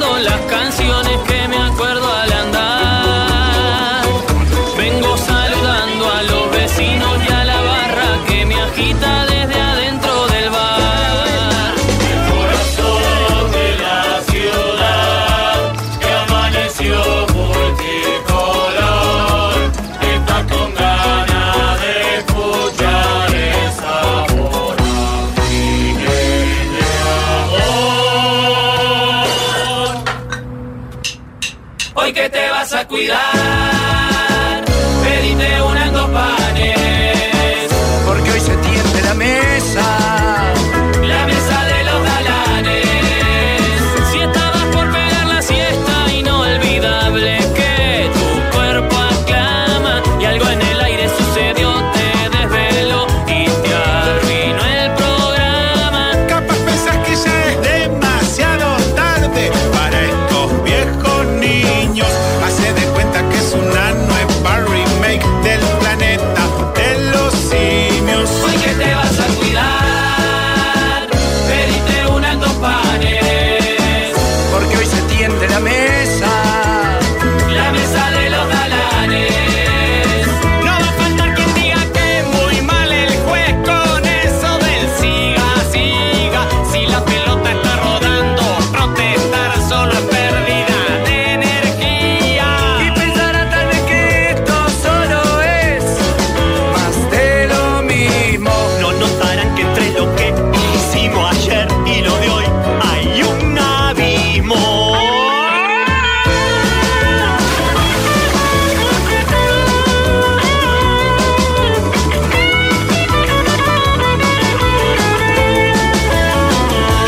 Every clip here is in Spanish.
son las canciones que me acuerdo al andar. Vengo saludando a los vecinos y a la barra que me agita desde adentro del bar. Corazón de la ciudad que amaneció multicolor, está con ganas de escuchar el sabor de amor. Hoy que te vas a cuidar, pedite unas dos panes, Porque hoy se tiende la mesa. la mesa de los galanes. Si estabas por pegar la siesta, inolvidable que tu cuerpo aclama y algo en el aire sucedió, te desveló y te arruinó el programa. Capaz pensás que ya es demasiado tarde para estos viejos niños. Hace de cuenta que es una nueva remake del planeta de los simios. Hoy que te vas a cuidar, pedite unas dos panes, Porque hoy se tiende la mesa. la mesa de los galanes. No va a faltar quien diga que muy mal el juez con eso del siga, siga. Si la pelota está rodando, protestar solo es pérdida de energía. Y pensará tal vez que esto solo es más de lo mismo. No notarán que entre lo que hicimos ayer y lo de hoy hay un abismo.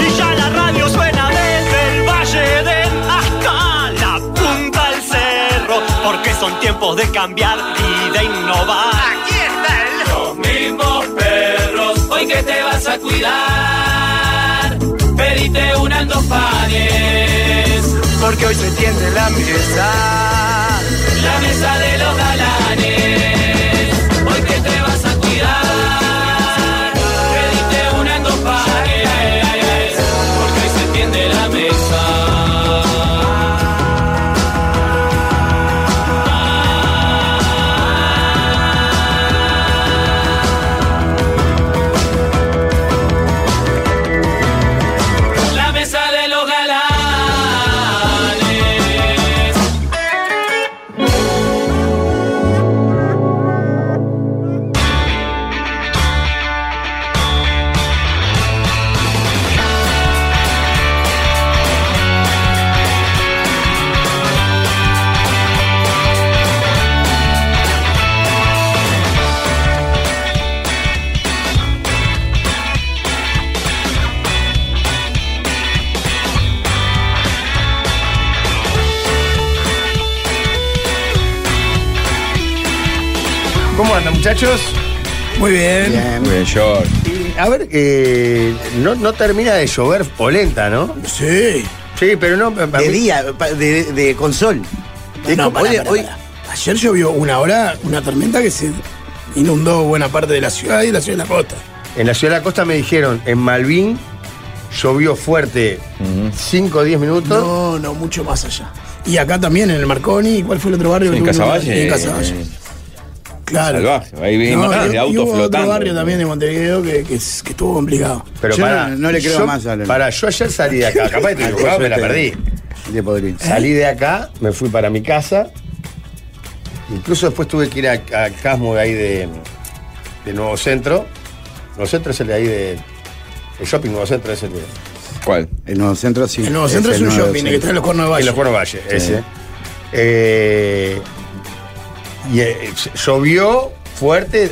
Y ya la radio suena desde el Valle del hasta la punta al cerro, porque son tiempos de cambiar y de innovar. Los mismos perros, hoy que te vas a cuidar, pedite unas dos panes, Porque hoy se tiende la mesa. la mesa de los galanes. Hoy que te vas a cuidar, pedite unas dos panes, porque hoy se tiende la mesa. La mesa de los galanes. ¿Cómo andan, muchachos? Muy bien. Muy bien, George. Y, a ver, eh, no, no termina de llover polenta, ¿no? Sí. Sí, pero no. a De mí- día, pa- de, de consol. Es No, como- pará, oye, pará, hoy- pará. Ayer llovió una hora, una tormenta que se inundó buena parte de la ciudad y la ciudad de la costa. En la ciudad de la costa me dijeron, en Malvin llovió fuerte 5 o 10 minutos. No, no, mucho más allá. Y acá también, en el Marconi, ¿y ¿cuál fue el otro barrio? que En tuvo- Casavalle. En Casavalle. eh, claro. salvaje. Ahí vi imágenes y- de y autos hubo flotando. otro barrio también de Montevideo que, que, es- que estuvo complicado. Pero Yo para, no- no le creo más a Lolo. Para, yo ayer salí de acá, capaz que estoy equivocado, me la perdí. de podrido. Salí de acá, me fui para mi casa. Incluso después tuve que ir a, a Casmo de ahí de, de Nuevo Centro. Nuevo Centro es el de ahí de. El shopping Nuevo Centro es el de. ¿Cuál? El nuevo centro sí. El nuevo centro es, el un nuevo shopping, el que centro. está en los Cuernos de Valle. En los Buenos Valles, ese. Eh, y eh, llovió fuerte,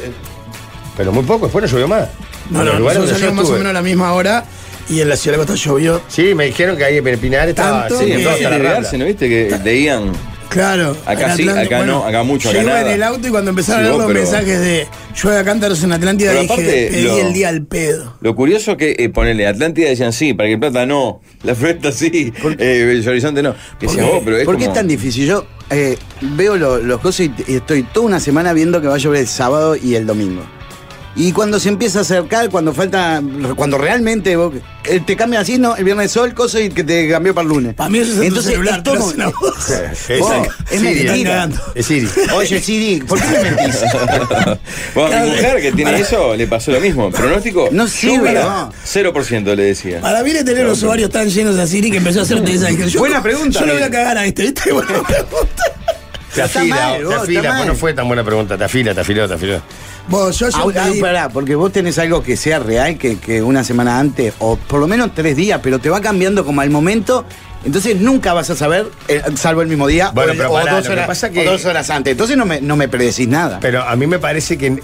pero muy poco, después no llovió más. No, En no, los lugares nosotros donde yo salimos más o estuve. menos a la misma hora y en la ciudad de la costa llovió. Sí, me dijeron que ahí en Pinar Ah, estaba Tanto sí, Sí, que- en estaba fácil hasta la de rambla. verse, ¿no viste? Que leían. Claro. Acá en sí, Atlántico, acá no, acá mucho, acá yo iba nada. en el auto y cuando empezaron a Sí, ver vos, los pero- mensajes de llueve a cántaros en Atlántida, Pero dije, aparte, pedí lo- el día al pedo. Lo curioso que, eh, ponele, Atlántida decían sí, para que Plata no, La Floresta sí, eh, Belo Horizonte no. Decían, qué? oh, pero es ¿Por qué como- es tan difícil? Yo eh, veo lo- los cosas y, y estoy toda una semana viendo que va a llover el sábado y el domingo. Y cuando se empieza a acercar, cuando falta, cuando realmente vos- eh, te cambian así, ¿no? El viernes sol, cosa y que te cambió para el lunes. Para mí eso es en tu Entonces, celular, es te lo todo- hacen a vos. Oh, es Siri, mentira. anda. Es Siri. Oye, Siri, ¿por qué me mentís? Bueno, a mi Claro. mujer que tiene eso le pasó lo mismo. ¿Pronóstico? No Yo sirve, era no. 0% le decía. Para mí le tener los usuarios tan llenos a Siri que empezó a hacerte esa Yo- Buena pregunta, eh. Yo lo voy a Miguel. cagar a este, ¿viste? Buena pregunta. Te Está afila, mal, vos, te está afila. mal. Bueno, fue tan buena pregunta. Te afila, te afiló, te afiló. Vos, yo Ah, yo ah, pedí- pará, porque vos tenés algo que sea real, que, que una semana antes, o por lo menos tres días, pero te va cambiando como al momento, entonces nunca vas a saber, eh, salvo el mismo día, Bueno, o, el- pero o pará, dos lo que horas, pasa que- o dos horas antes. Entonces no me, no me predecís nada. Pero a mí me parece que,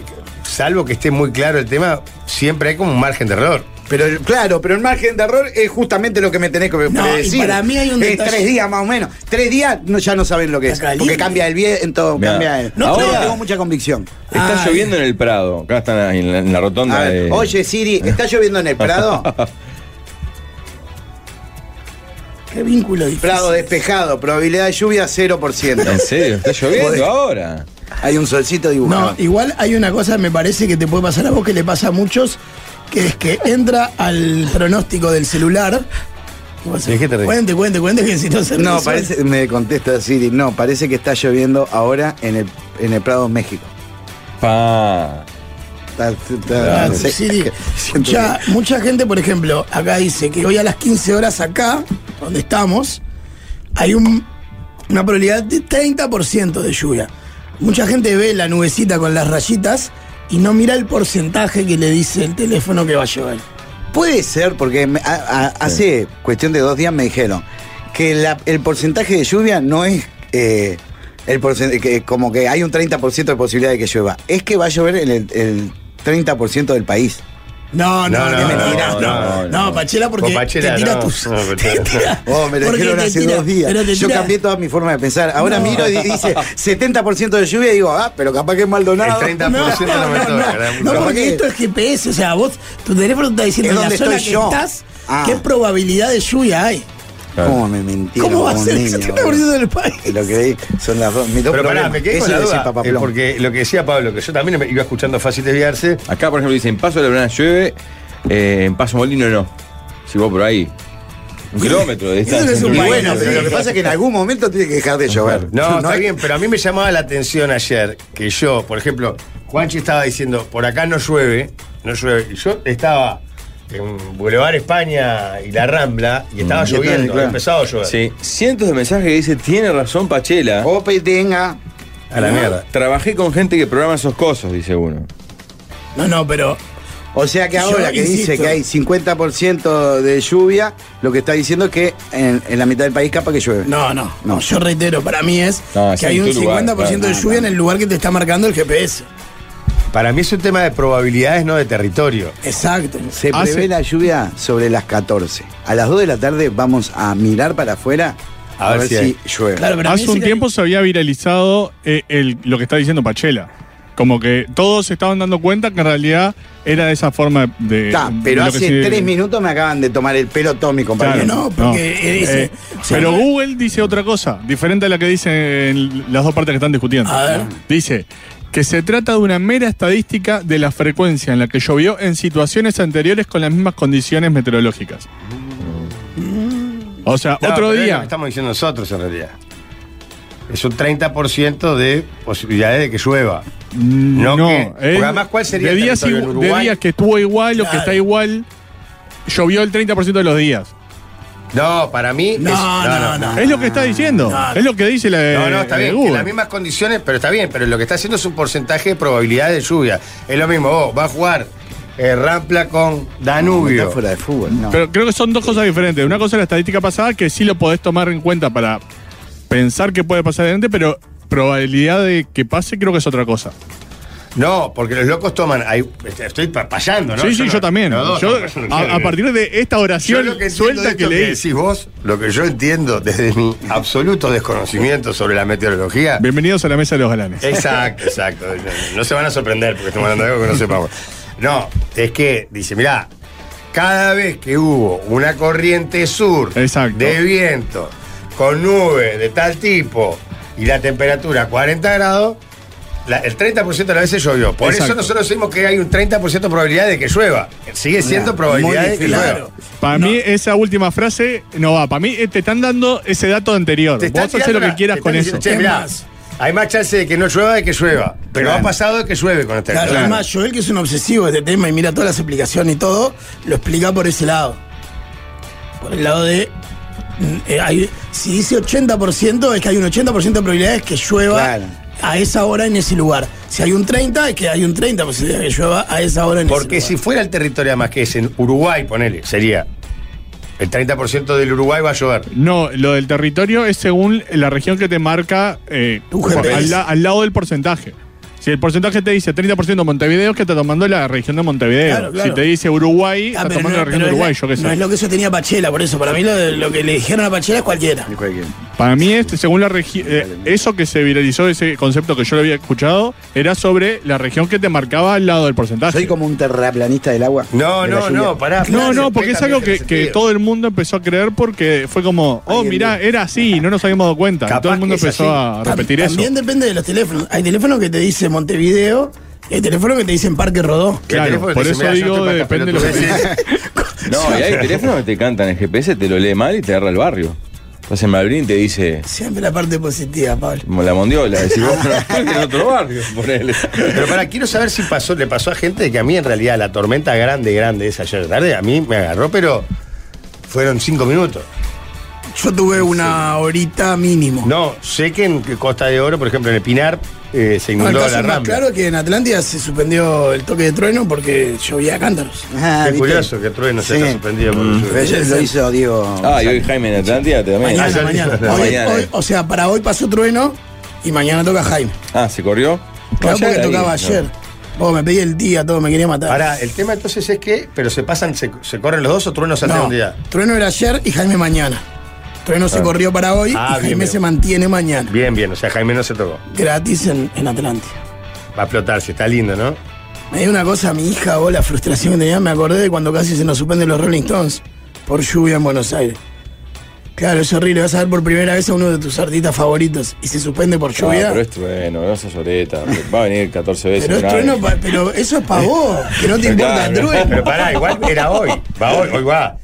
salvo que esté muy claro el tema, siempre hay como un margen de error. Pero el- claro, pero el margen de error es justamente lo que me tenés que No, y predecir. para mí hay un Es detalle- tres días más o menos. Tres días no, ya no saben lo que es. Está caliente. Porque cambia el viento, Mirá. cambia el. No, Yo ahora- tengo mucha convicción. Está Ay. lloviendo en el Prado. Acá están ahí en la, en la rotonda. A ver, de- Oye, Siri, ¿está lloviendo en el Prado? Qué vínculo difícil. Prado despejado, probabilidad de lluvia 0%. ¿En serio? ¿Está lloviendo Joder. ahora? Hay un solcito dibujado. No, igual hay una cosa, me parece que te puede pasar a vos, que le pasa a muchos, que es que entra al pronóstico del celular. y vos ¿De qué te reís? Cuente, cuente, cuente, que si no se No, resuelve". parece, me contesta Siri, no, parece que está lloviendo ahora en el, en el Prado, México. Pa. Está- está- Ah, sí. sí, sí. Siento Ya, mucha gente, por ejemplo, acá dice que hoy a las 15 horas acá, donde estamos, hay un- una probabilidad de 30% de lluvia. Mucha gente ve la nubecita con las rayitas y no mira el porcentaje que le dice el teléfono que va a llover. Puede ser, porque me- a- a- hace cuestión de dos días me dijeron que la- el porcentaje de lluvia no es eh, el porcen- que como que hay un 30% de posibilidad de que llueva. Es que va a llover en el, el 30% del país. No, no, No, no, no, me no, tiras, no, no, no, no, no. Pachela, porque Con Pachela, te tira no, tus... no, pero- te tira- Oh, me lo porque dijeron te hace tira- dos pero te días. Yo tira- cambié toda mi forma de pensar. Ahora No. miro y dice 70% de lluvia y digo, ah, pero capaz que es Maldonado. El No, 30% no me no, toca. no, no, Capaz porque que- esto es GPS, o sea, vos, tu teléfono te está diciendo Es en la donde zona que estoy yo. estás, Ah. qué probabilidad de lluvia hay. ¿Cómo me mintieron? ¿Cómo va a como ser el niño, 70% boludo? del país? Y Lo que di son las dos. Mis dos Pero pará, problemas. me quedé con Eso la decía duda, Papá eh, Plomo. porque lo que decía Pablo, que yo también me iba escuchando fácil desviarse, Acá, por ejemplo, dicen, paso de la Verona llueve, eh, en paso molino no. Si vos por ahí. Un kilómetro de Eso no distancia. es un Y entre país. bueno, pero lo que pasa es que en algún momento tiene que dejar de llover. No, está hay- bien, pero a mí me llamaba la atención ayer que yo, por ejemplo, Juanchi estaba diciendo, por acá no llueve, no llueve, y yo estaba en Boulevard España y la Rambla y estaba Mm, y lloviendo, está, claro. empezaba a llover. Sí, cientos de mensajes que dice, tiene razón Pachela. Ah, Ope tenga. A la mierda. Trabajé con gente que programa esos cosos, dice uno. No, no, pero O sea que Yo ahora que insisto. dice que hay 50% de lluvia, lo que está diciendo es que en, en la mitad del país capaz que llueve. no, no, No. no. Yo reitero, para mí es No, es que hay en un tu lugar, 50% de claro. lluvia en el lugar que te está marcando el GPS. Para mí es un tema de probabilidades, no de territorio. Exacto. Se Ah, prevé la lluvia sobre las 14. A las 2 de la tarde vamos a mirar para afuera a, ver, si, llueve. Claro, pero a mí Hace un sí que- tiempo se había viralizado eh, el- lo que está diciendo Pachela. Como que todos se estaban dando cuenta que en realidad era esa forma de. Está, de pero lo que hace se- tres minutos me acaban de tomar el pelo todos mis compañeros. Claro, no, porque él dice- Eh, o sea, pero no- Google dice otra cosa, diferente a la que dicen las dos partes que están discutiendo. A ver. Dice que se trata de una mera estadística de la frecuencia en la que llovió en situaciones anteriores con las mismas condiciones meteorológicas. O sea, No, otro pero es lo día. que estamos diciendo nosotros en realidad. Es un 30% de posibilidades de que llueva. No, Mm, No, que- porque es- además, ¿cuál sería de el días, territorio igu- en de Uruguay? días que estuvo igual o que Claro. está igual, llovió el 30% de los días. No, para mí. No, es- no, no. es lo que está diciendo. No. Es lo que dice la de No, no, está Eh, de bien. que Google. En las mismas condiciones, pero está bien. Pero lo que está haciendo es un porcentaje de probabilidad de lluvia. Es lo mismo, vos, va a jugar eh, Rampla con Danubio. Metáfora de fútbol. No. Pero creo que son dos cosas diferentes. Una cosa es la estadística pasada, que sí lo podés tomar en cuenta para pensar que puede pasar adelante, pero probabilidad de que pase creo que es otra cosa. No, porque los locos toman. ahí- este, estoy pa- payando, ¿no? sí, sí, no- yo también. los dos Yo, estamos payando. a, a partir de esta Yo oración lo que entiendo de suelta esto que leí. decís vos, lo que yo entiendo desde mi absoluto desconocimiento sobre la meteorología. Bienvenidos a la mesa de los galanes. Exacto, exacto. No se van a sorprender porque estamos hablando de algo que no sepamos. No, es que dice, mirá, cada vez que hubo una corriente sur Exacto. de viento con nube de tal tipo y la temperatura 40 grados, la- el 30% de las veces llovió. Por Exacto. eso nosotros decimos que hay un 30% de probabilidad de que llueva. Sigue siendo probabilidad de que llueva. Para mí esa última frase no va. Para mí eh, te están dando ese dato anterior. Vos Te están haces tirando lo que la- quieras te con eso. están diciendo, "Che, mirá, hay más chance de que no llueva de que llueva. Pero Claro. ha pasado de que llueve con este Claro, además, Joel, que es un obsesivo de este tema y mira todas las explicaciones y todo, lo explica por ese lado. Por el lado de. mm, eh, hay- si dice 80%, es que hay un 80% de probabilidades que llueva a esa hora en ese lugar. Si hay un 30%, es que hay un 30% de que llueva a esa hora en Porque si fuera el territorio además que es en Uruguay, ponele, sería el 30% del Uruguay va a llover. No, lo del territorio es según la región que te marca eh, GPS. al, la- al lado del porcentaje. Si el porcentaje te dice 30% Montevideo, es que está tomando la región de Montevideo. Claro, claro. Si te dice Uruguay, Ah, está pero tomando no- la región pero de es Uruguay, la- yo qué sé. No es lo que eso tenía Pachela, por eso. Para mí lo, de- lo que le dijeron a Pachela es cualquiera. Para mí, este, según la regi- eh, eso que se viralizó, ese concepto que yo lo había escuchado, era sobre la región que te marcaba al lado del porcentaje. Soy como un terraplanista del agua. No, de la no, lluvia. no, pará. No, no, porque es algo que, que todo el mundo empezó a creer porque fue como, oh, mirá, era así, no nos habíamos dado cuenta. Y todo el mundo empezó a repetir Tam- eso. También depende de los teléfonos. Hay teléfonos que te dicen Montevideo y hay teléfonos que te dicen Parque Rodó. Claro, por eso digo, depende de lo que No, y hay teléfonos que te cantan el GPS, te lo lee mal y te agarra el barrio. Estás en Malvin y te dice Siempre la parte positiva, Pablo. como la mondiola, decís vos "No, en otro barrio, ponele. Pero para, quiero saber si pasó, le pasó a gente que a mí en realidad la tormenta grande, grande esa ayer tarde, a mí me agarró, pero fueron cinco minutos. Yo tuve una horita mínimo. No, sé que en Costa de Oro, por ejemplo, en el Pinar, eh, se No, el inundó caso la más rambla. claro es que en Atlántida se suspendió el toque de trueno porque llovía a cántaros. Ah, Qué curioso que Trueno se Sí. haya suspendido por Mm. el sur. Ella lo hizo, Diego. Ah, y hoy Jaime en Atlántida también. Mañana, Ah, mañana. Ah, Hoy- mañana, hoy- eh. o sea, para hoy pasó trueno y mañana toca Jaime. Ah, ¿se corrió? Claro, Ayer porque ahí, tocaba no. ayer. Oh, me pedí el día, todo, me quería matar. Pará, el tema entonces es que, pero se pasan, se, se corren los dos o Trueno se hace No, un día. Trueno era ayer y Jaime mañana. Trueno se Ah. corrió para hoy y Ah, bien, Jaime bien. se mantiene mañana. Bien, bien, o sea, Jaime no se tocó. Gratis en, en Atlántida. Va a explotar, si está lindo, ¿no? Me dio una cosa, mi hija, o la frustración que tenía, me acordé de cuando casi se nos suspenden los Rolling Stones por lluvia en Buenos Aires. Claro, es horrible, vas a ver por primera vez a uno de tus artistas favoritos y se suspende por Ah, lluvia. pero es trueno, no seas oreta. Va a venir 14 veces. pero es otra vez. trueno, pa- pero eso es para vos, que no te importa Claro. trueno. Pero pará, igual era hoy. Va hoy, hoy va.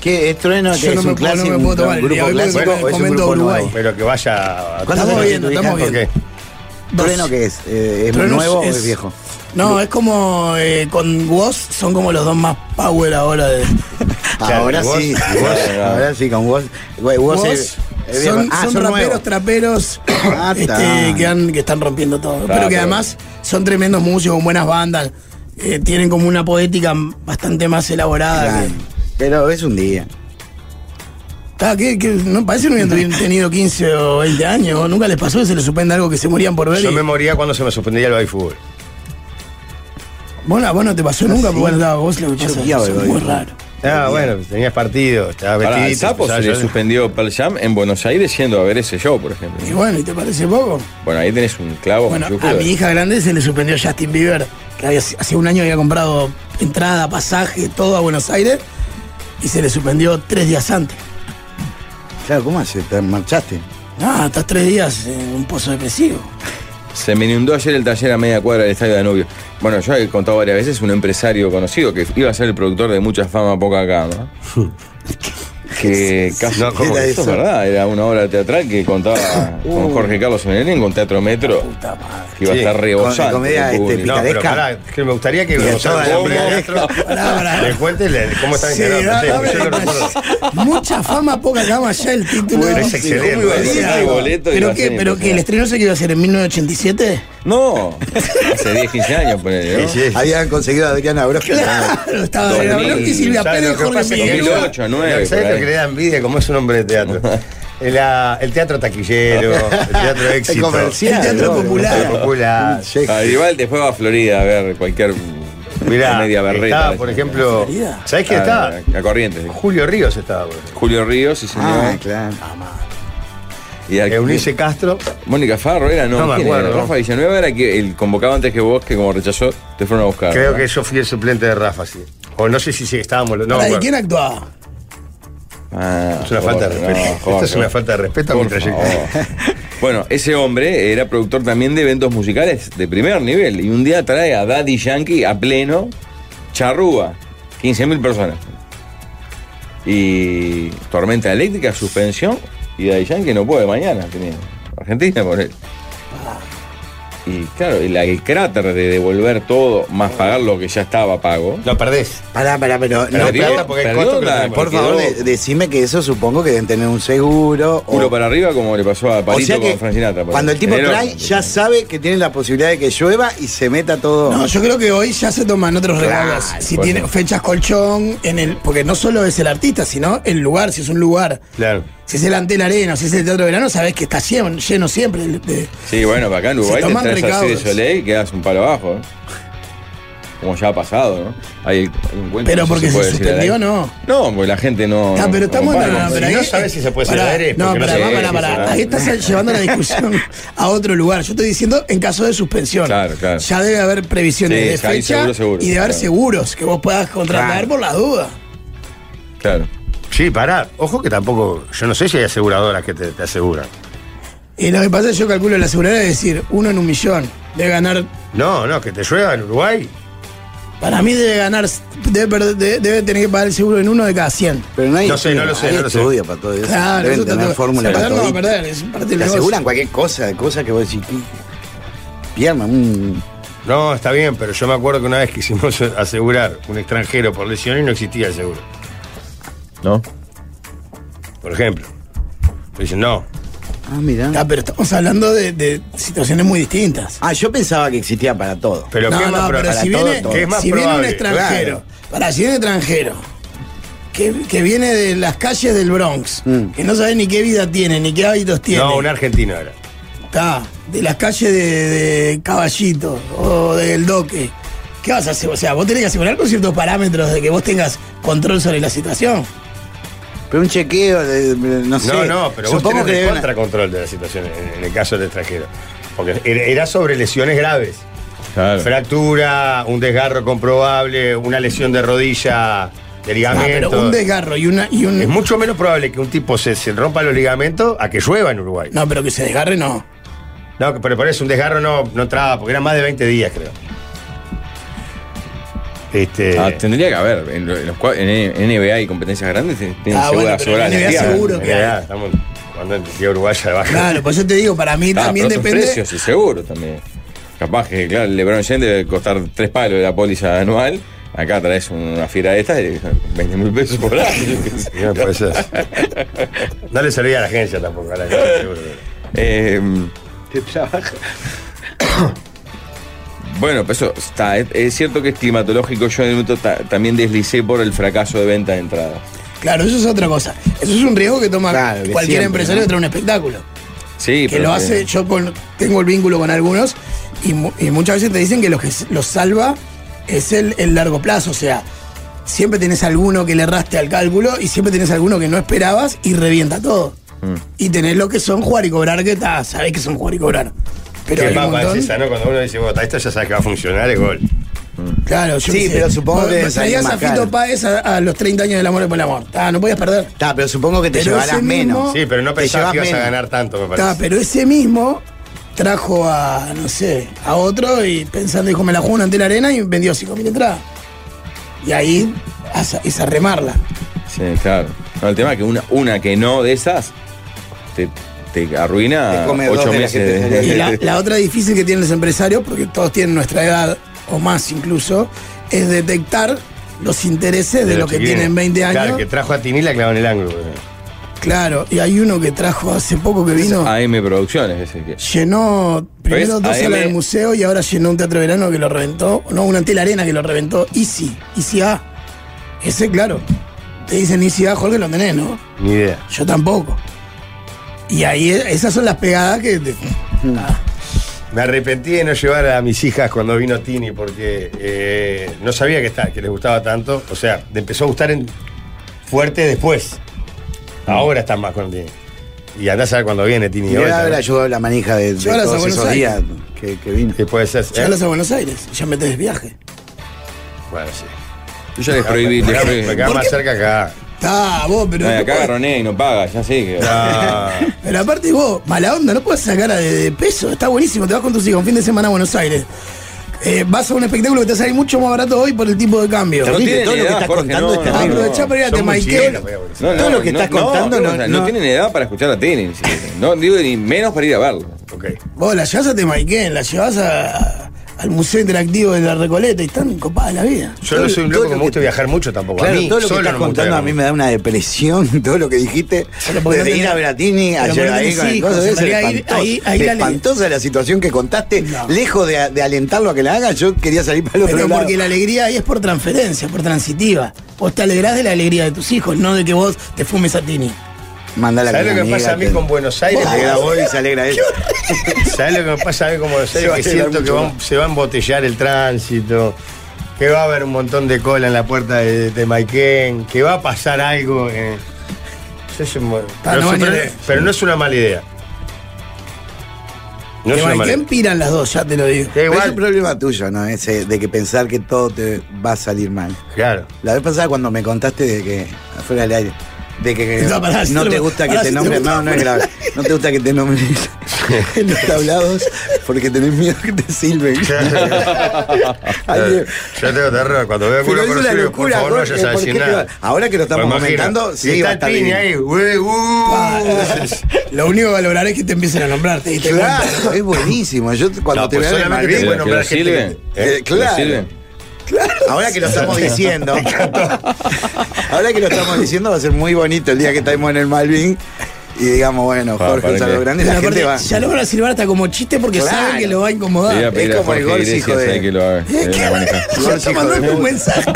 ¿Qué es trueno? Yo que no es me un puedo- no clásico, me puedo tomar el un día grupo hoy porque clásico me o es un comento grupo Uruguay. nuevo? Pero que vaya a. ¿Cuántas Estamos veces viendo, te estamos ubicas? viendo. Dos. ¿Trueno qué es? Eh, ¿Es Trueno nuevo es- o es viejo? No, es como eh, con Woz, son como los dos más power ahora de. Claro, Ah, ahora vos- sí. vos- ahora sí, con vos. güey, eh, vos Woz es- es viejo. son, Ah, son nuevos. raperos, traperos este, está. que, han- que están rompiendo todo. Está, pero que pero- además son tremendos músicos, con buenas bandas, eh, tienen como una poética bastante más elaborada. Claro. Pero es un día. Está, que, que no parece que no hubieran tenido 15 o 20 años, nunca les pasó que se les suspenda algo que se morían por ver. Yo y- me moría cuando se me suspendía el fútbol. Vos, no- vos no te pasó nunca, porque bueno, da, vos le Yo escuchás a- odiaba el son muy voleibol. raro. Ah, bueno, tenías partido, estaba Pará, vestidito. el sapo se empezaba le a llorar. suspendió Pearl Jam en Buenos Aires yendo a ver ese show, por ejemplo. Y bueno, ¿y te parece poco? Bueno, ahí tenés un clavo Bueno, con a yucura. mi hija grande se le suspendió Justin Bieber, que había- hace un año había comprado entrada, pasaje, todo a Buenos Aires, y se le suspendió tres días antes. Claro, ¿cómo hace? ¿Te marchaste? Ah, estás tres días en un pozo depresivo. Se me inundó ayer el taller a media cuadra del Estadio Danubio. Bueno, yo he contado varias veces un empresario conocido que iba a ser el productor de mucha fama, poca cama. que casi No, ¿cómo Era que eso es eso? Uh. verdad, era una obra teatral que contaba con Jorge Carlos Menem con Teatro Metro. Que iba Sí, a estar rebosando. con- comedia, el este, público. picaresca. No, pero pará, que me gustaría que Mira, Gonzalo toda la Gómez picaresca. le cuente le- cómo está Sí, integrado. dame, Sí, porque yo dame. no recuerdo. Mucha fama, poca cama ya el título. Bueno, es excelente. ¿Cómo iba a Bueno, ser? el boleto iba ¿Pero a qué? ser ¿Pero que el estreno se que iba a hacer en 1987? No, hace 10, 15 años, ponele, ¿no? Habían conseguido a Adriana Broski. Claro, estaba Adriana Broski, Silvia ¿Sabes Pérez, lo que Jorge pasa? Que Miguel. yo- 2008, 2009, ¿Sabes por lo ahí. que le da envidia? Como es un hombre de teatro. El, ah, el teatro taquillero, el teatro El éxito. comercial, ¿no? El teatro popular. Ah, igual después va a Florida a ver cualquier Mirá, media berreta. estaba, por ejemplo, ¿sabés quién Ah, estaba? A Corrientes. Julio Ríos estaba. boludo. Julio Ríos, sí, señor. Ah, claro. Y al- Eunice Eh, Castro. Mónica Farro era, no, No me ¿quién era? acuerdo. Rafa Villanueva era que el convocado antes que vos, que como rechazó, te fueron a buscar. Creo ¿verdad? que yo fui el suplente de Rafa, sí. O no sé si, si estábamos. los- No, Pará, ¿y bueno. quién actuaba? Ah, Es Jorge, una falta de respeto. Ah, no, Esto Jorge. es una falta de respeto a mi trayectoria. Bueno, ese hombre era productor también de eventos musicales de primer nivel. Y un día trae a Daddy Yankee a pleno, charrúa, 15.000 personas. Y tormenta eléctrica, suspensión. Y Daddy Yankee no puede mañana. Tiene Argentina por él. Y claro, y la- el cráter de devolver todo, más pagar lo que ya estaba pago. Lo perdés. Pará, pará, pero no, Perdió, plata porque el perdió costo que la- tenemos. por favor, quedó- de- decime que eso supongo que deben tener un seguro. o- Culo para arriba, como le pasó a Palito o sea que con Francinata. cuando el tipo trae, ya sabe que tiene la posibilidad de que llueva y se meta todo. No, yo creo que hoy ya se toman otros Claro, regalos. Si por tiene supuesto. fechas colchón, en el, porque no solo es el artista, sino el lugar, si es un lugar. Claro. Si es el Antel Arena, si es el Teatro Verano, sabes que está lleno, lleno siempre. de- de- Sí, bueno, para acá en Uruguay Se te toman traes así de recaudos. Soleil y quedas un palo abajo. ¿eh? Como ya ha pasado, ¿no? Hay, hay un cuento. pero no sé porque si se, puede decir al suspendió, aire. no. No, porque la gente no. Ah, pero estamos comparte. no, no, no, pero Si no ahí- sabes si se Pues puede Pará, hacer aire, No, porque pará, se pará, ve, pará, si se pará. da. Ahí estás llevando la discusión a otro lugar. Yo estoy diciendo en caso de suspensión. Claro, claro. Ya debe haber previsiones Sí, de ya hay fecha seguro, seguro, y debe haber claro. seguros que vos puedas contratar Claro. por las dudas. Claro. Sí, pará. Ojo que tampoco. Yo no sé si hay aseguradoras que te, te aseguran. Y lo que pasa es que yo calculo la seguridad es decir, uno en un millón. Debe ganar, No, no, que te llueva en Uruguay. para mí debe ganar, debe, perder- de- debe tener que pagar el seguro en uno de cada 100. Pero nadie No sé, no lo sé, nadie no lo sé. estudia para todo eso. Claro, Deben eso está tener todo- fórmula se para perder no va a todito. perder, es parte del Te negocio. aseguran cualquier cosa, cosa que vos decís. "Qué Pierna, un. No, está bien, pero yo me acuerdo que una vez quisimos asegurar un extranjero por lesión y no existía el seguro. ¿No? Por ejemplo. Pero dicen, no. Ah, mirá. Ah, pero estamos hablando de, de situaciones muy distintas. Ah, yo pensaba que existía para todo. Pero no, ¿qué es no, más pero probable? si, todo, viene, todo. ¿Qué es más si viene un probable? extranjero, Claro. para si viene un extranjero, que, que viene de las calles del Bronx, Mm. que no sabe ni qué vida tiene, ni qué hábitos tiene, No, un argentino era. está, de las calles de, de Caballito o del Doque, ¿qué vas a hacer? O sea, vos tenés que asegurar con ciertos parámetros de que vos tengas control sobre la situación. Pero un chequeo, de- de- no sé. No, no, pero vos Supongo tenés que el deben- contracontrol de la situación en, en el caso del extranjero. Porque era era sobre lesiones graves. Claro. Fractura, un desgarro comprobable, una lesión de Ah, rodilla, de pero ligamento. un desgarro y una y Es un mucho menos probable que un tipo se, se rompa los ligamentos a que llueva en Uruguay. no, pero que se desgarre no. No, pero por eso un desgarro no, no traba, porque eran más de 20 días, creo. Este, Ah, tendría que haber. En, lo- en los, cua- en N- NBA y competencias grandes te- tienen Ah, seguro bueno, pero asegurar en las NBA piernas. seguro. en realidad, estamos cuando en Liga Uruguaya de baja. Claro, pues por eso te digo, para mí Ah, también pero otros depende. precios y seguro también. Capaz que, claro, el LeBron James debe costar tres palos de la póliza anual. Acá traes una fiera de estas y 20 mil pesos por año. No, por eso. No le servía a la agencia tampoco, a la agencia, seguro. Eh, bueno, pues eso está. Es, es cierto que es climatológico. Yo en un momento ta- también deslicé por el fracaso de venta de entradas. Claro, eso es otra cosa. Eso es un riesgo que toma Claro, que cualquier siempre, empresario ¿no? que trae un espectáculo. Sí, que lo hace, yo con- tengo el vínculo con algunos y, mu- y muchas veces te dicen que lo que s- los salva es el, el largo plazo. O sea, siempre tenés alguno que le erraste al cálculo y siempre tenés alguno que no esperabas y revienta todo. Y tenés lo que son jugar y cobrar, que está, sabés que son jugar y cobrar. Pero Qué hay un papa es montón- esa, ¿no? Cuando uno dice, "Bota, esto ya sabes que va a funcionar, es gol. Claro, yo Sí, qué sé. pero supongo Vos que debe empezarías salir a más caro. Fito Páez a, a los 30 años del amor por el amor. Ah, no podías perder. Está, pero supongo que te Pero llevarás ese mismo- menos. Sí, pero no Te llevas pensabas que ibas a menos. ganar tanto, me parece. Ta, pero ese mismo trajo a, no sé, a otro y pensando, dijo, me la juego ante la arena y vendió 5.000 entradas. Y ahí asa- es a remarla. Sí, claro. No, el tema es que una, una que no de esas te, te arruina Te come dos ocho de las meses. que te- Y la, la otra difícil que tienen los empresarios, porque todos tienen nuestra edad o más incluso, es detectar los intereses de, los los que chiquilines. tienen 20 años. Claro, que trajo a Tini y la clavó en el ángulo. güey. Claro, y hay uno que trajo hace poco que vino, AM Producciones, es el que. llenó primero ¿Ves? dos AM. salas del museo y ahora llenó un teatro de verano que lo reventó, no, un la arena que lo reventó, Easy, Easy A. Ese, claro, te dicen Easy A, Jorge, lo tenés, ¿no? Ni idea. Yo tampoco. Y ahí, e- esas son las pegadas que... te- Mm. Ah, Me arrepentí de no llevar a mis hijas cuando vino Tini porque eh, no sabía que, está, que les gustaba tanto. O sea, le empezó a gustar en fuerte después. Ahora están más con Tini. Y andás a ver cuando viene Tini. de Le debe vuelta, haber ¿no? ayudado la manija de, de Llévalas a todos Buenos esos Aires. días que, que vino. Sí, puede ser. ¿eh? Llevarlas a Buenos Aires, ya metes viaje. Bueno, sí. Yo ya les prohibí. les Me prohibí. queda más cerca acá. Está, vos, pero. No, y no acá podés- agarroné y no paga, ya sé que. Pero aparte vos, mala onda, no puedes sacar a de, de peso. Está buenísimo, te vas con tus hijos un fin de semana a Buenos Aires. Eh, vas a un espectáculo que te sale mucho más barato hoy por el tipo de cambio. No tienen todo lo que edad, estás Jorge, contando no, es no, terrible. no. Aprovechá para ir a Son muy Temayquén. chielos, voy a decir. No, Todo no, lo que no, estás no, contando no, no- no no. tienen edad para escuchar la tele. ni siquiera. No digo ni menos para ir a verlo. Ok. Vos la llevas a Temayquén, la llevas a- al Museo Interactivo de la Recoleta y están copadas la vida. Yo no soy un Todo loco que lo me gusta que- viajar mucho tampoco. Claro, a mí, todo lo que solo estás no me gusta contando a mí me da una depresión, todo lo que dijiste. Pero porque no Desde ir tenés- a Beratini, pero porque ayer no ahí tenés con el hijos, coso en ese, realidad ir- espantoso. ahí- ahí la- espantosa la situación que contaste. No. Lejos de, de alentarlo a que la hagan, yo quería salir para el otro Pero lado. porque la alegría ahí es por transferencia, por transitiva. Vos te alegrás de la alegría de tus hijos, no de que vos te fumes a Tini. Mandala ¿Sabes lo que me pasa a mí con Buenos Aires? Se grabó y se alegra él. ¿Sabes lo que me pasa a mí con Buenos Se Aires? va a Que llenar siento que mucho va- se va a embotellar el tránsito, que va a haber un montón de cola en la puerta de, de Maiken, que va a pasar algo. eh. Yo soy muy- Ah, pero, no, es- ni pero- idea. pero no es una mala idea. No es una mala Temayquén idea. piran las dos, ya te lo digo. Da Pero es un igual. problema tuyo, ¿no? Ese de que pensar que todo te va a salir mal. Claro. La vez pasada cuando me contaste de que, afuera del aire, de que, que No, no, pará, si te te lo- gusta que pará, te si te nombren, gusta no, no es fuera del grave, no te gusta que te nombren en los tablados porque tenés miedo que te silben. Alguien- Yo tengo terror. Cuando veo Pero culo es conocido, una locura, por favor, no Jorge, vayas ¿por a qué decir te va- nada. ahora que lo estamos Pues imagina, comentando, sí, y va a está estar Tini bien. ahí. güey, uh. Lo único que valoraré es que te empiecen a nombrar, te diste cuenta. Claro, es buenísimo. Yo cuando No, te pues veo solamente Madrid, te ¿Que Bueno, lo pero gente que- silben? Eh, ¿Que lo claro. silben? Ahora que lo estamos diciendo. ahora que lo estamos diciendo va a ser muy bonito el día que estemos en el Malvin y digamos, bueno, Pa- Jorge, Ah, para un saludo que- grande. La Pero gente va. aparte, Ya lo van a silbar hasta como chiste porque Claro. saben que lo va a Le voy a incomodar. pedir es a como el Jorge gol, Iglesias, hijo de- ahí que lo haga. eh, ¿Qué? que lo maneja. Ya está mandando un mensaje.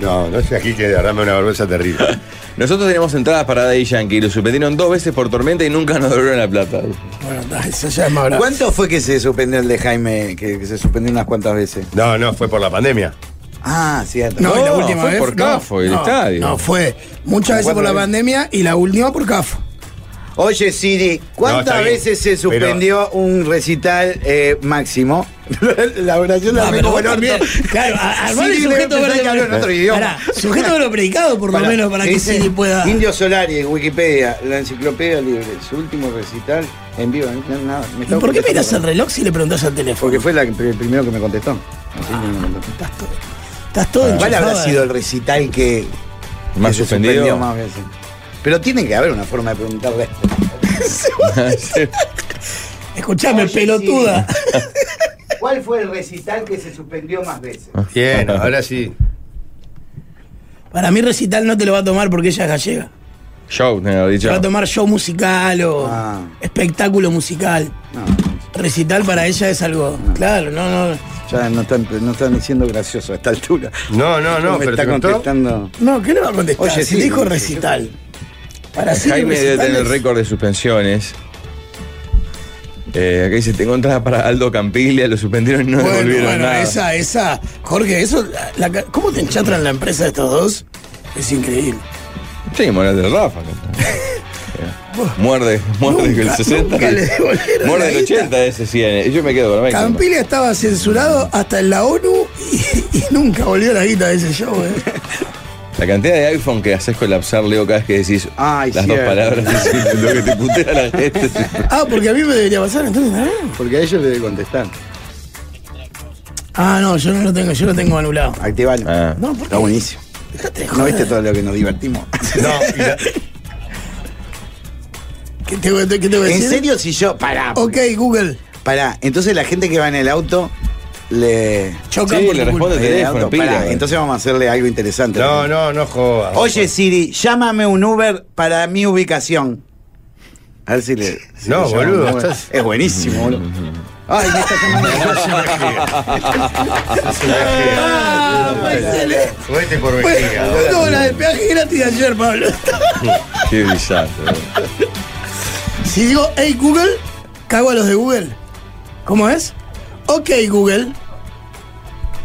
No, no sé aquí que de verdad me da una vergüenza terrible. Nosotros teníamos entradas para Daddy Yankee y lo suspendieron dos veces por tormenta y nunca nos devolvieron la plata. bueno, está, eso ya es más bravo. ¿Cuánto fue que se suspendió el de Jaime? Que, que se suspendió unas cuantas veces. No, no, fue por la pandemia. Ah, cierto. No, y la No, última fue vez. por no, Cafo, el no, estadio. No, fue muchas veces cuatro por la veces. pandemia y la última por CAFO. Oye, Siri, ¿cuántas No, está bien, veces se pero- suspendió un recital eh, máximo? la oración la Ah, armé pero como vos el orto. también. Claro, a- armar el Siri debe sujeto pensar verde. que hablo en otro idioma. Pará, sujeto de lo predicado, por lo Pará, menos, para que dice Siri pueda. Indio Solari, Wikipedia, la enciclopedia libre, su último recital en vivo. No, no, me ¿Y estaba por qué contestando. miras el reloj si le preguntás al teléfono? Porque fue la, que- el primero que me contestó. Así que me contestó. Estás todo, estás todo ¿Cuál enchufado. habrá sido el recital que Más que se suspendió suspendido. más veces? Pero tiene que haber una forma de preguntarle. este. Escuchame, Oye, pelotuda. ¿Cuál fue el recital que se suspendió más veces? Bien, ahora sí. Para mí recital no te lo va a tomar porque ella es gallega. Show, me había Te dicho. va a tomar show musical o Ah. espectáculo musical. No, Recital para ella es algo. Claro, no, no. ya no están, no están diciendo gracioso a esta altura. No, no, no, me pero está te contó. contestando. No, ¿qué le va a contestar? Oye, si sí, dijo sí. recital. Para sí, Jaime debe recital tener es- récord de suspensiones. Eh, acá dice, tengo entradas para Aldo Campiglia, lo suspendieron y no Bueno, devolvieron bueno, nada. esa, esa. Jorge, eso. la- la- ¿Cómo te enchatran la empresa de estos dos? Es increíble. Sí, moral del Rafa. muerde, muerde Nunca, el 60. nunca le devolvieron la muerde el guita. 80 ese 100. Yo me quedo con la México. Campilia estaba censurado hasta en la ONU y, y nunca volvió la guita de ese show, eh. La cantidad de iPhone que haces colapsar, Leo, cada vez que decís Ay, las cierto. dos palabras, es lo que te putea la gente. Ah, porque a mí me debería pasar entonces. ah. Porque a ellos le debe contestar. Ah, no, yo no lo tengo, yo lo tengo anulado. Activalo. Ah. No, ¿por Está qué? buenísimo. Dejate de ¿No joder. viste todo lo que nos divertimos? No, y la- ¿Qué tengo, qué tengo que ¿En decir? serio si yo? Pará. Ok, Google. Pará. Entonces la gente que va en el auto le. Chocan Sí, por le tu culpa. responde en el teléfono, eh, auto. pila. eh. Ah, Pará, entonces vamos a hacerle algo interesante. no, no, no jodas. Oye Siri, llámame un Uber para mi ubicación. A ver si le. si No, le llama boludo, un Uber. estás- Es buenísimo, boludo. Mm. Ay, me está llamando. Ah, pues Marcelo. Fuete por vejiga. Bueno, no, la de peaje gratis de ayer, Pablo. Qué brillante. boludo. Si digo, hey Google, cago a los de Google. ¿Cómo es? Ok, Google.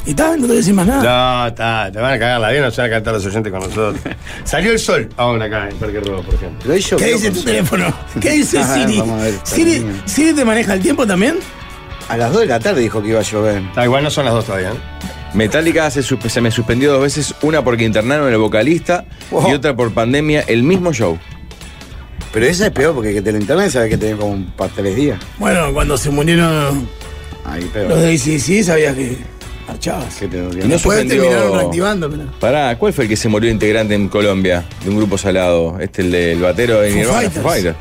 Y está, no te voy a decir más nada. No, está, te van a cagar la vida, no se van a cantar los oyentes con nosotros. Salió el sol ahora acá en Parque Rojo, por ejemplo. Pero yo ¿Qué creo dice que- tu teléfono? ¿Qué dice Ah, Siri? vamos a ver, Siri, también. ¿Siri te maneja el tiempo también? A las 2 de la tarde dijo que iba a llover. Ah, Está igual, no son las dos todavía. ¿eh? Metallica se, suspe- se me suspendió dos veces, una porque internaron al vocalista Oh. y otra por pandemia, el mismo show. Pero esa es peor porque que te lo internet sabes que tenés como un par tres días. Bueno, cuando se murieron Ahí peor. los de ACC, sabías que marchabas. Que te dolía. Y no Después suspendió- terminaron reactivando, pero. Pará, ¿cuál fue el que se murió integrante en Colombia de un grupo salado? Este, el del batero de Foo Nirvana, Fighters. Foo Fighters.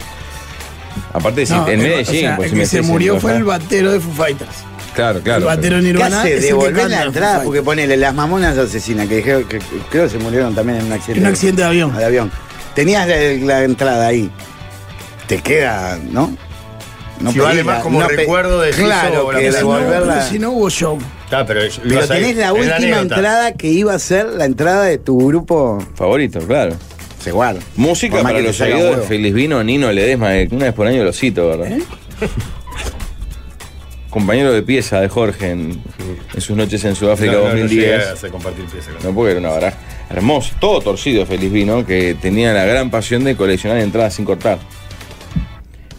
Aparte, si- No, en el- o Medellín, sea, pues, si el me que se decís, murió ¿no? fue el batero de Foo Fighters. Claro, claro. el pero- batero ¿Qué Nirvana. hace? es el que Devolver canta la en Foo entrada Fighters. porque ponele las mamonas asesinas que, dijeron que- que creo que se murieron también en un accidente. En un accidente de avión. de avión. Tenías la, la entrada ahí. Te queda, ¿no? No Si pedí vale la- más como no pe- recuerdo de Claro, que Pero si no- devolverla. pero Si no hubo show. Está, pero, ibas Pero ahí. tenés la Es última anécdota. entrada que iba a ser la entrada de tu grupo. Favorito, claro. Se guarda. Música Por más para que te los salga un seguidores. huevo. Feliz vino, Nino Ledesma. eh, Una vez por año lo cito, ¿verdad? ¿Eh? Compañero de pieza de Jorge en, en sus noches en Sudáfrica No, no, no 2010. llegué a hacer compartir pieza con- No puede era una baraja. Hermoso, todo torcido Feliz Vino, que tenía la gran pasión de coleccionar entradas sin cortar.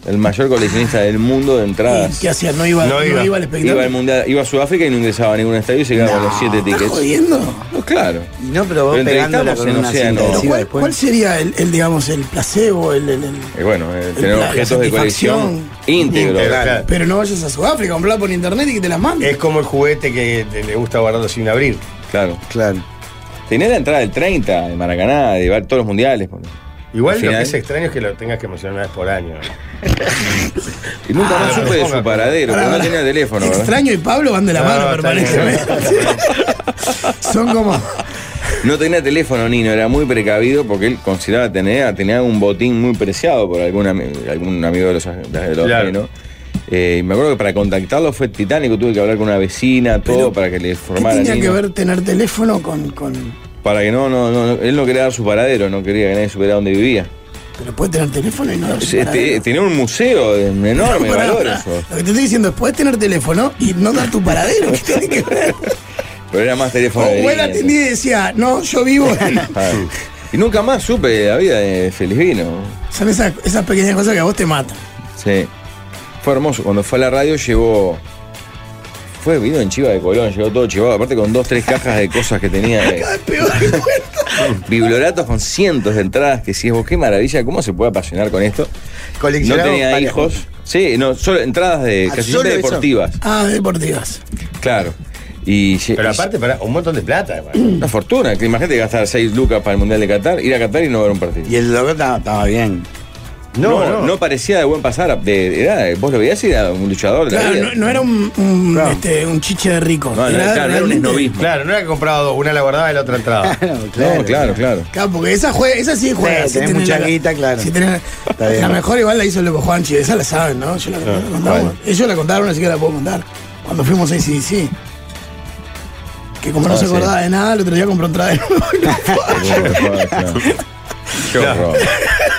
El mayor coleccionista del mundo de entradas. ¿Qué hacía? No iba, No no iba. iba al Iba, al espectáculo. mundial, iba a Sudáfrica y no ingresaba a ningún estadio y se quedaba con los siete ¿Estás tickets. jodiendo? No, claro. Y no, pero vos Pero pegándola entrevistamos con en una Océano. Pero cinta Pero adhesiva ¿cuál, después. cuál sería el, el, digamos, el placebo? El, el- el- Y bueno, eh, El tener pla- objetos la de colección satisfacción. íntegros. Integral. Claro. Pero no vayas a Sudáfrica, comprá por internet y que te las manden. Es como el juguete que te- le gusta guardarlo sin abrir. Claro. Claro. Tenía la entrada del 30 de Maracaná, de va- todos los mundiales. por- Igual Al lo que final- es extraño es que lo tengas que mencionar una vez por año. Y nunca Ah, más supe de supongo. su paradero, Pará, porque no pará. tenía teléfono. ¿verdad? Ah, Extraño y Pablo van de la No, mano está permanentemente. Son como. No tenía teléfono, Nino, era muy precavido porque él consideraba tener tenía un botín muy preciado por algún, ami- algún amigo de los, de los Claro. ¿no? Eh, y me acuerdo que para contactarlo fue titánico, tuve que hablar con una vecina, todo, Pero, para que le ¿Qué formara tenía Nino. que ver tener teléfono con. con... Para que no, no, no, no, él no quería dar su paradero, no quería que nadie supiera dónde vivía. Pero puede tener teléfono y no. dar su Este, paradero. tenía un museo de enorme Pará, valor pará. eso. Lo que te estoy diciendo es, puedes tener teléfono y no dar tu paradero. ¿Qué tiene que ver? Pero era más teléfono de O él línea, atendía y decía, no, yo vivo en. Ah, Y nunca más supe la vida de Felizvino. Son esas, esas pequeñas cosas que a vos te matan. Sí. Fue hermoso. Cuando fue a la radio llevó. Fue vino en Chiva de Colón, llegó todo chivado, aparte con dos, tres cajas de cosas que tenía. eh, Cada vez peor que cuento. Biblioratos con cientos de entradas que si es vos, qué maravilla, ¿cómo se puede apasionar con esto? No Coleccionado tenía varias hijos. Sí, no, solo entradas de Ah, Eh, casi solo siempre eso. deportivas. Ah, deportivas. Claro. Y lle- Pero y- aparte, para un montón de plata. además. una fortuna, que imagínate gastar seis lucas para el Mundial de Qatar, ir a Qatar y no ver un partido. Y el loco estaba, estaba bien. No, no, parecía de buen pasar. de- era- vos lo veías y era un luchador de la Claro, vida. no, no era un, un, Claro. este, un chiche de rico. No, no, claro, no era un realmente- esnovismo. Claro, no era que compraba dos, una la guardaba y la otra entraba. No, claro, claro. Claro, porque esa, juega, esa sí juega. Sí, si tenés tiene mucha la- guita, claro. si tiene- Está bien. la mejor igual la hizo el loco Juanchi, esa la saben, ¿no? Yo la, la contamos. ¿cuál? Ellos la contaron, así que la puedo contar. Cuando fuimos a ICDC. Que como no Ah, se sí. acordaba de nada, el otro día compró entrada de nuevo. Qué horror.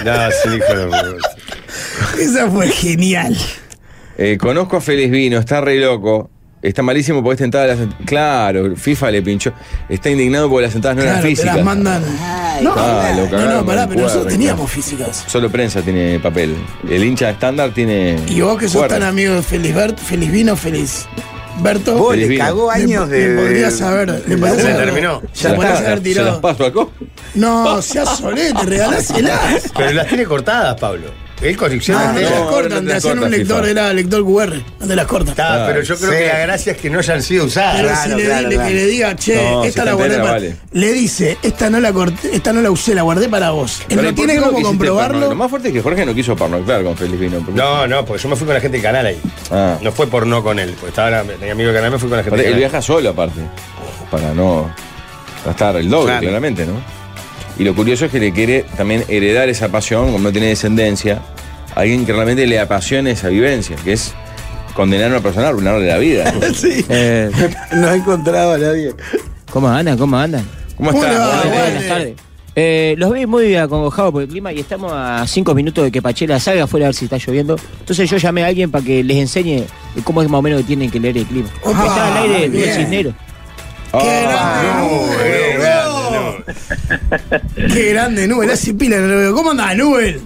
No, sí, hijo de esa fue genial. Eh, conozco a Feliz Vino, está re loco. Está malísimo porque esta entrada. de las- Claro, FIFA le pinchó. Está indignado porque las entradas no claro, eran te físicas. las mandan. no, Ah, lo no, cagaron, no, pará, pero cuadro, nosotros teníamos claro. físicas. Solo prensa tiene papel. El hincha estándar tiene. Y vos que sos cuerda. tan amigo de Feliz, Bert, Feliz Vino, Feliz Berto. Vos Feliz le vino. cagó le- años de. le podrías de- haber. Le podrías Se haber- terminó. Se Se las, podrías haber paso, se las tirado. paso a Co. No, seas solete, regaláselas. Pero las tiene cortadas, Pablo. Él colecciona Ah, no, no, te tela. las no cortan, te te las hacen corta, un lector, FIFA. era lector QR, no te las cortan. Está, pero yo creo Sí. que la gracia es que no hayan sido Pero usadas. claro, si le, claro, le- claro. que le diga, che, No, si esta está la guardé entera, para. vale. Le dice, esta no la corté, esta no la usé, la guardé para vos. Él Pero, ¿y no por tiene qué cómo quisiste Parnock? Lo comprobarlo. más fuerte es que Jorge no quiso parnoctar con Feliz Vino. porque- No, no, porque yo me fui con la gente del canal ahí. Ah. No fue por no con él. Porque estaba mi amigo del canal, me fui con la gente Aparte, del él canal. viaja solo, aparte. Para no gastar el doble, Claro. claramente, ¿no? Y lo curioso es que le quiere también heredar esa pasión, como no tiene descendencia, a alguien que realmente le apasione esa vivencia, que es condenar a una persona a arruinarle la vida. Sí. Eh, No he encontrado a nadie. ¿Cómo andan? ¿Cómo andan? ¿Cómo ¿Cómo le va, está? Walter? Walter? Buenas tardes. Eh, los vi muy acongojados por el clima y estamos a cinco minutos de que Pachela salga afuera a ver si está lloviendo. Entonces yo llamé a alguien para que les enseñe cómo es más o menos que tienen que leer el clima. Opa, está al aire bien. el cisnero. Qué Ah, grande, Nubel, bro. Qué grande, Nubel. Hace pila, no lo veo. ¿Cómo andás, Nubel?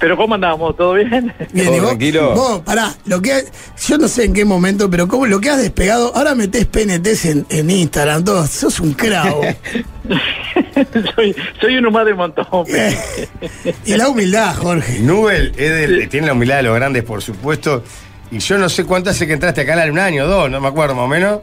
Pero ¿cómo andamos? ¿Todo bien? Bien, y vos- Vos, pará, lo que yo no sé en qué momento, pero como lo que has despegado, ahora metés PNTs en, en Instagram, todo, sos un cravo. soy, soy uno más del Eh, montón. y la humildad, Jorge. Nubel es del- tiene la humildad de los grandes, por supuesto. Y yo no sé cuánto hace que entraste a Canal, un año o dos, no me acuerdo más o menos.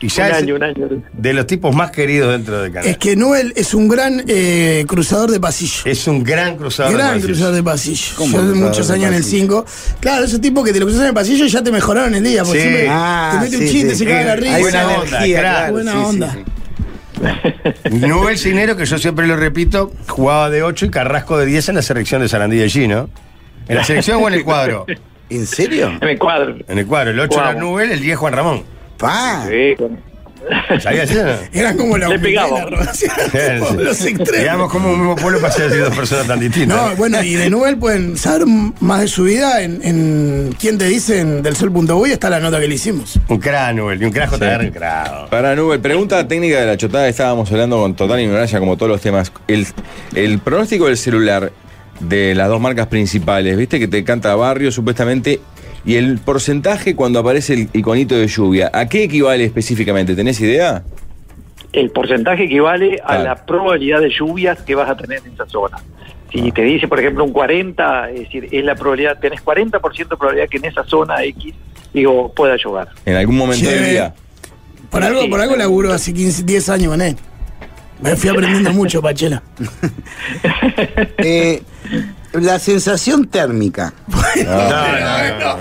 Y ya Un es año, un año. de los tipos más queridos dentro de Canal. Es que Noel es un gran eh, cruzador de pasillo. Es un gran cruzador gran de pasillo. cruzador de pasillo. ¿Cómo Yo de cruzador muchos de años en el pasillo? 5. Claro, esos tipos que te lo cruzan en el pasillo y ya te mejoraron el día. Porque Sí. siempre Ah, te mete un sí, chiste, sí. se caga la Hay risa. buena onda, claro, Buena sí, sí, onda. Nubel Cinero, que yo siempre lo repito, jugaba de 8 y Carrasco de 10 en la selección de Sarandí de allí, ¿no? ¿En la selección o en el cuadro? ¿En serio? En el cuadro. En el cuadro, el 8 era Jugamos. Nubel, el 10 Juan Ramón. ¡Pa! Sí, con- ¿Sabías eso? Eran como la Le humildad y pegamos. la arrogancia. Los extremos. Digamos como un mismo pueblo para ser dos personas tan distintas. ¿eh? No, bueno, y de Nubel pueden saber m- más de su vida en, en ¿Quién te dice? En del Sol.uy está la nota que le hicimos. Un crack, Nubel, y un crajo te agarra un crack. Para Ah. Nubel, pregunta técnica de la chotada, estábamos hablando con total ignorancia como todos los temas. El, el pronóstico del celular de las dos marcas principales, viste que te canta barrio supuestamente, y el porcentaje cuando aparece el iconito de lluvia, ¿a qué equivale específicamente? ¿Tenés idea? El porcentaje equivale a Claro. la probabilidad de lluvias que vas a tener en esa zona. Si te dice, por ejemplo, un 40, es decir, es la probabilidad, tenés 40% de probabilidad que en esa zona X, digo, pueda llover. En algún momento Che, del día. Por algo, por algo laburo hace 15, 10 años con él. Me fui aprendiendo mucho, Pachela. Eh, la sensación térmica. Ah.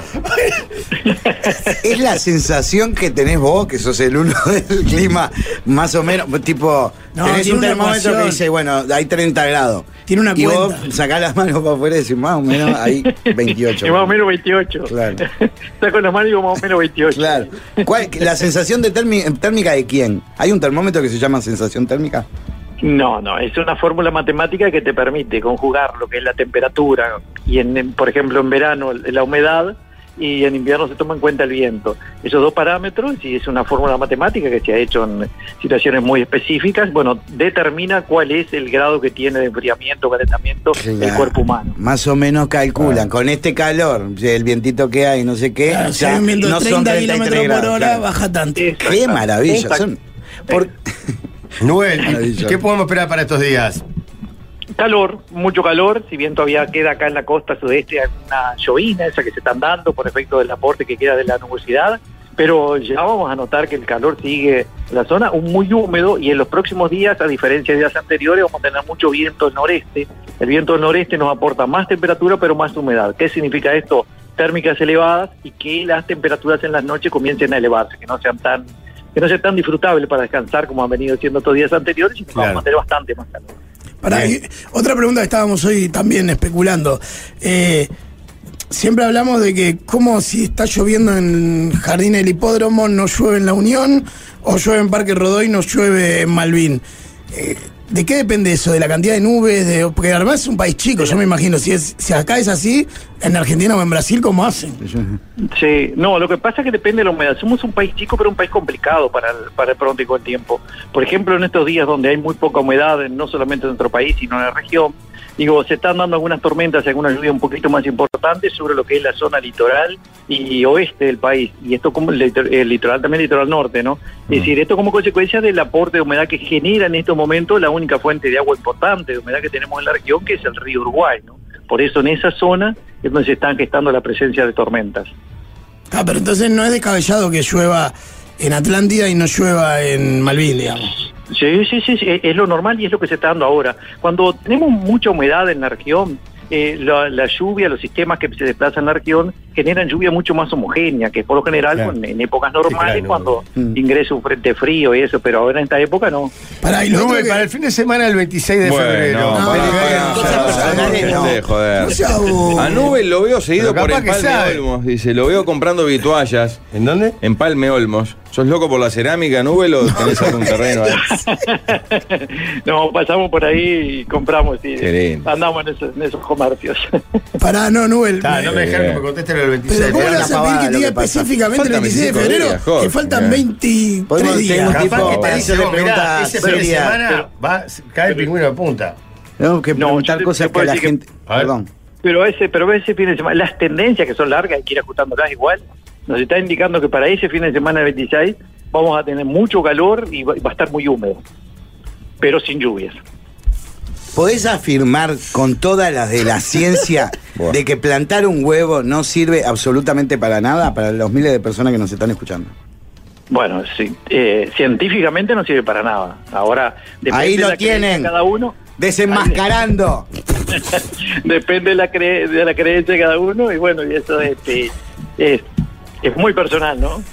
Es la sensación que tenés vos, que sos el uno del clima, más o menos, tipo, No, tenés un tiene una termómetro ecuación. que dice, bueno, hay 30 grados. Tiene una y vos cuenta. sacás las manos para afuera y decís, más o menos, hay 28. Y más o menos 28. Claro. Saco las manos y digo, más o menos 28. Claro. ¿Cuál- ¿La sensación de termi- térmica de quién? ¿Hay un termómetro que se llama sensación térmica? No, no, es una fórmula matemática que te permite conjugar lo que es la temperatura y, en, en- por ejemplo, en verano el- la humedad y en invierno se toma en cuenta el viento. Esos dos parámetros, y es una fórmula matemática que se ha hecho en situaciones muy específicas, bueno, determina cuál es el grado que tiene de enfriamiento, calentamiento el Claro. cuerpo humano. Más o menos Ah. calculan, con este calor, el vientito que hay, no sé qué, Claro, si ya hay un viento de no 30 son 33 kilómetros por grados, hora, claro. baja tanto. Qué maravilla. Son, por- Nubel, ¿qué podemos esperar para estos días? Calor, mucho calor, si bien todavía queda acá en la costa sudeste alguna llovina, esa que se están dando por efecto del aporte que queda de la nubosidad, pero ya vamos a notar que el calor sigue en la zona, un muy húmedo y en los próximos días, a diferencia de días anteriores, vamos a tener mucho viento del noreste. El viento del noreste nos aporta más temperatura pero más humedad. ¿Qué significa esto? Térmicas elevadas y que las temperaturas en las noches comiencen a elevarse, que no sean tan que no sea tan disfrutable para descansar como han venido siendo estos días anteriores y que vamos a tener bastante más calor. Pará, y otra pregunta que estábamos hoy también especulando. Eh, siempre hablamos de que como si está lloviendo en Jardín del Hipódromo, no llueve en La Unión, o llueve en Parque Rodoy, no llueve en Malvin. Eh, ¿De qué depende eso? ¿De la cantidad de nubes? De, porque además es un país chico, yo me imagino. Si, es, si acá es así, en Argentina o en Brasil, ¿cómo hacen? Sí, no, lo que pasa es que depende de la humedad. Somos un país chico, pero un país complicado para el, para el pronóstico del tiempo. Por ejemplo, en estos días donde hay muy poca humedad, en- no solamente en nuestro país, sino en la región, digo, se están dando algunas tormentas y alguna lluvia un poquito más importante sobre lo que es la zona litoral y oeste del país. Y esto como el, litor- el litoral, también el litoral norte, ¿no? Es decir, esto como consecuencia del aporte de humedad que genera en estos momentos la única fuente de agua importante de humedad que tenemos en la región, que es el río Uruguay, ¿no? Por eso en esa zona es donde se están gestando la presencia de tormentas. Ah, pero entonces no es descabellado que llueva en Atlántida y no llueva en Malvin, digamos. Sí, sí, sí, sí, eh, es es lo normal y es lo que se está dando ahora. Cuando tenemos mucha humedad en la región, eh, la, la lluvia, los sistemas que se desplazan en la región generan lluvia mucho más homogénea, que por lo general Claro. Mm. en, en épocas normales claro. cuando ingresa un frente frío y eso, pero ahora en esta época no. Nubel, para el fin de semana, el 26 de Bueno, febrero. no, pará, pará, pará, pará, gente, joder. No seas vos. A Nubel lo veo seguido Pero por capaz que Empalme sabe. Olmos, dice, lo veo comprando vituallas. ¿En dónde? Empalme Olmos. ¿Sos loco por la cerámica, Nubel, o tenés algún terreno ahí? No, pasamos por ahí y compramos y Qué lindo. andamos en, esos- en esos comercios. Pará, no, Nubel. Ah, no me Eh, dejaron que me contesten el 26 Pero ¿cómo le Era vas una a pedir pavada que te lo diga que pasa. específicamente el Faltan 26 de 25 febrero? días, Jorge, que faltan mirá. 23 días. Capaz que te dice, vos, mirá, ese fin de seria. semana va, cae el pingüino de punta. Tengo que preguntar yo te- cosas te que puedo la decir que- gente. A ver. Perdón. Te pero ese, pero ese fin de semana, las tendencias que son largas hay que ir ajustándolas igual, nos está indicando que para ese fin de semana del 26 vamos a tener mucho calor y va, y va a estar muy húmedo, pero sin lluvias. ¿Podés afirmar con todas las de la ciencia de que plantar un huevo no sirve absolutamente para nada para los miles de personas que nos están escuchando? Bueno, sí, eh, científicamente no sirve para nada. Ahora, depende Ahí lo de la creencia de tienen. Cada uno. Desenmascarando. depende de la, cre- de la creencia de cada uno y bueno, y eso este, es, es muy personal, ¿no?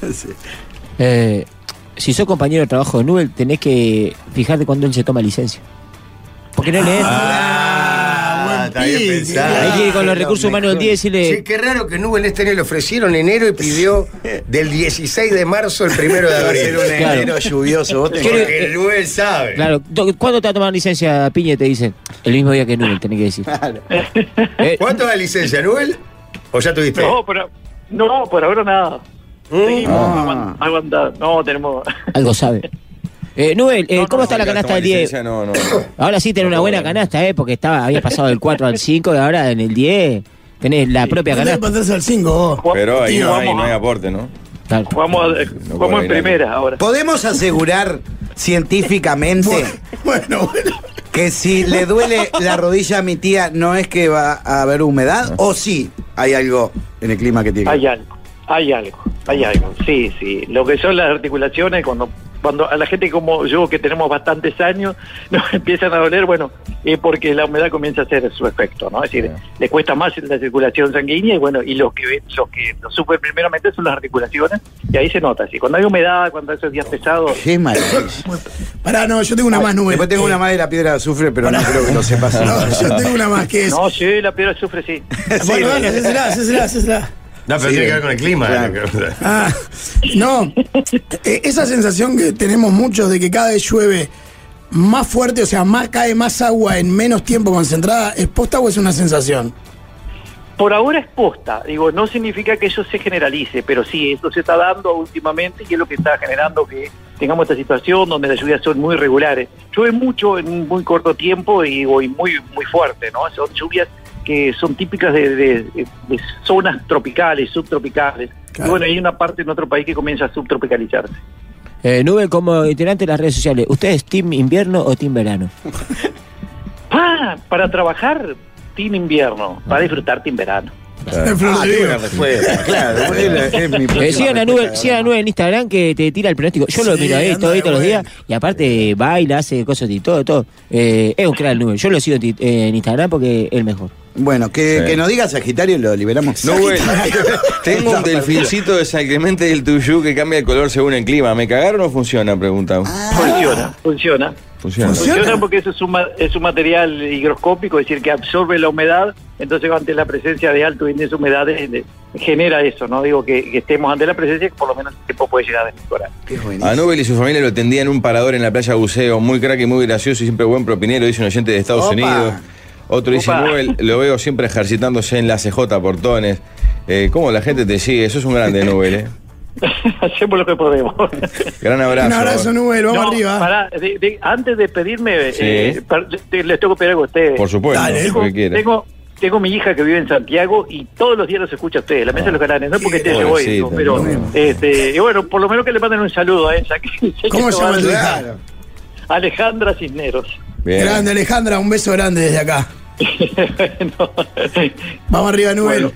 Eh, si sos compañero de trabajo de Nubel, tenés que fijarte cuando él se toma licencia. Porque no lees. está bien pensado. Hay que ir con los recursos humanos del día y decirle. Che, qué raro que Nubel este año le ofrecieron enero y pidió del 16 de marzo al primero de Va a abril. ser un Claro. enero lluvioso, vos te- Porque Nubel sabe. Claro, do- ¿cuándo te va a tomar licencia, Piñe? Te dicen. El mismo día que Nubel, tenés que decir. Eh. ¿Cuánto da licencia, Nubel? ¿O ya tuviste? No, por, a- no, por ahora nada. Seguimos Ah. aguant- aguantando. No, tenemos. Algo sabe. Eh, Nubel, eh, ¿cómo está la canasta Toma del 10? licencia, No, no. Ahora sí tenés una buena canasta, ¿eh? Porque estaba, había pasado del 4 al 5 y ahora en el 10 tenés la propia Tenés que canasta. pasarse al 5 vos. Pero ahí Tío, no hay, vamos no a- hay aporte, ¿no? Vamos, vamos en primera ahora. ¿Podemos asegurar científicamente que si le duele la rodilla a mi tía no es que va a haber humedad o sí hay algo en el clima que tiene? Hay algo, hay algo, hay algo. Sí, sí. Lo que son las articulaciones, cuando cuando a la gente como yo, que tenemos bastantes años, nos empiezan a doler, bueno, es porque la humedad comienza a hacer su efecto, ¿no? Es decir, le cuesta más la circulación sanguínea y bueno, y los que los que lo sufren primeramente son las articulaciones y ahí se nota. Sí, cuando hay humedad, cuando hay esos días pesados, Qué maravilla. Pará, no, yo tengo una más nube. Después tengo una más de la piedra de azufre, pero no creo que lo sepas. No, yo tengo una más que es. No, sí, la piedra sufre, sí. Bueno, dale, hacésela, hacésela, hacésela. No, pero Sí, tiene que ver con el clima. Eh, claro. ¿no? Ah, no, Eh, esa sensación que tenemos muchos de que cada vez llueve más fuerte, o sea, más cae más agua en menos tiempo concentrada, ¿es posta o es una sensación? Por ahora es posta, digo, no significa que eso se generalice, pero sí, eso se está dando últimamente y es lo que está generando que tengamos esta situación donde las lluvias son muy regulares. Llueve mucho en un muy corto tiempo y, digo, y muy, muy fuerte, ¿no? Son lluvias que son típicas de, de- de zonas tropicales, subtropicales. Y bueno, hay una parte en otro país que comienza a subtropicalizarse. Eh, Nubel, como integrante de las redes sociales, ¿usted es team invierno o team verano? ¡Ah! Para trabajar, tiene invierno, para disfrutar, tiene verano. Ah, claro, es, mi Eh, sigan a Nubel, sigan a Nubel en Instagram que te tira el pronóstico. Yo lo Sí, miro ahí anda todo, ahí de todos los buena. días. Y aparte baila, hace cosas y todo, todo. Eh, es un crack el Nubel. Yo lo sigo en ti- eh, en Instagram porque es el mejor. Bueno, que, Sí. que nos diga Sagitario y lo liberamos. No, güey. Tengo un delfincito de San Clemente del Tuyú que cambia de color según el clima. ¿Me cagaron o funciona? Pregunta. Ah, Funciona, funciona. Funciona. Funciona porque eso es un, ma- es un material higroscópico, es decir, que absorbe la humedad, entonces ante la presencia de alto índice de humedad eh, de- genera eso, ¿no? Digo que, que estemos ante la presencia que por lo menos el tiempo puede llegar a mejorar. A Nubel y su familia lo tendían en un parador en la playa Buceo, muy crack y muy gracioso y siempre buen propinero, dice un oyente de Estados Opa. Unidos. Otro dice, Opa. Nubel, lo veo siempre ejercitándose en la CJ Portones. Eh, ¿Cómo la gente te sigue? Eso es un grande, Nubel, ¿eh? Hacemos lo que podemos. Gran abrazo. Nubel, vamos arriba. antes de pedirme, eh, Sí. les tengo que pedir algo a ustedes. Por supuesto, Dale. lo que quiera. Tengo, tengo mi hija que vive en Santiago y todos los días los escucha a ustedes, la mesa de los canales, no porque esté yo voy, Pobrecita, digo, pero no. este, y bueno, por lo menos que le manden un saludo a ella. que- que ¿Cómo esto se llama va a tu durar. hija? Alejandra Cisneros. Bien. Grande, Alejandra, un beso grande desde acá. Vamos arriba, Nubel. Bueno,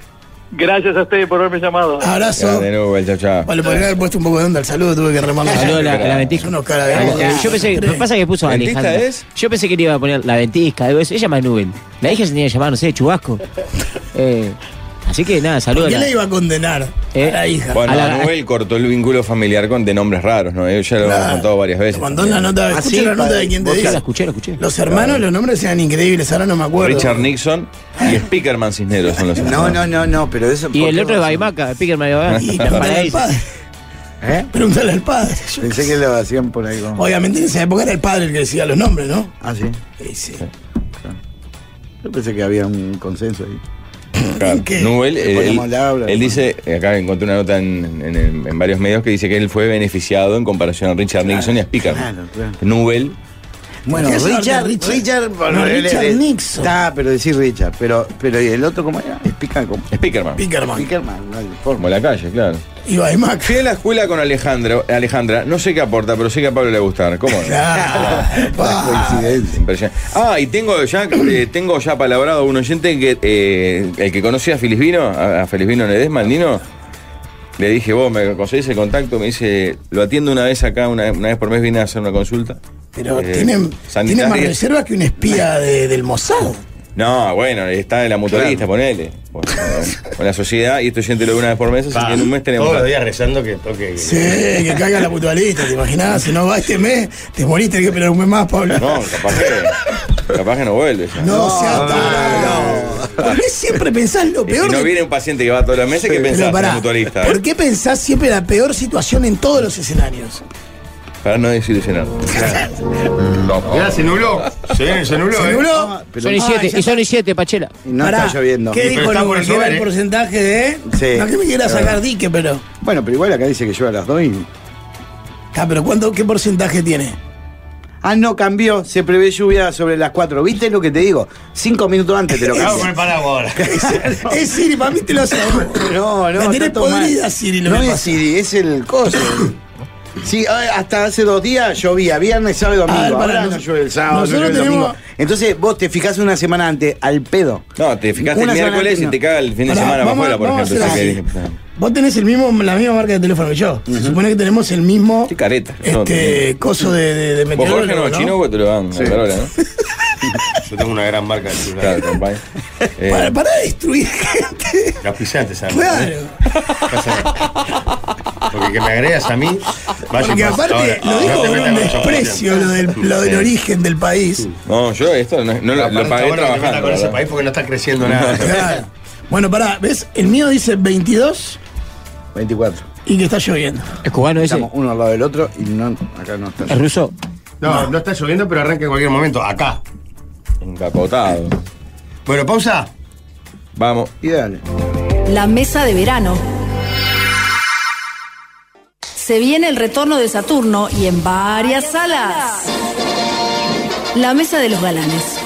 gracias a ustedes por haberme llamado. Abrazo. Grande, Nubel, chao, chao. Vale, pues, podría haber puesto un poco de onda el saludo, tuve que remarlo. Saludo a la, a la Es ventisca. unos cara de Eh, gordo. eh, Yo pensé, lo que pasa es que puso ¿Ventisca Alejandra. es? Yo pensé que le iba a poner la ventisca, algo de eso. Ella llama Nubel. La hija se tenía que llamar, no sé, Chubasco. Eh, así que nada, saludos. ¿Por a qué la- le iba a condenar Eh, a la hija? Bueno, A la- Nubel cortó el vínculo familiar con de nombres raros, ¿no? Yo ya lo hemos contado varias veces. Mandó la nota, Así, escucha la nota padre, de quien te vos dice. que la escuché, la escuché. Los hermanos, los nombres eran increíbles, ahora no me acuerdo. Richard Nixon y Speakerman Cisneros son los No, no, no, no, pero eso. Y ¿por el qué otro es vos- Baimaca, Pickerman de Baimaca. Y Para pregúntale al eso. padre. ¿Eh? Pregúntale al padre. Yo- Pensé que lo hacían por ahí como. Obviamente en esa época era el padre el que decía los nombres, ¿no? Ah, sí. Sí, sí. Yo pensé que había un consenso ahí. Claro. ¿Qué? Nubel, Le él, ponemos la habla, él ¿no? dice, acá encontré una nota en, en- en- en varios medios que dice que él fue beneficiado en comparación a Richard Nixon y a Speaker. Claro, claro. Nubel Bueno, ¿Qué es Richard, hablar de Richard, Richard? bueno, No, él Richard es- Nixon. Está, pero decir Richard, pero, pero ¿y el otro cómo era? Spica- ¿cómo? Pickerman. Pickerman. Pickerman, no hay forma. Como la calle, claro. Iba Mac. Fui a la escuela con Alejandro, Alejandra. No sé qué aporta, pero sé que a Pablo le va a gustar. ¿Cómo no? Ah, Impresionante. Ah, y tengo ya, eh, tengo ya palabrado un oyente que eh, el que conocía a Felizvino, a, a Felizvino Ledesma, el Nino, le dije, vos me conseguís el contacto, me dice, lo atiendo una vez acá, una, una vez por mes vine a hacer una consulta. Pero Eh, tienen, sanitaria. tienen más reservas que un espía de- del Mossad. No, bueno, está de la mutualista, ponele. Bueno, con la sociedad, y este oyente lo ve una vez por mes, así que en un mes tenemos. Todos los días rezando que toque. Sí, que caiga la mutualista, ¿te imaginás? Si no va este mes, te morís, tenés que esperar un mes más, Pablo. No, capaz que, capaz que no vuelve. ya. Ah, No, seas ¿Por qué siempre pensás lo Y si peor? no de- viene un paciente que va todos los meses, ¿qué Pero pensás? pará, Un mutualista. ¿Por qué pensás siempre la peor situación en todos los escenarios? Para no desilusionar. Loco. Ya se nubló. Se, se nubló. ¿Se eh. nubló? Ah, Son y siete, y son y siete, Pachela. No Ah, Pará, está lloviendo. ¿Qué dijo Lugo? Que era el porcentaje de.? Sí. No que me quiera Claro. sacar dique, pero. Bueno, pero igual acá dice que llueve a las 2 y- Ah, pero ¿cuánto, ¿qué porcentaje tiene? Ah, no, cambió. Se prevé lluvia sobre las 4. ¿Viste lo que te digo? Cinco minutos antes te lo Vamos cambio. con el paraguas ahora. Es Siri, para mí te lo hace. No, no, La tenés está todo mal. podrida, Siri, lo No que es pasa. Siri, es el coso. Sí, a- hasta hace dos días llovía, viernes, sábado y domingo. A ver, ah, pará, Ahora no nos- llueve el sábado, no nosotros llueve el tenemos- domingo. Entonces vos te fijás una semana antes, al pedo. No, te fijaste Una el semana miércoles antes, y no. te caga el fin de Pará, semana vamos a- afuera, por vamos a ejemplo. así hacer que dije, Vos tenés el mismo, la misma marca de teléfono que yo. Se supone que tenemos el mismo Qué careta. No, este, coso de, de, de Vos Jorge no, meteorólogo, ¿no? chino vos te lo dan Sí. a la hora, ¿no? Yo tengo una gran marca de celular. Claro, compañero. Eh, Para, para destruir gente. La pisante, ¿sabes? Claro. Porque que me agregas a mí. Vaya Porque por- aparte ahora, lo dijo ahora con te un metas con esa desprecio lo del, lo del Sí. origen del país. No, yo esto no, no lo, Aparte, lo pagué ahora te metas trabajando. con ese ¿verdad? país porque no está creciendo nada. Claro. Bueno, pará, ¿ves? El mío dice 22 24. y que está lloviendo. ¿Es cubano ese? Estamos uno al lado del otro y no, acá no está. ¿Es ruso? No, no está lloviendo, pero arranca en cualquier momento. Acá. Encapotado. Bueno, pausa. Vamos. Y dale. La mesa de verano. Se viene el retorno de Saturno y en varias salas. La mesa de los galanes.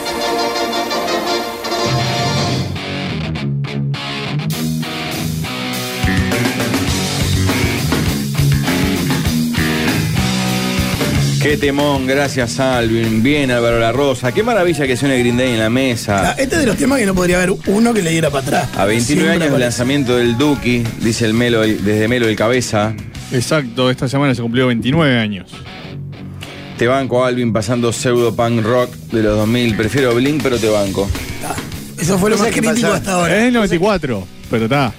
Qué temón, gracias Alvin. Bien, Álvaro La Rosa. Qué maravilla que suene Green Day en la mesa. Ah, Este es de los temas que no podría haber uno que le diera para atrás. A 29 Siempre años del aparece. lanzamiento del Duki, dice el Melo, el- desde Melo el Cabeza. Exacto, esta semana se cumplió 29 años. Te banco Alvin pasando pseudo punk rock de los 2000. Prefiero Blink, pero te banco. Eso fue lo ¿Sabes más qué crítico pasa? hasta ahora. Es el 94, Ah, pero está.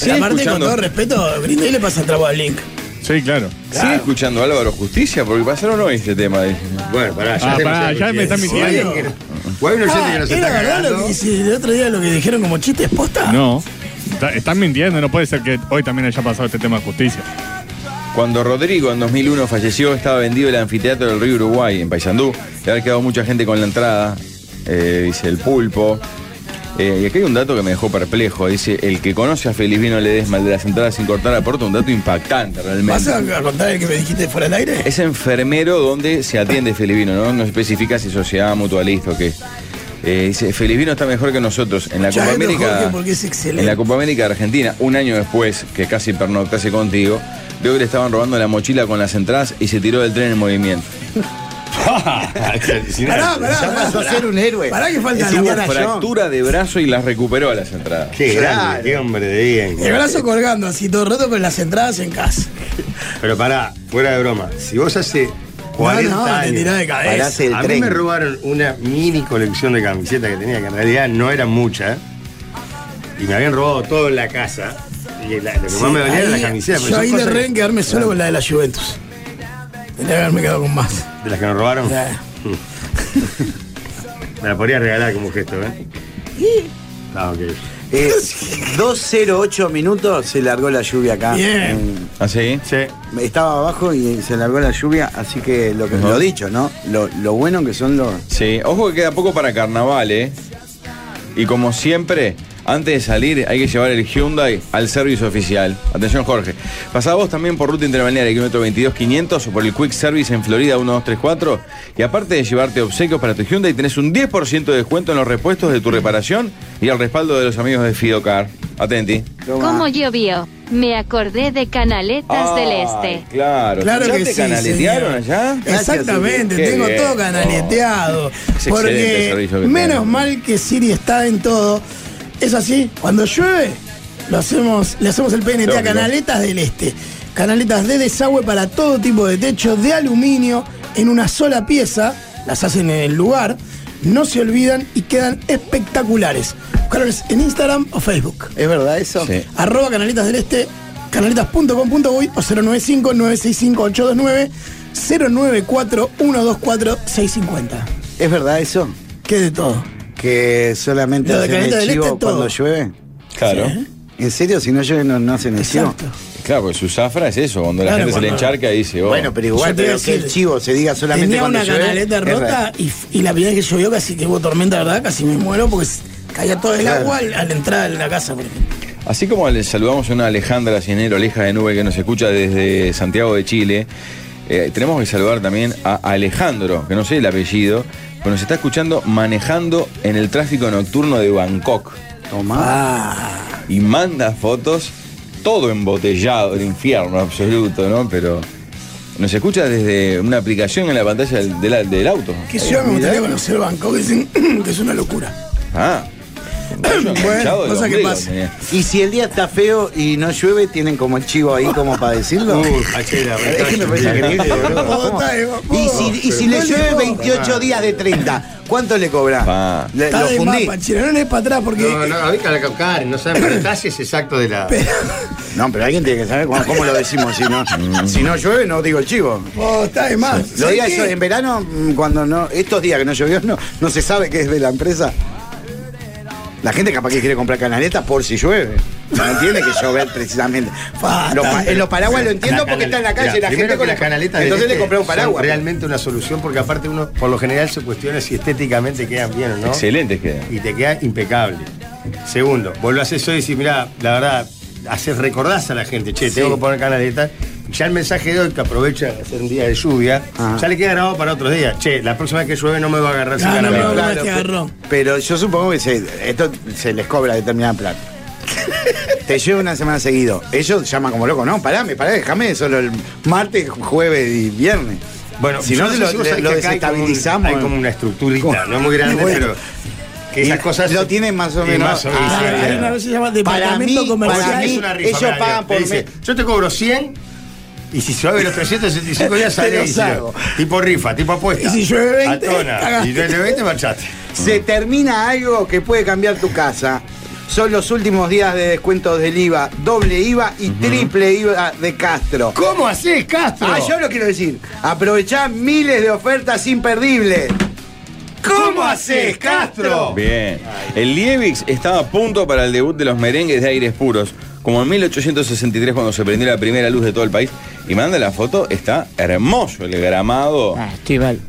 Pero aparte, con escuchando. todo respeto, Green Day le pasa el trapo al Link. Sí, claro. ¿Sigue escuchando Álvaro Justicia? Porque pasaron hoy este tema. dice. Bueno, pará, ya, Ah, te- pará, ya me están O alguien mintiendo. que- o hay un oyente que Ah, nos ¿Era está verdad cagando. lo que dice el otro día lo que dijeron como chiste es posta? No. Está- Están mintiendo, no puede ser que hoy también haya pasado este tema de justicia. Cuando Rodrigo en 2001 falleció, estaba vendido el anfiteatro del Río Uruguay, en Paysandú. Le había quedado mucha gente con la entrada, eh, dice el pulpo. Eh, y aquí hay un dato que me dejó perplejo. Dice, el que conoce a Felizvino Ledesma, el de las entradas sin cortar aporta un dato impactante ¿Vas realmente. a a contar el que me dijiste fuera del aire? Es enfermero donde se atiende Felivino, ¿no? No especifica si sociedad mutualista o qué. Eh, dice, Felivino está mejor que nosotros. En la Ya, Copa eh, no, Jorge, América. porque es excelente. En la Copa América de Argentina, un año después que casi pernoctase contigo, veo que le estaban robando la mochila con las entradas y se tiró del tren en movimiento. Ya Pará, pará, pará, pasó a pará. ser un héroe. Pará que falta la Tuvo cara fractura de brazo y las recuperó las entradas. Qué Claro. grande, qué hombre de bien. El brazo colgando así todo el rato con las entradas en casa. Pero pará, fuera de broma. Si vos hace 40 no, no, te años. tirás de Pará, cabeza. se- El a tren. mí me robaron una mini colección de camisetas que tenía, que en realidad no era mucha. Y me habían robado todo en la casa. Y la- lo que más me dolía era Ahí- la camiseta. porque Yo son ahí cosas le re en quedarme solo con la de la Juventus. Tendría que haberme quedado con más. que- De las que nos robaron. Ya. Me la podría regalar como gesto, ¿eh? Ah, ok. Eh, 2.08 minutos se largó la lluvia acá. Bien. ¿Ah, sí? Sí. En- estaba abajo y se largó la lluvia, así que lo que Ajá. lo dicho, ¿no? Lo, lo bueno que son los. Sí. Ojo que queda poco para carnaval, ¿eh? Y como siempre, Antes de salir hay que llevar el Hyundai al servicio oficial. Atención Jorge. Pasá vos también por ruta interbalnearia kilómetro 22500 o por el Quick Service en Florida 1234 y aparte de llevarte obsequios para tu Hyundai tenés un 10% de descuento en los repuestos de tu reparación y el respaldo de los amigos de Fidocar. Atenti. Como llovió, me acordé de Canaletas del Ay, Este. Claro, Claro ¿Ya que te sí, canaletearon señor. allá? Exactamente, Qué tengo bien. Oh, todo canaleteado. Es excelente el porque servicio que menos tenemos. mal que Siri está en todo. Es así, cuando llueve, lo hacemos, le hacemos el PNT a Lógico. Canaletas del Este. Canaletas de desagüe para todo tipo de techo de aluminio en una sola pieza. Las hacen en el lugar, no se olvidan y quedan espectaculares. Buscaroles en Instagram o Facebook. ¿Es verdad eso? Sí. Arroba Canaletas del Este, canaletas.com.uy o 095-965-829, 094-124-650. ¿Es verdad eso? ¿Qué de todo? Que solamente Lo de hacen Caneta el del chivo Este es todo. ¿eh? cuando llueve. Claro. ¿En serio? Si no llueve no, no hacen el chivo. Claro, porque su zafra es eso, cuando la Claro, gente se le cuando- encharca y dice, oh. Bueno, pero igual Yo te iba pero a que el decir, chivo se diga solamente Tenía cuando una llueve. canaleta es rota raro. y, y la primera vez que llovió casi que hubo tormenta, ¿verdad? Casi me muero porque s- caía todo el Claro. agua al, al entrar a la casa. por ejemplo. Así como le saludamos a una Alejandra Cienero, Aleja de Nube, que nos escucha desde Santiago de Chile, eh, tenemos que saludar también a Alejandro, que no sé el apellido, pero nos está escuchando manejando en el tráfico nocturno de Bangkok. Ah. Y manda fotos, todo embotellado, el infierno absoluto, ¿no? Pero nos escucha desde una aplicación en la pantalla del, del- del auto. ¿Qué ciudad Eh, me gustaría conocer Bangkok? Dicen que es una locura. Ah. enganchado del cosa que ombligo pasa. tenía. Y si el día está feo y no llueve, tienen como el chivo ahí como para decirlo. Uy, es que me parece increíble, boludo. ¿Cómo? Y si, y si le llueve 28 días de 30, ¿cuánto le cobra? Le- Está lo de fundí. mapa, chile, no le es para atrás porque. No, no, ahorita la caucar, no saben los detalles exactos de la. No, pero alguien tiene que saber cómo, cómo lo decimos. Si no, si no llueve, no digo el chivo. Oh, está de más. Lo ¿Sabés diga qué? yo, en verano, mm, cuando no, estos días que no llovió, no, no se sabe qué es de la empresa. La gente capaz que quiere comprar canaletas por si llueve. No entiende que llover precisamente. Los pa- en los paraguas lo entiendo La porque está en la canal- calle Mira, la primero gente que con las canaletas del Entonces le este compré un son paraguas. Realmente una solución porque aparte uno por lo general se cuestiona si estéticamente quedan bien o no. Excelentes quedan. Y te queda impecable. Segundo, vos lo haces hoy y decís, mirá, la verdad, haces, recordás a la gente, che, tengo Sí. que poner canaletas. Ya el mensaje de hoy que aprovecha de hacer un día de lluvia, Ah. ya le queda grabado para otros días. Che, la próxima vez que llueve Ah, no me va a agarrar sin canaleta. Claro, pe- Pero yo supongo que se- esto se les cobra determinada plata. Te lleva una semana seguido. Ellos llaman como loco, no, parame, pará, déjame solo el martes, jueves y viernes. Bueno, si yo no, sé lo, si vos le- sabés lo que acá hay como un- desestabilizamos. Hay como una estructurita, no muy grande, Bueno. pero. Que esas cosas. Lo tienen más o menos. Ah, sí, hay sí. una cosa que se llama Para departamento mí- comercial. para mí, Es una rifa, ellos mirá, pagan por te dice, mes. Yo te cobro 100 y si llueve los 365 días Te sale los y si no. hago. Tipo rifa, tipo apuesta. Y si llueve 20, Atona. cagaste. Y llueve 20, marchaste. Se termina algo que puede cambiar tu casa. Son los últimos días de descuentos del IVA, doble IVA y triple IVA de Castro. ¿Cómo haces, Castro? Ah, yo lo quiero decir. Aprovechá miles de ofertas imperdibles. ¿Cómo haces, Castro? Bien. El Liebix estaba a punto para el debut de los merengues de aires puros. Como en 1863 cuando se prendió la primera luz de todo el país. Y manda la foto, está hermoso el gramado. Ah, estoy mal.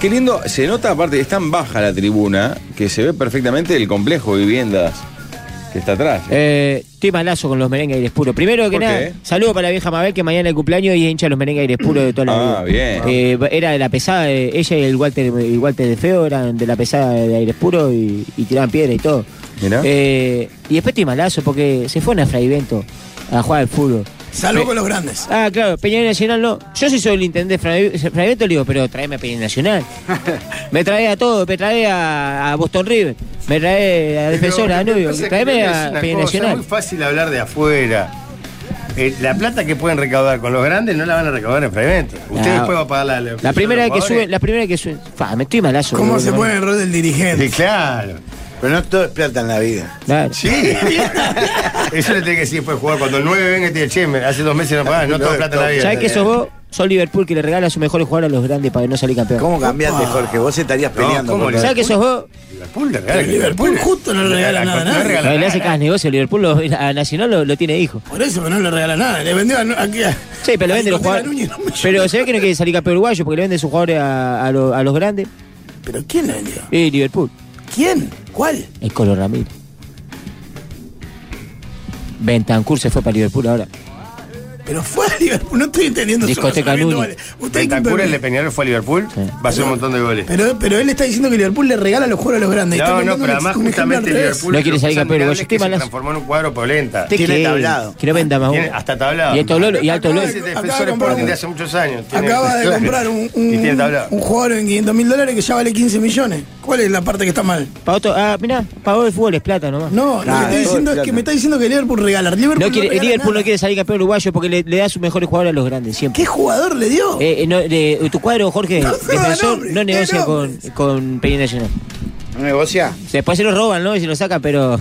Qué lindo, se nota aparte, es tan baja la tribuna que se ve perfectamente el complejo de viviendas que está atrás. Eh, estoy malazo con los merengue aires puros. Primero que ¿Por nada, qué? saludo para la vieja Mabel que mañana es el cumpleaños y es hincha de los merengue aires puros de toda la Ah, vida. bien. Eh, era de la pesada, de- ella y el Walter, el Walter de Feo eran de la pesada de aires puros y, y tiraban piedra y todo. Mirá. Eh, y después estoy malazo porque se fue a Fraivento a jugar al fútbol. Salvo Pe- con los grandes. Ah, claro, Peñarol Nacional no. Yo sí soy el intendente de Fra- Fraivento, le digo, pero tráeme a Peñarol Nacional. me trae a todo, me trae a, a Boston River, me trae a Defensor, a Danubio, tráeme a Peñarol Es Nacional. muy fácil hablar de afuera. Eh, la plata que pueden recaudar con los grandes no la van a recaudar en Fragmento. Usted No. después va a pagar la. La primera que sube, la primera que sube. Fa, me estoy malazo. Pues ¿Cómo boludo, se no. pone el rol del dirigente? claro. Pero no todo es plata en la vida. Claro. Sí. Eso le tiene que decir después de jugar. Cuando el 9 venga y te dice, che, me- hace dos meses no pagás, no, todo plata en la vida. ¿Sabés que sos vos? Sos Liverpool que le regala a su mejor jugador a los grandes para que no salir campeón. ¿Cómo cambiaste, Jorge? Vos estarías peleando. ¿cómo por le- todo. ¿Sabés que sos vos? Liverpool le El Liverpool justo no le regala nada a nadie. No, le hace cada negocio. Liverpool lo- a Nacional lo, lo tiene hijo. Por eso, pero no le regala nada. Le vendió a. a qué? Sí, pero le vende los Nicolás jugadores. Núñez, Pero se ve que no quiere salir campeón uruguayo porque le vende sus jugadores a, a lo- a los grandes. ¿Pero quién le vendió? Y Liverpool. ¿Quién? ¿Cuál? El Colo Ramírez. Bentancur se fue para Liverpool ahora. Pero fue a Liverpool, no estoy entendiendo su Discoteca razonamiento, Nuni. vale. Usted hay que Bentancur, el entender. de Peñarol fue a Liverpool, va a hacer un montón de goles. pero, pero él está diciendo que Liverpool le regala los juegos a los grandes. Está No, no, contando pero un- además un ejemplo justamente al revés. Liverpool lo que es admirable es que se transformó en un cuadro polenta. ¿Usted qué? Que no venda más Tiene uno. hasta tablado. Y esto lo- y alto lo- Es el defensor Sporting de hace muchos años. Tiene- Acaba de Claro. comprar un, un- Y tiene tablado. un jugador en 500 mil dólares que ya vale 15 millones. ¿Cuál es la parte que está mal? ah, mirá, pagó el fútbol es plata nomás. Claro, No, lo que todo estoy diciendo es es que plata. me está diciendo que Liverpool regala. Liverpool No quiere, regala Liverpool nada. no quiere salir campeón uruguayo porque le, le da sus mejores jugadores a los grandes siempre. ¿Qué jugador le dio? Eh, eh, no, de- tu cuadro, Jorge, defensor, no negocia con, con Peña Nacional. ¿No negocia? Después se lo roban, ¿no? Y se lo sacan, pero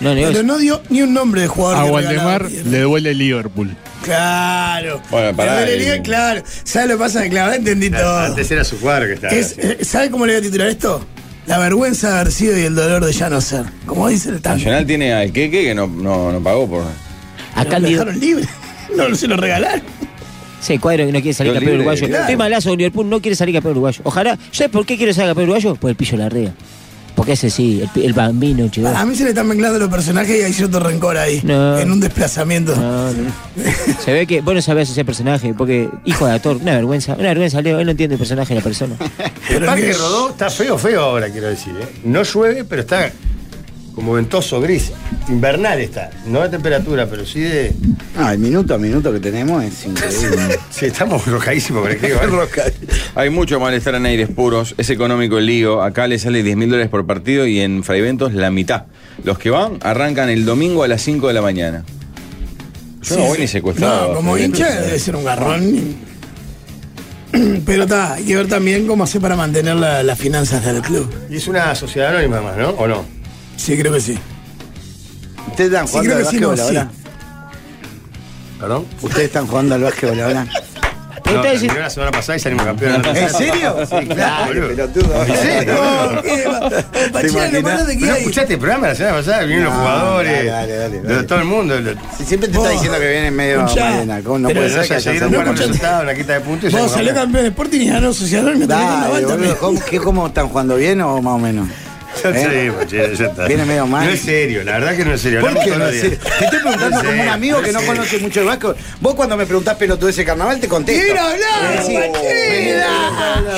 no negocia. Pero no dio ni un nombre de jugador. A que Waldemar regalaba. le duele Liverpool. Claro. Ah, Bueno, pará, Le duele, eh. claro. ¿Sabes lo que pasa? Claro, ahora entendí todo. Antes era su cuadro ah, que estaba. Es, eh, ¿Sabe cómo le voy a titular esto? La vergüenza de haber sido y el dolor de ya no ser. Como dice el tango. Nacional tiene al Keke que no, no, no pagó por. A Cándido. libre. No se lo regalaron. Sí, cuadro que no quiere salir Los campeón libres, uruguayo. claro. Estoy malazo con Liverpool, no quiere salir campeón uruguayo. Ojalá. ¿Sabes por qué quiere salir campeón uruguayo? Por el pillo Larrea. Porque ese sí, el, pi- el bambino, chido. A mí se le están mezclando los personajes y hay cierto rencor ahí. No. Ah, En un desplazamiento. No, no. Se ve que vos no sabés ese personaje, porque hijo de actor, una vergüenza, una vergüenza, Leo, él no entiende el personaje de la persona. El parque Rodó está feo, feo ahora, quiero decir. ¿eh? No llueve, pero está como ventoso, gris. Invernal está. No de temperatura, pero sí de. Ah, el minuto a minuto que tenemos es increíble. sí, estamos rojadísimos con el clima. Hay mucho malestar en aires puros, es económico el lío. Acá le sale 10 mil dólares por partido y en Fraiventos la mitad. Los que van arrancan el domingo a las 5 de la mañana. Yo no Sí, voy sí. ni secuestrado. No, a como Fraiventos. hincha debe ser un garrón. Pero está, hay que ver también cómo hace para mantener la- las finanzas del club. Y es una sociedad anónima más, ¿no? ¿O no? Sí, creo que sí. ¿Ustedes están Sí, jugando creo al que sí, básquetbol no, ahora? ¿Perdón? ¿Ustedes están jugando al básquetbol ahora? No, terminó la semana pasada y salimos campeones. ¿En serio? Sí, claro, boludo. ¿En serio? ¿Te imaginas? ¿No escuchaste el programa la semana pasada? Vinieron los No, jugadores. dale, dale, dale, de todo el mundo. siempre te está diciendo que vienen medio Escuchá. mal en algo, No Pero puede no ser se que hayan seguido, salido no mal escuchaste. resultados. una quita de puntos y Vos salimos salió campeones. campeón de Sporting y ganó Sociedad y me tenés dando Dale, vuelta. boludo, ¿cómo, qué- ¿Cómo están jugando bien o más o menos? ¿Eh? Sí, pues, che, ya está. Viene medio mal. No es serio, la verdad que no es serio. ¿Por Hablamos qué todos no los es días. serio? Te estoy preguntando es como un serio, amigo no que es no serio. conoce mucho el vasco. Vos cuando me preguntás pelotudeces de carnaval te contesto. Eh, Quiero hablar, Sí, Matilda.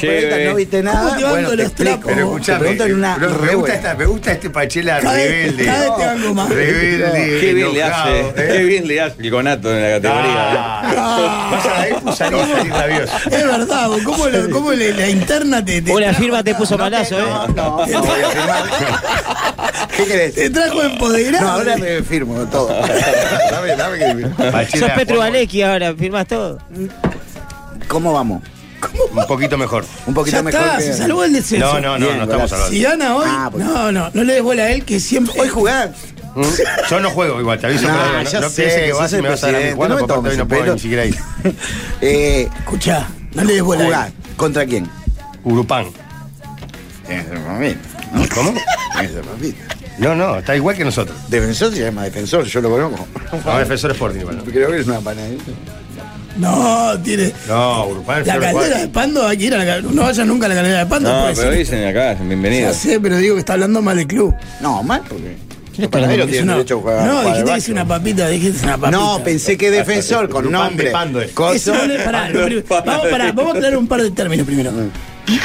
pregunta, ¿No viste ¿Cómo nada? te van Bueno, te con los explico. trapos? Pero Te escuchame, preguntan una pero me, re gusta buena. esta, me gusta este Pachela Cada vez- rebelde. cada vez te banco más. Rebelde. Qué bien le hace, enojado, qué ¿eh? bien le hace el conato en la categoría. ¿eh? Vas a ver, pues, salí, salí rabioso. Es verdad, vos, ¿cómo, lo- cómo le- la interna te, te Una trajo firma te acá? puso malazo, ¿eh? No, no voy a firmar. ¿Qué querés? Te trajo empoderado. No, ahora me firmo todo. dame, dame que Sos Pachela, Petro Valecki ahora, firmás todo. ¿Cómo vamos? un poquito mejor. Un poquito Ya mejor. está, que- se salvó el descenso. No, no, no, Bien, no estamos golazo. hablando. Si gana hoy, Ah, porque- no, no, no le des bola a él que siempre. Hoy jugás. ¿Mm? Yo no juego igual, te aviso. Nah, pero no ya no sé, pienses que sos vas y el me vas a dar a mí presidente, jugando, no me porque aparte hoy tomes no el puedo pelo. ni siquiera ir. Eh, Escuchá, no le des bola a jugás. él. ¿Contra quién? Urupán. Defensor Mamita. ¿Cómo? Defensor Mamita. No, no, está igual que nosotros. Defensor se llama defensor, yo lo conozco. No, defensor Sporting igual. no. Creo que es una panadita. No, tiene. No, Urupán La Flor caldera de Juárez. Pando hay que ir a la cal- No vayan nunca a la caldera de Pando. No, puede pero ser. dicen acá, bienvenido. Ya sé, pero digo que está hablando mal del club. Este No, mal porque. ¿Quién está Para mí hablando? no tiene No, derecho a jugar. no al dijiste que es básquet. una papita, dijiste una papita. No, pensé que defensor con Urupán de nombre. Pando es. Coso. Eso no le- pará, lo primero- vamos, pará, vamos a aclarar un par de términos primero. Mm.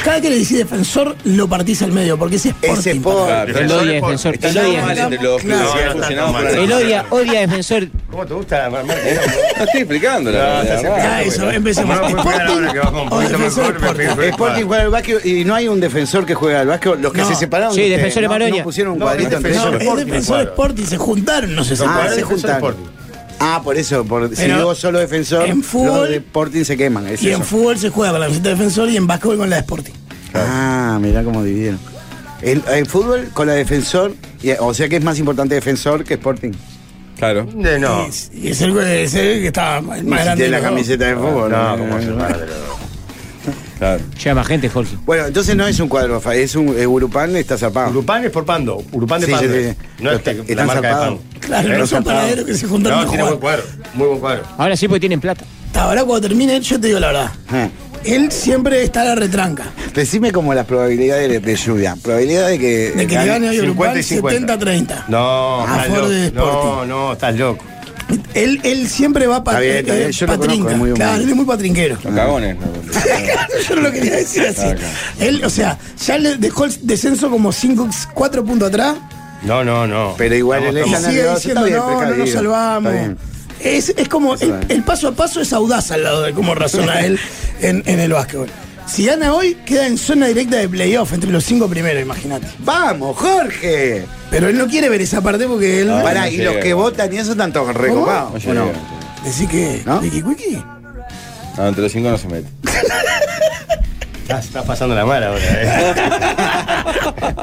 Cada que le decís defensor, lo partís al medio, porque ese es Es Sporting. Sport. para mí. Claro, Él odia Defensor defensor, Está él todo odia mal defensor. entre los Claro. clubes, No, no está todo funcionamos mal. por ahí. Él odia, odia defensor. ¿Cómo te gusta? Mar- Mar- No estoy explicando la No, verdad. se hace- Ah, eso, empecemos. No, puedo esperar ahora que va con un o poquito defensor mejor, me Sporting. pego el Sporting juega al básquet y no hay un defensor que juega al básquet. Los que No. se separaron. Sí, de ustedes, defensor de ¿no? Maroña. No pusieron un No, cuadrito es entre defensor No, ellos. es Sporting, defensor claro. Sporting, se juntaron, no se No, Ah, para separaron. el se defensor juntaron. Sporting. Ah, por eso. por- si Pero- digo solo defensor, En fútbol- los de Sporting se queman. es Y eso. en fútbol se juega con la camiseta de defensor y en básquetbol con la de Sporting. Ah, mirá cómo dividieron. En, en fútbol, con la defensor, y- o sea que es más importante defensor que Sporting. Claro. De no. Y es- Y es el, es el que estaba más Más grande. de la los dos. camiseta de fútbol. ¿no? No, como se Claro. Lleva más gente, Jorge. Bueno, entonces no es un cuadro, Fa, es un eh, Urupán, está zapado. Urupán es por Pando. Urupán de Sí, Pando. sí, sí. No es Pero que está- están la marca de zapados. Pando. Claro, Pero no son zapado. paraderos que se juntaron No, a tiene jugar. buen cuadro. Muy buen cuadro. Ahora sí porque tienen plata. Hasta ahora cuando termine, yo te digo la verdad. Ah. Él siempre está a la retranca. Eh, Decime como las probabilidades de, de lluvia. Probabilidad de que. De que le gane a Yolupán 70-30. No, A estás favor loco. de no, no, estás loco. Él, él siempre va para Está bien, está bien, yo lo conozco, es muy humano. claro, él es muy patrinquero. Los cagones. ¿no? Yo no lo quería decir así. Ah, claro. Él, o sea, ya le dejó el descenso como 5, 4 puntos atrás. No, no, no. Pero igual él Y sigue diciendo, no, no nos salvamos. Es, es como, el, el paso a paso es audaz al lado de cómo razona él en, en el básquetbol. Si gana hoy, queda en zona directa de playoff, entre los cinco primeros, imagínate. ¡Vamos, Jorge! Ah, Pero él no quiere ver esa parte porque él... Pará, y los que votan y eso están todos recopados. No ¿o no? llega. Así que, Ricky Wiki. No, entre los cinco no se mete. Estás, estás pasando la mala ahora,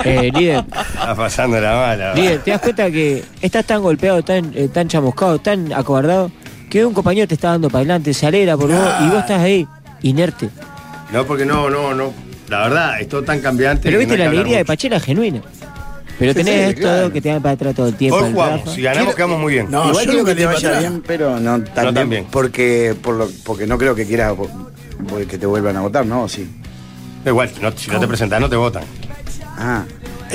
eh. líder. Estás pasando la mala. Líder, ¿te das cuenta que estás tan golpeado, tan, eh, tan chamuscado, tan acobardado, que un compañero te está dando para adelante, se alegra por vos y vos estás ahí, inerte? No, porque no, no, no. La verdad, es todo tan cambiante. Pero que viste no la hay que hablar alegría de mucho. Pachela genuina. Pero Sí, tenés sí, esto claro. que te dan para atrás todo el tiempo. Hoy el jugamos. Rafa. Si ganamos, quedamos muy bien. No, Igual yo creo creo que que te te vaya va bien, pero no también. Porque, por lo, porque no creo que quieras vo- vo- que te vuelvan a votar, ¿no? ¿O Sí. Da igual, no- si no te presentás, no te votan. Ah.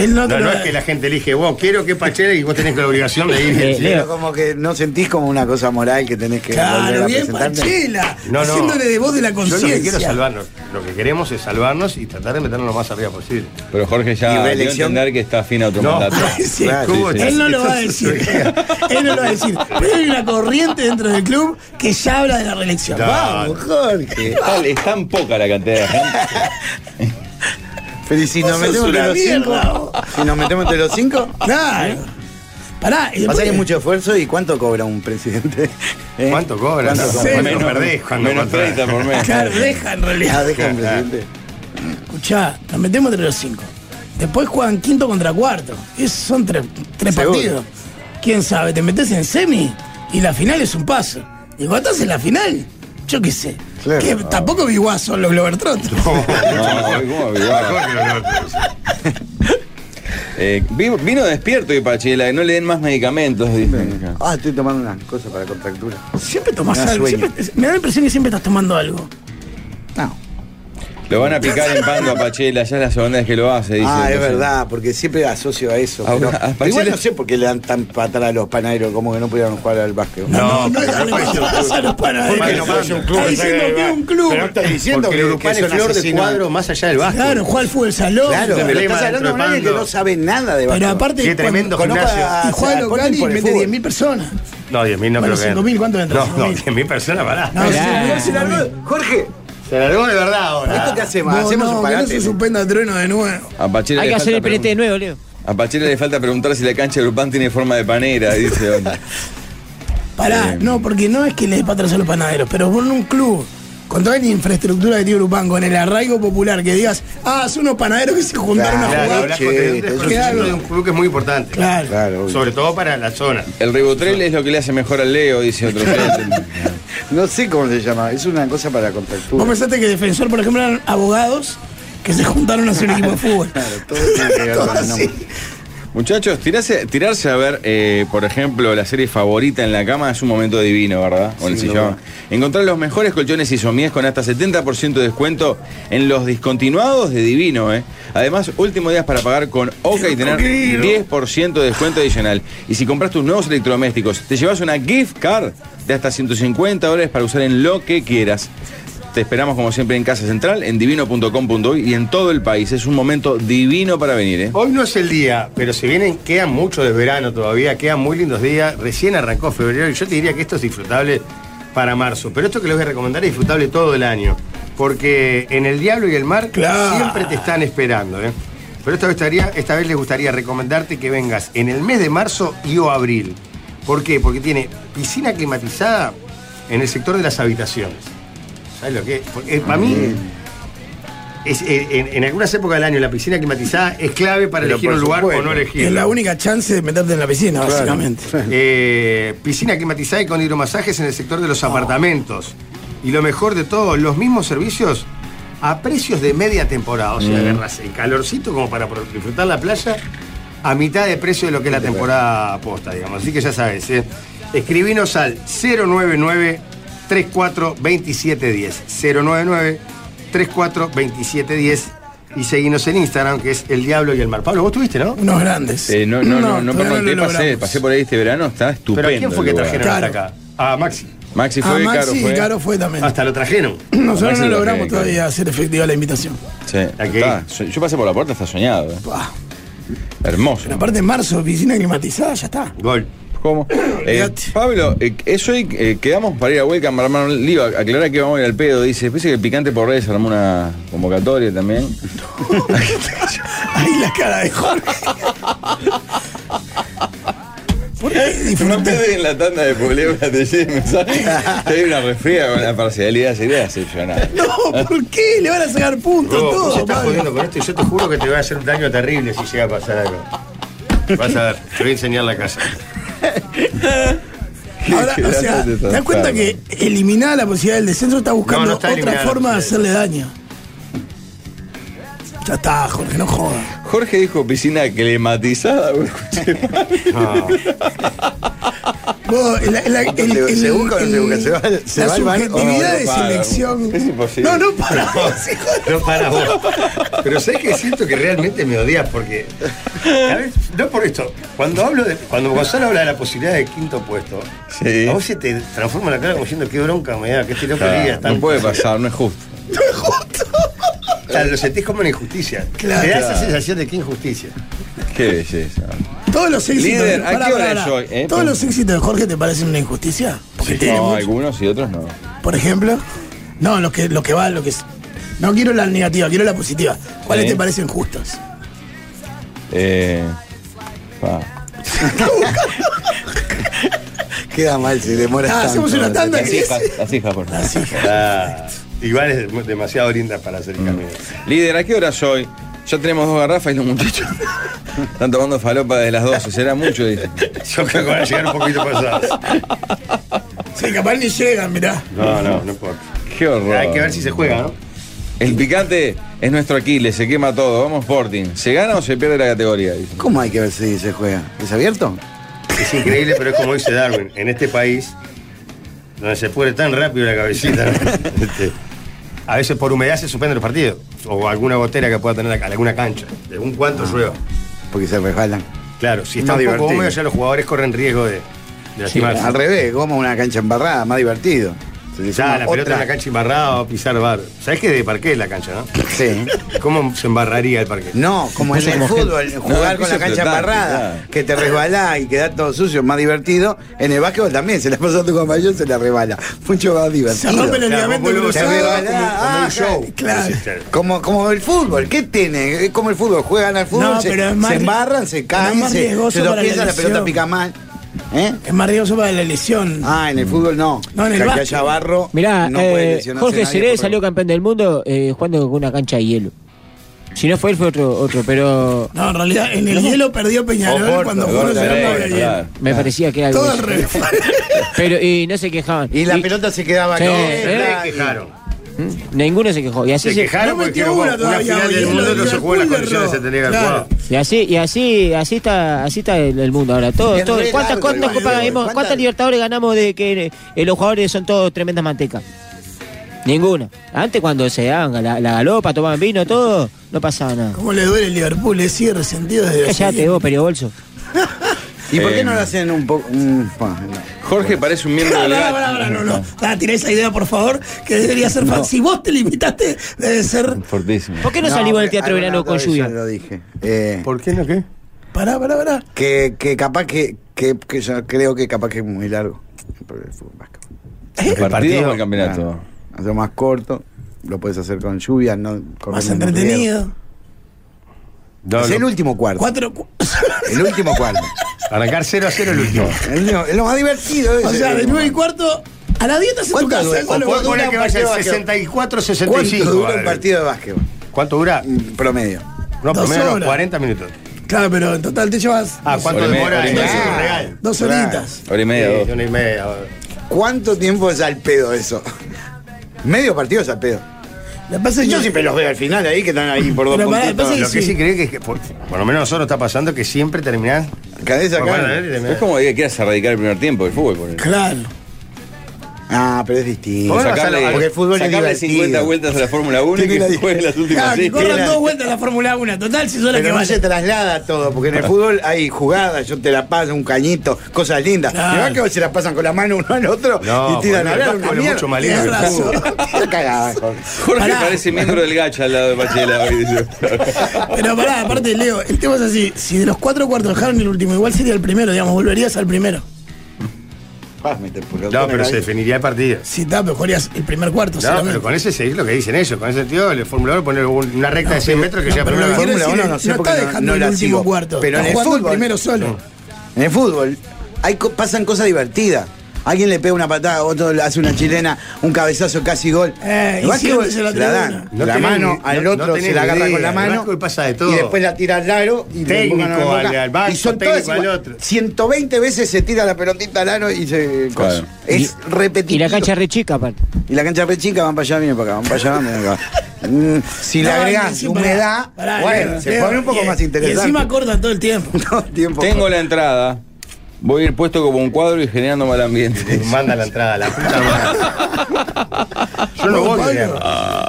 no, no es que la gente elige, vos quiero que Pachela y vos tenés la obligación de ir. Sí, Eh, Sí, pero como que no sentís como una cosa moral que tenés que volver Claro, a bien, presentarte. Pachela. No, no. Haciéndole de voz de la Yo lo que quiero es conciencia. salvarnos. Lo que queremos es salvarnos y tratar de meternos lo más arriba posible. Pero Jorge ¿Y ya dio a reelección? entender que está afín a otro No. mandato. Sí, ¿cómo Él no lo va a decir. Él no lo va a decir. Pero hay una corriente dentro del club que ya habla de la reelección. No. Vamos, Jorge. Es tan- Es tan poca la cantidad de gente. Pero ¿y si Vos nos sos metemos entre una los mierda, cinco. Si nos metemos entre los cinco. Claro. Pará, y Pasa después- que es mucho esfuerzo y cuánto cobra un presidente. ¿Eh? ¿Cuánto cobra? ¿Cuánto No, cobra? menos- ¿Cuánto perdés cuando menos contratas. 30 por mes. Claro, deja en realidad. Ah, deja un presidente. Escuchá, nos metemos entre los cinco. Después juegan quinto contra cuarto. Esos son tres, tres Seguro. partidos. Quién sabe, te metes en semi y la final es un paso. Y cuando estás en la final, yo qué sé. Claro. Que tampoco viguás son los Globertrot. ¿cómo Eh, vi- vino, despierto y Pachela, que no le den más medicamentos. dicen. Ah, estoy tomando unas cosas para contractura. Siempre tomás Me da algo. sueño. siempre- me da la impresión que siempre estás tomando algo. Lo van a picar en pando a Pachela, ya es la segunda vez que lo hace, dice. ah, es Entonces, verdad, porque siempre asocio a eso. Ahora, pero- a pero igual no sé por qué le dan tan patada a los panaderos como que no pudieron jugar al básquet. No, pero no, no, puede ser un no, club. no, no, ¿Por qué no puede ser un club. Está diciendo que es un club. Pero no estás diciendo Porque que- el Urupán que es son flor de asesinos. cuadro más allá del básquet. Claro, juega al fútbol salón. Claro, pero estás hablando de alguien que no sabe nada de básquet. Pero aparte, Qué tremendo conozco gimnasio. a- Y juega O sea, local y por el mete fútbol. 10.000 personas. No, 10.000 no Bueno, creo que. 5.000, ¿cuánto entra? No, no, 10.000 personas, pará. No, Pará. sí, sí, sí, Jorge. Se largó de verdad ahora. ¿Esto qué hacemos? No, ¿Hacemos no, un que no parate? se suspenda trueno de nuevo. A Pachela, Hay que le hacer el falta PNT de nuevo, Leo. pregun- a Pachela le falta preguntar si la cancha de Urupán tiene forma de panera, dice. onda. Pará, no, porque no es que le dé para atrás a los panaderos, pero con un club, con toda la infraestructura que tiene Urupán, con el arraigo popular, que digas, ah, son unos panaderos que se juntaron a Claro, jugar. hablas con Che, el desconocimiento de un club que es muy importante. Claro. Sobre todo para la zona. El ribotril es lo que le hace mejor al Leo, dice otro. oyente. No sé cómo se llama, es una cosa para contractura. Vos pensaste que Defensor, por ejemplo, eran abogados que se juntaron a hacer un equipo de fútbol. Todo así. Muchachos, tirarse, tirarse a ver, eh, por ejemplo, la serie favorita en la cama es un momento divino, ¿verdad? O en el Sin sillón. duda. Encontrar los mejores colchones y somías con hasta 70% de descuento en los discontinuados de Divino, ¿eh? Además, último días para pagar con OCA y tener 10% de descuento adicional. Y si compras tus nuevos electrodomésticos, te llevas una gift card de hasta 150 dólares para usar en lo que quieras. Te esperamos como siempre en Casa Central, en divino.com.uy y en todo el país. Es un momento divino para venir, ¿eh? Hoy no es el día, pero se vienen, quedan mucho de verano todavía, quedan muy lindos días. Recién arrancó febrero y yo te diría que esto es disfrutable para marzo. Pero esto que les voy a recomendar es disfrutable todo el año. Porque en el diablo y el mar Claro. siempre te están esperando, ¿eh? Pero esta vez, estaría- esta vez les gustaría recomendarte que vengas en el mes de marzo y o abril. ¿Por qué? Porque tiene piscina climatizada en el sector de las habitaciones. ¿Sabes lo que es? Porque, eh, para mí, es, eh, en, en algunas épocas del año la piscina climatizada es clave para Pero elegir por un lugar supuesto. o no elegir. Es la única chance de meterte en la piscina, básicamente. Eh, piscina climatizada y con hidromasajes en el sector de los apartamentos. Y lo mejor de todo, los mismos servicios a precios de media temporada. O sea, Mm. agarras el calorcito como para pro- disfrutar la playa a mitad de precio de lo que es la temporada posta, digamos. Así que ya sabes, ¿eh? escribinos al 099 34 27 10 099 34 27 10 y seguimos en Instagram, que es El Diablo y el Mar. Pablo, vos tuviste, ¿no? Unos grandes. Eh, no, no, no, no, No, perdón, todavía te no lo pasé, logramos. pasé por ahí este verano, está estupendo. ¿Pero a quién fue que el lugar. trajeron hasta acá? A Maxi. Maxi fue, a Ah, Maxi Caro y fue. Caro fue también. Hasta lo trajeron. A Nosotros Maxi no lo logramos trajeron. todavía hacer efectiva la invitación. Sí, está. Yo- Yo pasé por la puerta, está soñado. eh. Hermoso. Pero aparte en marzo, piscina climatizada, ya está. Gol. ¿Cómo? Eh, Pablo, eh, es hoy, eh, quedamos para ir a Huelca, Marmar Liva, aclarar que vamos a ir al pedo, dice, parece que el picante por redes armó una convocatoria también. Ahí la cara de Jorge. No pierdes en la tanda de problemas, te llega mensaje. Te doy una refría con la parcialidad, sería excepcional. No, ¿por qué? Le van a sacar puntos No, todo. se está Pablo. jodiendo con esto y yo te juro que te voy a hacer un daño terrible si llega a pasar algo. Vas a ver, te voy a enseñar la casa. Ahora, o sea, Gracias, ¿te das cuenta que eliminar la posibilidad del descenso está buscando No, no está otra eliminada la forma de hacerle daño? Ya está, Jorge, no jodas. Jorge dijo piscina climatizada, güey. Ah. Vos, la- la- el- el- ¿Se busca o no se busca? ¿Se va, se la va al baño? subjetividad de selección. Es imposible. No, no para vos, hijo de No para vos. Pero sé que siento que realmente me odias porque. ¿sabes? No por esto. Cuando hablo de. Cuando Gonzalo habla de la posibilidad de quinto puesto, a vos se te transforma la cara como diciendo qué bronca me da, qué te Está, tan... No puede pasar, no es justo. O sea, lo sentís como una injusticia. Claro. Te da esa sensación de que injusticia. Qué belleza. Todos los éxitos. Líder, ¿a pará, qué hora pará, es pará. hoy, eh? Todos los éxitos de Jorge te parecen una injusticia. Porque tiene No, mucho, algunos y otros no. Por ejemplo. No, lo que, lo que va, lo que es. No quiero la negativa, quiero la positiva. ¿Cuáles Sí. te parecen justas? Eh, pa. Queda mal si demoras tanto. Las hijas, las hijas, por favor. Ah, igual es dem- demasiado linda para hacer Mm. el camino. Líder, ¿a qué hora soy? Ya tenemos dos garrafas y los muchachos están tomando falopa desde las 12. Será mucho, dice. Yo creo que van a llegar un poquito pasados. Sí, capaz ni llegan, mirá. No, no, no puedo. Qué horror. Hay que ver si se juega, ¿no? El picante es nuestro Aquiles, se quema todo. Vamos, Sporting. ¿Se gana o se pierde la categoría? Dice. ¿Cómo hay que ver si se juega? ¿Es abierto? Es increíble, pero es como dice Darwin. En este país, donde se pudre tan rápido la cabecita, ¿no? Este, a veces por humedad se suspenden los partidos. O alguna gotera que pueda tener la- alguna cancha. De un cuanto llueva. Porque se resbalan. Claro, si está Más un poco divertido. húmedo, ya los jugadores corren riesgo de, de Sí, lastimarse. al revés, como una cancha embarrada, más divertido. Se le Ya, suma la pelota en la cancha embarrada o pisar bar. ¿Sabés que de parqué es la cancha, no? Sí. ¿Cómo se embarraría el parqué? No, como en el fútbol, jugar con la cancha embarrada, parrada que te resbalá y queda todo sucio, más divertido. En el básquetbol también, se la pasa a tu compañero, se la resbala. Mucho más divertido. Se rompe el Claro, ligamento vos lo- cruzado, te resbalá, como- como un ah, show. Claro. Como, como el fútbol, ¿qué tiene? Es como el fútbol, juegan al fútbol, No, se, pero es más- se embarran, se pero es caen, más se, riesgoso se lo para la piensan, la lesión. pelota pica mal. ¿eh? Es más riesgoso para la lesión. Ah, en el fútbol no. No, en el Ya que básquet. haya barro, Mirá, no eh, puede lesionarse Jorge nadie Seré por- salió campeón del mundo eh, jugando con una cancha de hielo. Si no fue él, fue otro, otro pero. No, en realidad, en el hielo perdió Peñarol cuando jugó Corta, Seré corta, Corta, corta, bien. corta. Me parecía que era algo. Todo de eso. Pero, y no se quejaban. Y la pelota se quedaba Sí, acá. ¿eh? ¿Mm? Se quejaron. Ninguno se quejó. Y así Se quejaron No porque metió no una jugó. una todavía, final ¿eh? boludo, del mundo no Liverpool se jugó en las le condiciones que se erró. tenía que Claro. jugar. Y así, y así, así está, así está el, el mundo ahora. Todo, Es todo. re ¿Cuántas, largo cuántas igual, copas boludo. ganamos? ¿Cuántas- ¿Cuántas libertadores ganamos de que eh, los jugadores son todos tremendas mantecas? Ninguna. Antes cuando se daban la, la galopa, tomaban vino, todo, no pasaba nada. ¿Cómo le duele el Liverpool? Le sigue resentido desde Cállate vos, periobolso. ¿Y por qué Eh, no lo hacen un poco? un- bueno, no. Jorge parece un miembro No, del no, GAT. no, no, no, no. Ah, tirá esa idea, por favor, que debería ser fácil. Si vos te limitaste, debe ser. Fortísimo. ¿Por qué no salimos del Teatro alguna Verano otra con vez lluvia? ya lo dije. Eh, ¿Por qué no qué? Pará, pará, pará. que, que capaz que, que, que yo creo que capaz que es muy largo. El fútbol vasco. ¿El partido partido o el no. campeonato? Hacerlo más corto, lo puedes hacer con lluvia, no con Más entretenido. es el último cuarto. Cuatro. cu- El último cuarto. Arrancar 0 a 0 el último. El último- es lo más divertido. O sea, de nueve y cuarto a la dieta se tu ¿Cuánto casa. dura? eso es lo ¿Cuánto que dura dura un un partido de partido? 64, 65. ¿Cuánto dura vale. un partido de básquetbol? ¿Cuánto dura? Promedio. No, Dos promedio no, horas. 40 minutos. Claro, pero en total te llevas. Ah, ¿cuánto Hora y media, demora hora y en media. ah, hacer un regal? Dos horitas. Hora y media, Sí, dos. Una y media. hora. ¿Cuánto tiempo es al pedo eso? Medio partido es al pedo. La pasa es Yo que- siempre los veo al final ahí, que están ahí por dos Pero pará, puntitos. pasa Lo que sí creo que es que, por, por lo menos a nosotros está pasando que siempre terminás. Cadés acá. Bueno, eh, Es como que quieras erradicar el primer tiempo del fútbol. por ejemplo. Claro. Ah, pero es distinto. Bueno, sacarle- porque el fútbol sacarle es divertido. 50 vueltas a la Fórmula 1 y Tiene que juegue las últimas Ah, que seis. corran Tiene la- Dos vueltas a la Fórmula 1. Total, si son las Pero que no valen. se traslada todo, porque en el fútbol hay jugadas, yo te la paso, un cañito, cosas lindas. Claro. Y va que se la pasan con la mano uno al otro No, y tiran boludo, a hablar el una básquet es mierda. mucho más lindo Tenés que el razón. Qué cagada, Jorge. Jorge parece miembro del gacha al lado de Pachela. hoy, dice. Pero pará, aparte, Leo, el tema es así. Si de los cuatro cuartos dejaron el último, igual sería el primero, digamos, volverías al primero. No, pero se definiría el partido. Si está, pero jugarías el primer cuarto. No, pero con ese es lo que dicen ellos. Con ese sentido, el formulador pone una recta de 100 metros que llega pero por lo una que quiero Fórmula decir 1 es, no sé no por está qué dejando el la último sigo. cuarto, Pero está en el jugando el fútbol. primero solo. En el fútbol hay, co- pasan cosas divertidas. Alguien le pega una patada, otro le hace una chilena, un cabezazo casi gol. Eh, El básquetbol siéntese en la se la tribuna. dan. No la tenés mano ni- al no- otro no se tenés la agarra idea. con la El mano. básquetbol pasa de todo. Y después la tira al aro y le Técnico pongan en la al- boca. al banco, Y son todas técnico al igual. otro. 120 veces se tira la pelotita al aro y se. cosa. Es repetitivo. Y la cancha re chica, aparte. Y la cancha re chica, van para allá, vienen para acá, van para allá, vienen para acá. Mm, si le No, y agregás encima- humedad, pará, bueno, Leo, se Leo, pone un poco y- más interesante. Y encima cortan todo el tiempo. Tengo la entrada. Voy a ir puesto como un cuadro y generando mal ambiente. Manda la entrada, la puta madre. Yo no voy. Pablo,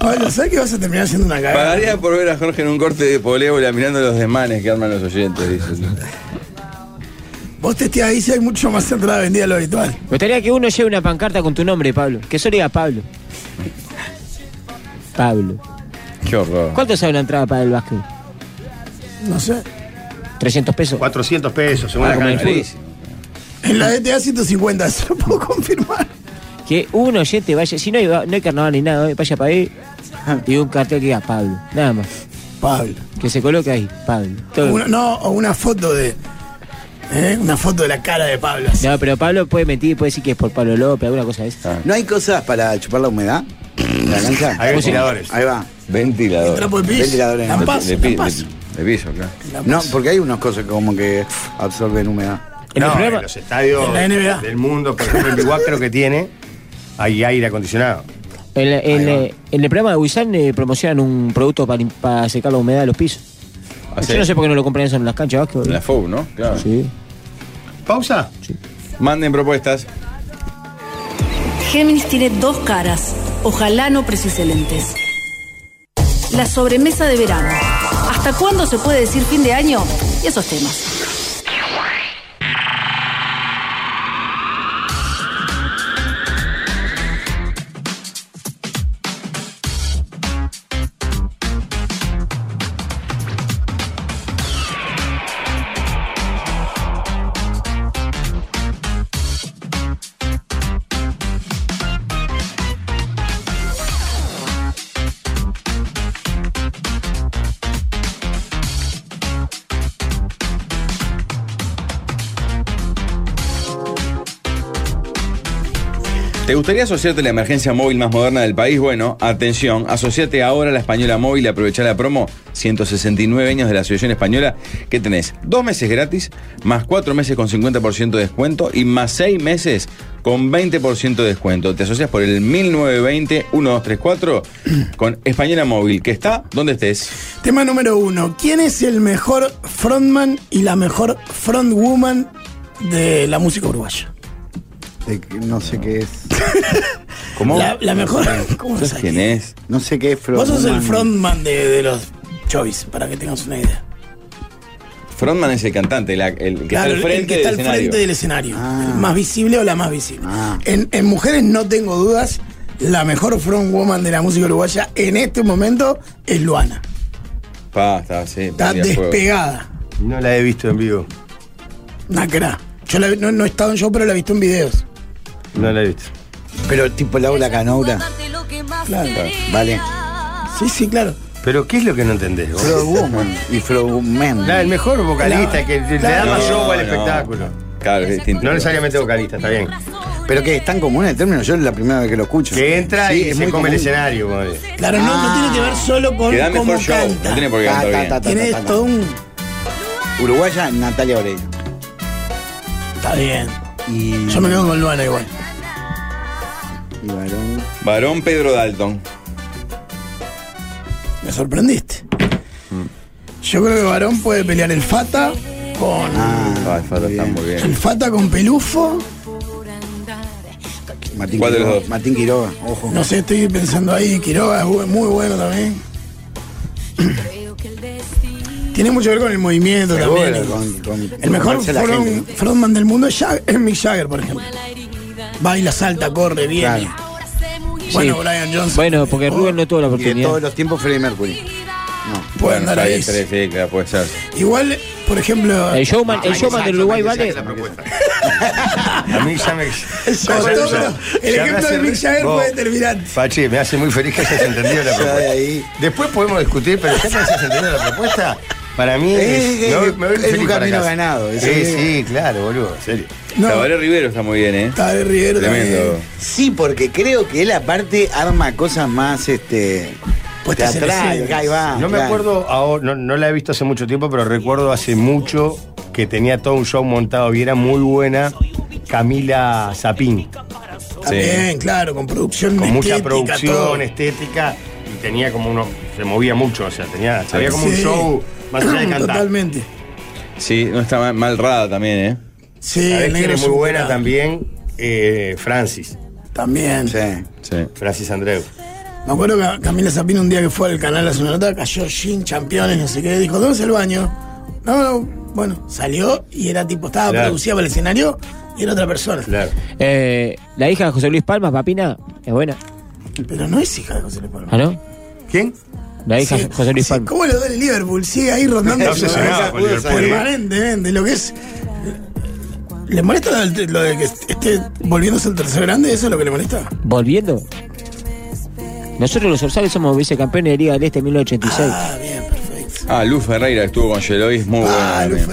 Pablo, ¿sabes que vas a terminar siendo una cagada? Pagaría por ver a Jorge en un corte de polébola mirando los desmanes que arman los oyentes, dice. Vos testeás ahí si hay mucho más entrada vendida de lo habitual. Me gustaría que uno lleve una pancarta con tu nombre, Pablo. Que solo diga Pablo. Pablo. Qué horror. ¿Cuánto sale una entrada para el básquet? No sé. 300 pesos. 400 pesos, según Ahora la como el cancha. fútbol. En la DTA 150, se lo puedo confirmar. Que un oyente vaya, si no hay, no hay carnaval ni nada, eh, vaya para ahí y un cartel que diga Pablo, nada más. Pablo. Que se coloque ahí, Pablo. Todo. Una- no, o una foto de. ¿eh? Una foto de la cara de Pablo. así. No, pero Pablo puede mentir, puede decir que es por Pablo López, alguna cosa de esa. ¿No hay cosas para chupar la humedad? ¿En la cancha? Hay ventiladores. Ahí va. Ventilador. trapo de piso. Ventiladores. no. Lampazo, De, pi- lampazo. de- de piso, claro. No, porque hay unas cosas que como que pff, absorben humedad. En el No, programa- en los estadios en la NBA. del mundo, por ejemplo, el Biguac creo que tiene, hay aire acondicionado. En, la- en, Ahí va. eh, en el programa de Wisan eh, promocionan un producto para, lim- para secar la humedad de los pisos. Así, Ah, Yo no sé por qué no lo compran eso en las canchas de básquetbol. ¿eh? en la FOU, ¿no? Claro. Sí. ¿Pausa? Manden propuestas. Géminis tiene dos caras. Ojalá no precise lentes. La sobremesa de verano. ¿Hasta cuándo se puede decir fin de año? Y esos temas. ¿Te gustaría asociarte a la emergencia móvil más moderna del país? Bueno, atención, asociate ahora a la Española Móvil y aprovecha la promo 169 años de la Asociación Española que tenés dos meses gratis, más cuatro meses con 50% de descuento y más seis meses con 20% de descuento. Te asocias por el 1920-1234 con Española Móvil, que está donde estés. Tema número uno. ¿Quién es el mejor frontman y la mejor frontwoman de la música uruguaya? De que no sé qué es. ¿Cómo? La, la mejor. ¿Cómo lo ¿Sabes sabes? quién es? No sé qué es Frodo. Vos sos el frontman de, de los Chovis, para que tengas una idea. Frontman es el cantante, la- el que está al el- frente el que está del escenario. al Ah. frente del escenario. El más visible o la más visible. Ah. En, en mujeres no tengo dudas, la mejor frontwoman de la música uruguaya en este momento es Luana. Pa, está, sí, Está prendía fuego. despegada. No la he visto en vivo. Una cra. Yo la vi- no, no he estado en show, pero la he visto en videos. No la he visto. Pero tipo Laura Canoura. Claro. Vale. Sí, sí, claro. Pero ¿qué es lo que no entendés vos? Frodo Woman y Frodo Man. Nada, el mejor vocalista que le da más No, show al no. espectáculo. Claro, es distinto. No necesariamente vocalista, está bien. Pero que es tan común el término, yo es la primera vez que lo escucho. Que entra Sí, y es se muy come común. el escenario. ponele. Claro, no, no tiene que ver solo con Que da cómo mejor show, canta. no tiene por qué Ta, cantar ta, bien. ta, ta, Tiene ta, ta. todo un. Uruguaya, Natalia Oreiro. Está bien. Y. Yo me quedo con Luana igual. y varón. Varón Pedro Dalton. Me sorprendiste. Mm. Yo creo que Varón puede pelear el Fata con. Ah, el Fata está muy bien. El Fata con Pelufo. Martín ¿Cuál de los Quiroga. dos? Martín Quiroga, ojo. No sé, estoy pensando ahí, Quiroga es bu- muy bueno también. Tiene mucho que ver con el movimiento Seguro, también. con- con- El mejor con la fron- gente, frontman del mundo es, Jag- es Mick Jagger, por ejemplo. Baila, salta, corre, viene. Bueno, Brian Johnson. Bueno, porque Rubén no tuvo la ¿no? Y de oportunidad. todos los tiempos Freddie Mercury. Puede andar ahí. Está bien, tres, sí, claro, puede ser. Igual, por ejemplo. El showman- el Ah, showman del Uruguay vale- A mí ya me. Costó, pero el Ya me ejemplo hace de Mick re- Jagger vos, fue determinante. Pachi, me hace muy feliz que hayas entendido la propuesta. Después podemos discutir, pero ya que hayas entendido la propuesta, para mí Eh, me voy- eh, me voy es feliz un para camino casa. ganado, eso Sí, es. sí, claro, boludo, en serio. No. Tabaré Rivero está muy bien, ¿eh? Tabaré Rivero Tremendo. Sí, porque creo que él aparte arma cosas más este Puestas en teatrales, escena. ahí va. No me claro. acuerdo, ahora, no, no la he visto hace mucho tiempo, pero recuerdo hace mucho que tenía todo un show montado y era muy buena Camila Zapín. También, claro, con producción. Con mucha estética, producción, todo. estética, y tenía como uno, se movía mucho, o sea, tenía, había como un Sí. show más allá de cantar. Totalmente. Sí, no está mal, mal Rada también, ¿eh? Sí, ¿Sabés el quién negro es es muy un buena crack. también? Eh, Francis. También. Sí. Sí. Francis Andreu. Me acuerdo que Camila Zapina un día que fue al canal a su nota, cayó Jin, campeones, no sé qué, dijo, ¿dónde es el baño? No, no, bueno, salió y era tipo, estaba Claro. producida para el escenario y era otra persona. Eh, la hija de José Luis Palmas, Papina, es buena. Pero no es hija de José Luis Palma. ¿Ah, no? ¿Quién? La hija de José Luis Palmas. ¿Cómo lo da el Liverpool? Sigue ahí rondando Está su obsesionado cabeza con Liverpool, eh. permanentemente, lo que es... ¿Le molesta lo del- lo de que esté volviéndose el tercer grande? ¿Eso es lo que le molesta? Volviendo. Nosotros los Orsales somos vicecampeones de Liga del Este en 1986. Ah, Luz Ferreira estuvo con Yeloy, es muy bueno. Ah, Luz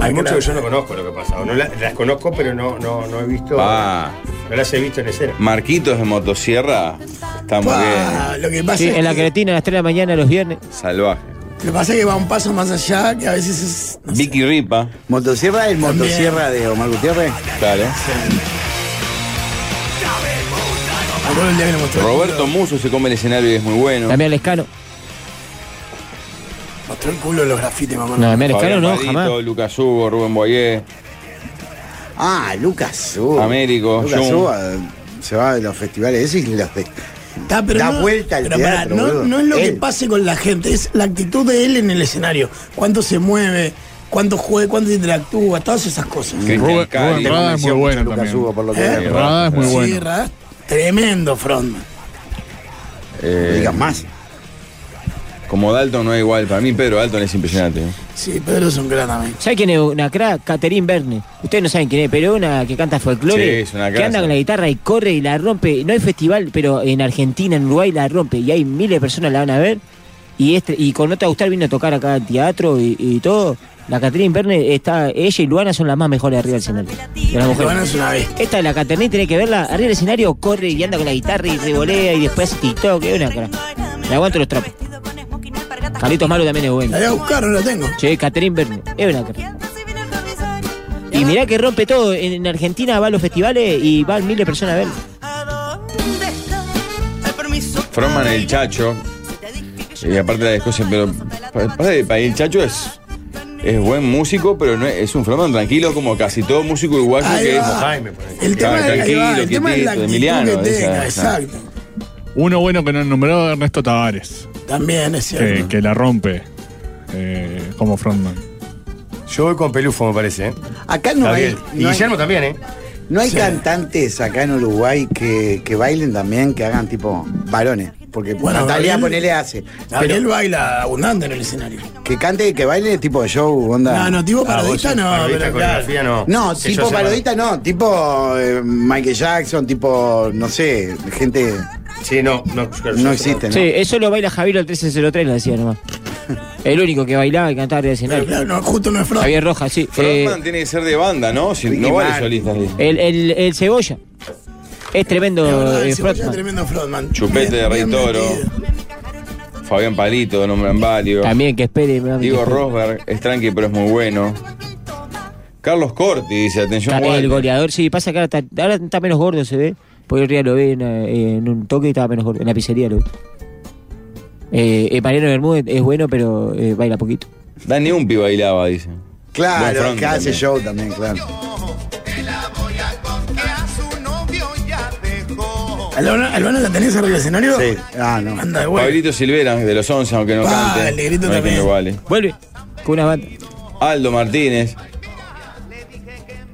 Hay muchos que yo no conozco lo que pasa. o No la- las conozco, pero no, no, no he visto. Ah. No las he visto en escena. Marquitos de Motosierra, está muy bien. Ah, Lo que pasa Sí, es en la que- cretina a las 3 de la mañana los viernes. Salvaje. Lo que pasa es que va un paso más allá, que a veces es... Vicky Ripa. Motosierra, el motosierra de Omar Gutiérrez. Claro. mostró el Roberto Muso se come el escenario y es muy bueno. Damián Lescano. Mostró el culo los grafites, mamá. No, Damián Fabián Lescano no, Palito, jamás. Lucas Hugo, Rubén Boyer. Ah, Lucas Uba. Américo, Lucas Jung. Uba, se va de los festivales esos y los de- Está, Ah, pero da no- vuelta al pero pará, teatro. no, boludo. no es lo que Él. pase con la gente, es la actitud de él en el escenario. Cuánto se mueve, cuánto juega, cuánto interactúa, todas esas cosas. Cristian Rubén- Cali. Rubén Rada es muy bueno Lucas también. Hugo, por lo que ¿Eh? veo. Rada es muy Sí, bueno. Rada, tremendo frontman. Eh, digas más. Como Dalton no es igual. Para mí Pedro Dalton es impresionante. ¿eh? Sí, Pedro es un gran amigo. ¿Sabe quién es una crack? Caterín Verne. Ustedes no saben quién es, pero es una que canta folclore. Sí, es una que anda grasa. con la guitarra y corre y la rompe. No hay festival, pero en Argentina, en Uruguay la rompe. Y hay miles de personas la van a ver. Y, este, y con Nota Gustar vino a tocar acá al teatro y, y todo. La Caterín Verne está. Ella y Luana son las más mejores arriba del escenario. De las mujeres. Luana es una bestia. Esta, la Caterín, tenés que verla. Arriba del escenario corre y anda con la guitarra y revolea y después hace TikTok. Es una crack. Le aguanto los trapos. Carlitos Malo también es bueno. La voy a buscar, no la tengo. Che, Catherine Verne, es una crack. Y mirá que rompe todo. En, en Argentina va a los festivales y van miles de personas a ver. Froman el Chacho. Y aparte de las cosas, pero. pa- pa- pa- El Chacho es. Es buen músico, pero no es, es un Froman tranquilo como casi todo músico uruguayo Ahí que es. va. El tema, Claro, es, ahí va, el tranquilo, tema es quietito, de la actitud Emiliano, que de esa- tenga, esa. exacto. Uno bueno que no nombró Ernesto Tavares, También es que, cierto. que la rompe eh, como frontman. Yo voy con Pelufo, me parece. ¿eh? Acá no Está hay. bien. Y Guillermo también, ¿eh? No hay Sí. cantantes acá en Uruguay que, que bailen también, que hagan tipo varones. Porque Bueno, Natalia Gabriel- ponele hace. Gabriel Pero baila abundante en el escenario. que cante, que baile tipo show, onda. Ah, No, no, tipo parodista vos, no, parodista, pero coreografía claro. No, Que yo tipo sepa. parodista no, tipo eh, Michael Jackson, tipo, no sé, gente. Sí, no, no, no existe, ¿no? Sí, eh, eso lo baila Javier el 1303, lo decía nomás. El único que bailaba y cantaba arriba del escenario. Pero claro, no, justo no es Frontman. Javier Rojas, sí. Eh, Frontman tiene que ser de banda, ¿no? Si, Ricky no vale Martin. solista. sí. el, el, el Cebolla. Es tremendo La verdad, eh, el Cebolla es frontman. tremendo frontman. Chupete de Rey Toro. Fabián Palito, nombran varios. También que espere. me va a meter. este Diego Rosberg es tranqui, pero es muy bueno. Carlos Corti dice: Atención, Ca- El Walter. goleador, sí, pasa que ahora está, ahora está menos gordo, se ve. Porque el día lo vi en, eh, en un toque y estaba menos gordo. En la pizzería lo vi. Eh, eh, Mariano Bermúdez es bueno, pero eh, baila poquito. Dani Umpi bailaba, dice. Buen Claro, front que hace también. show también, claro. ¿Albana, Albana la tenés arriba del escenario? Sí. Ah, no. Anda de vuelta. Pablito Silvera, de los 11, aunque no Pa, cante. el negrito no hay quien también. lo vale. Vuelve. Con una banda. Aldo Martínez.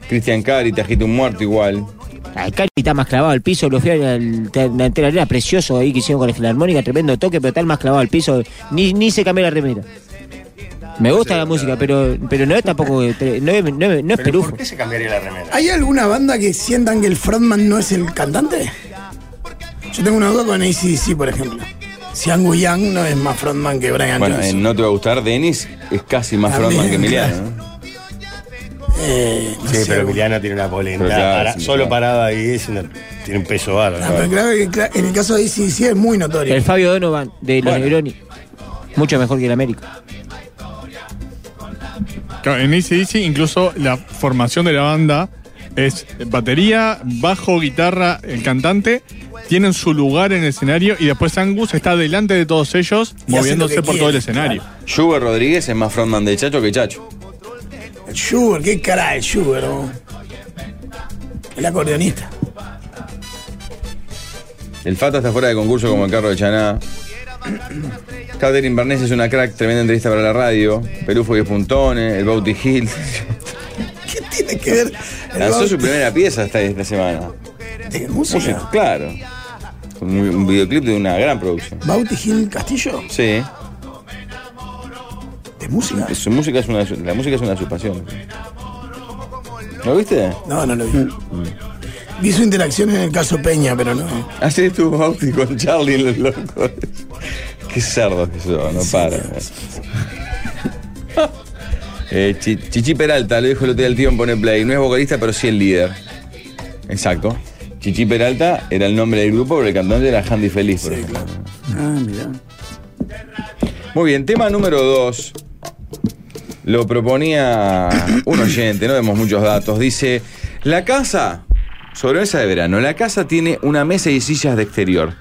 Cristian Cari, Tajito un muerto igual. Ay, Cari está más clavado al piso, lo fui a la, la entera arena, precioso ahí que hicieron con la filarmónica, tremendo toque, pero está el más clavado al piso, ni, ni se cambió la remera. Me gusta la música, pero, pero no es tampoco, tre- no es, no es- no es pelufo. ¿Qué se cambiaría la remera? ¿Hay alguna banda que sientan que el frontman no es el cantante? Yo tengo una duda con ACDC, por ejemplo. Si Angus Young no es más frontman que Brian Bueno, Johnson. en No te va a gustar, Denis es casi más También, frontman que Emiliano. ¿no? Eh, sí, pero Emiliano tiene una polenta. Pero claro, para- sí, solo claro. parada ahí es una- tiene un peso bárbaro. Ah, pero claro que cla- en el caso de ACDC es muy notorio. El Fabio Donovan de los Negroni, mucho mejor que el América. Claro, En ACDC incluso la formación de la banda es batería, bajo, guitarra, el cantante tienen su lugar en el escenario y después Angus está delante de todos ellos Y hace moviéndose lo por que todo el quiere, escenario. Schubert Rodríguez es más frontman de Chacho que Chacho. El Schubert, qué cara el Schubert, ¿no? El acordeonista. El Fata está fuera de concurso como el carro de Chaná. Catherine Barnes es una crack, tremenda entrevista para la radio. Perú fue puntones, el Bauti Hill. ¿Qué tiene que ver? el Lanzó Bauti- su primera pieza esta, esta semana. ¿De música? Música, claro. Un, un videoclip de una gran producción. ¿Bauti Gil Castillo? Sí. ¿De música? Su música es una, de su- la música es una de sus pasiones. ¿Lo viste? No, no lo vi. Vi su interacción en el caso Peña, pero no. Ayer estuvo Bauti con Charlie los locos. Qué cerdo que son, no para. Eh, Chi- Chichi Peralta, lo dijo el otro día el tío en Pone Play. No es vocalista, pero sí el líder. Exacto. Chichi Peralta era el nombre del grupo, pero el cantante era Handy Feliz, por ejemplo. Ah, mirá. Muy bien, tema número dos. Lo proponía un oyente, no vemos muchos datos. Dice, la casa, sobre mesa de verano, la casa tiene una mesa y sillas de exterior.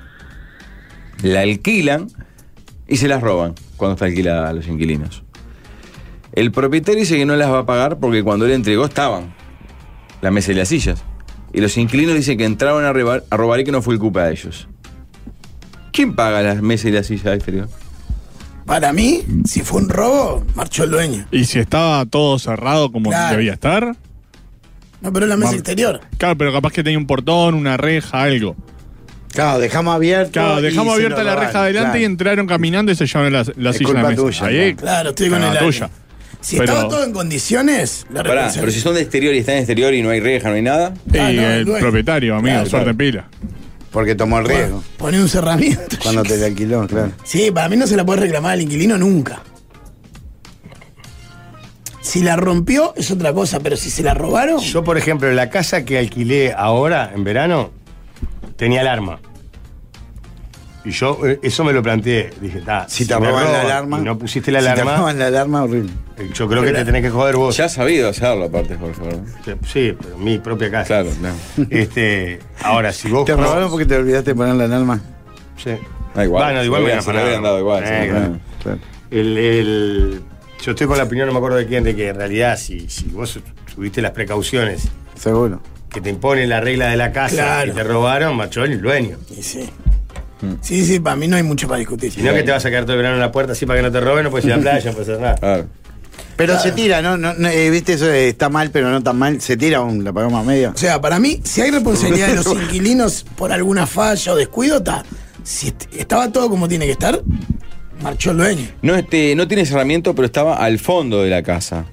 La alquilan y se las roban cuando está alquilada a los inquilinos. El propietario dice que no las va a pagar porque cuando él entregó estaban la mesa y las sillas. Y los inquilinos dicen que entraron a robar, a robar y que no fue culpa de ellos. ¿Quién paga las mesas y las sillas de exterior? Para mí, si fue un robo, marchó el dueño. Y si estaba todo cerrado como Claro. debía estar. No, pero la mesa Mar- exterior. Claro, pero capaz que tenía un portón, una reja, algo. Claro, dejamos abierto. Claro, y dejamos se abierta lo la robaron, reja adelante claro. y entraron caminando y se llevaron la, la Es silla culpa de mesa. tuya, Ahí, claro, estoy con cagada el área. tuya. Si Pero- estaba todo en condiciones, la Pará, responsabilidad- pero si son de exterior y están en exterior y no hay reja, no hay nada. Y Ah, el propietario, amigo, Claro, suerte en pila. Porque tomó el riesgo. Poné un cerramiento. Cuando te la alquiló, claro. Sí, para mí no se la puede reclamar al inquilino nunca. Si la rompió es otra cosa, pero si se la robaron. Yo, por ejemplo, la casa que alquilé ahora, en verano, tenía alarma. Y yo eh, eso me lo planteé. Dije, ta, Si te me roban la roban alarma- y no pusiste la si te alarma. roban la alarma, horrible. Yo creo que te tenés que joder vos. Ya has sabido hacerlo, aparte, Jorge. ¿verdad? Sí, pero mi propia casa. Claro, claro. Este, ahora, si vos. Te robaron porque te olvidaste de ponerla en alma. Sí. Da Ah, igual. Bueno, igual Se me lo hubieran se lo hubieran afanado. dado igual. se lo Eh, hubieran claro. El, el- yo estoy con la opinión, no me acuerdo de quién, de que en realidad, si, si vos tuviste las precauciones Seguro. que te impone la regla de la casa Claro. y te robaron, macho, el dueño. Y sí. Sí, sí, para mí no hay mucho para discutir. Si no, que te vas a quedar todo el verano en la puerta así para que no te roben, no puedes ir a la playa, no puedes hacer nada. Pero se tira, ¿no? no, no, eh, ¿Viste? Eso de está mal, pero no tan mal. Se tira un, la pagamos a media. O sea, para mí, si hay responsabilidad de los inquilinos por alguna falla o descuido, está. Si est- estaba todo como tiene que estar, marchó el dueño. No, este, no tiene cerramiento, pero estaba al fondo de la casa.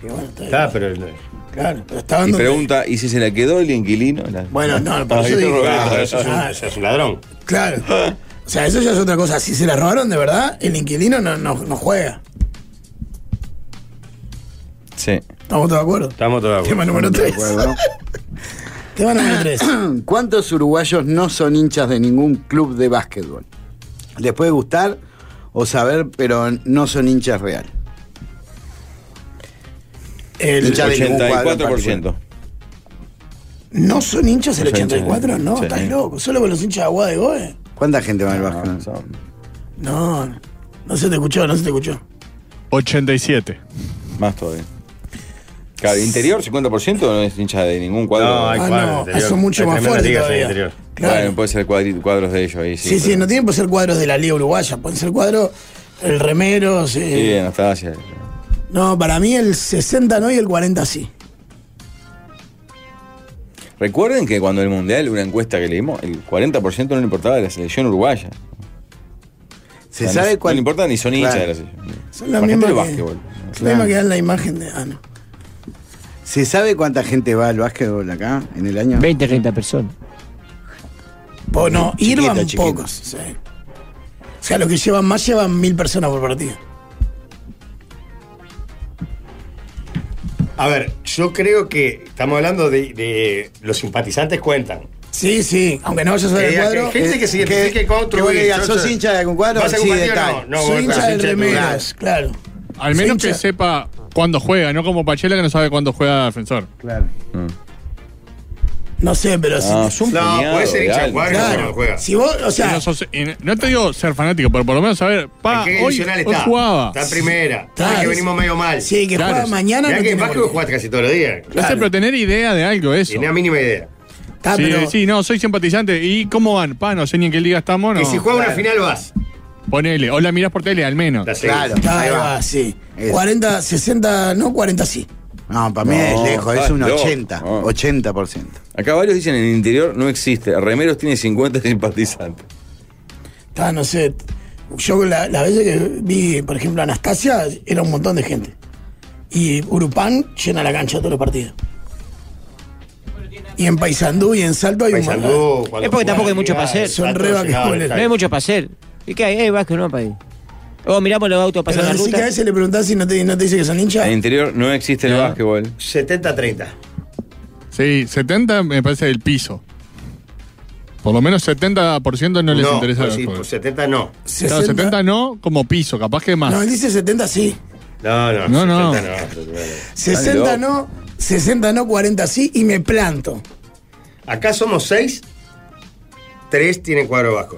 Y bueno, está- Claro, pero. claro, pero estaba Y donde- pregunta, ¿y si se la quedó el inquilino? La- Bueno, no, Ah, por eso ahí te digo, robé, claro, eso es un- ah, es un ladrón. Claro. O sea, eso ya es otra cosa. Si se la robaron de verdad, el inquilino no, no, no juega. Sí. ¿Estamos todos de acuerdo? Estamos todos de acuerdo. Tema número 3. Tema número 3. ¿Cuántos uruguayos no son hinchas de ningún club de básquetbol? Les puede gustar o saber, pero no son hinchas real. El Hinchas de ningún cuadro en 84%. ¿No son hinchas el Los hinchas de- 84? No, sí. estás loco. ¿Solo con los hinchas de Aguada de Goe? ¿Cuánta gente va al básquetbol? No, no. no se te escuchó, no se te escuchó. 87. Más todavía. Claro, interior 50% no es hincha de ningún cuadro. No, hay Ah, cuadros no, de interior. eso mucho Hay más tremenda fuerte liga de todavía. interior. Claro. Bueno, puede ser cuadri- cuadros de ellos ahí, sí. Sí, sí, no tienen por ser cuadros de la Liga Uruguaya, pueden ser cuadros, el remero, sí. Sí, Anastasia. No, para mí el 60 no y el 40 sí. Recuerden que cuando el Mundial, una encuesta que leímos, el 40% no le importaba de la selección uruguaya. Se O sea, sabe no, no cuál- le importa ni son hinchas Claro. de la selección. Son las Por ejemplo, mismas el que- básquetbol. Es la misma que dan la imagen de. Ah, no. ¿Se sabe cuánta gente va al básquetbol acá en el año? 20, 30 personas. Bueno, ir Chiquito, van chiquito. pocos. sí. O sea, los que llevan más llevan mil personas por partido. A ver, yo creo que estamos hablando de, de los simpatizantes cuentan. Sí, sí, aunque no vayas a ver el Que- cuadro. que gente que se identifique con tu que vos le digas, hincha. ¿sos hincha de algún cuadro? ¿Vas a Sí, compartir de o tal. No, no, Soy vos hincha estás del hincha de tu lugar. Remeras, claro. Al menos hincha- que sepa cuándo juega, no como Pachela que no sabe cuándo juega defensor. Claro. No sé, pero Ah, si. es un No, puñado puede ser de hincha de alma. cuadro, pero no juega. Si vos, o Y sea. no, sos- y no- no te digo ser fanático, pero por lo menos saber, pa, ¿En qué hoy, divisional hoy está? jugaba. Está en primera. Sabes que venimos medio mal. Sí, que juega mañana Mirá no que en tiene básquet por qué. jugás casi todos los días. No sé, pero tener idea de algo, eso. Tenía mínima idea. Ah, sí, pero- sí, no, soy simpatizante. ¿Y cómo van? Pa, no sé ni en qué liga estamos, no. Que si juega una final vas. Ponele, o la mirás por tele, al menos. Claro, ahí va, sí. 40, 60, no, 40 sí. No, para mí es No, lejos, es estás un loco. 80, 80%. Acá varios dicen en el interior no existe. Remeros tiene 50 simpatizantes. Está, no sé. Yo la- las veces que vi, por ejemplo, Anastasia, era un montón de gente. Y Urupán llena la cancha todos los partidos. Y en Paysandú y en Salto hay un montón. es porque tampoco hay mucho para hacer. ah, Son reba que spoiler. No hay mucho para hacer. ¿Y qué hay? Eh, vas que no para ir. O miramos los autos Pero pasando la decí que a ruta. veces le preguntás si no te, no te dice que son hinchas. En el interior no existe Ah. el básquetbol. 70-30. Sí, 70 me parece el piso. Por lo menos 70% no les No, interesa. pues sí, el juego. pues 70 no. Claro, 70 no como piso, capaz que más. No, él dice 70 sí. No, no. No, no. 60 no, 60 no, 40 sí y me planto. Acá somos 6. 3 tienen cuadro vasco.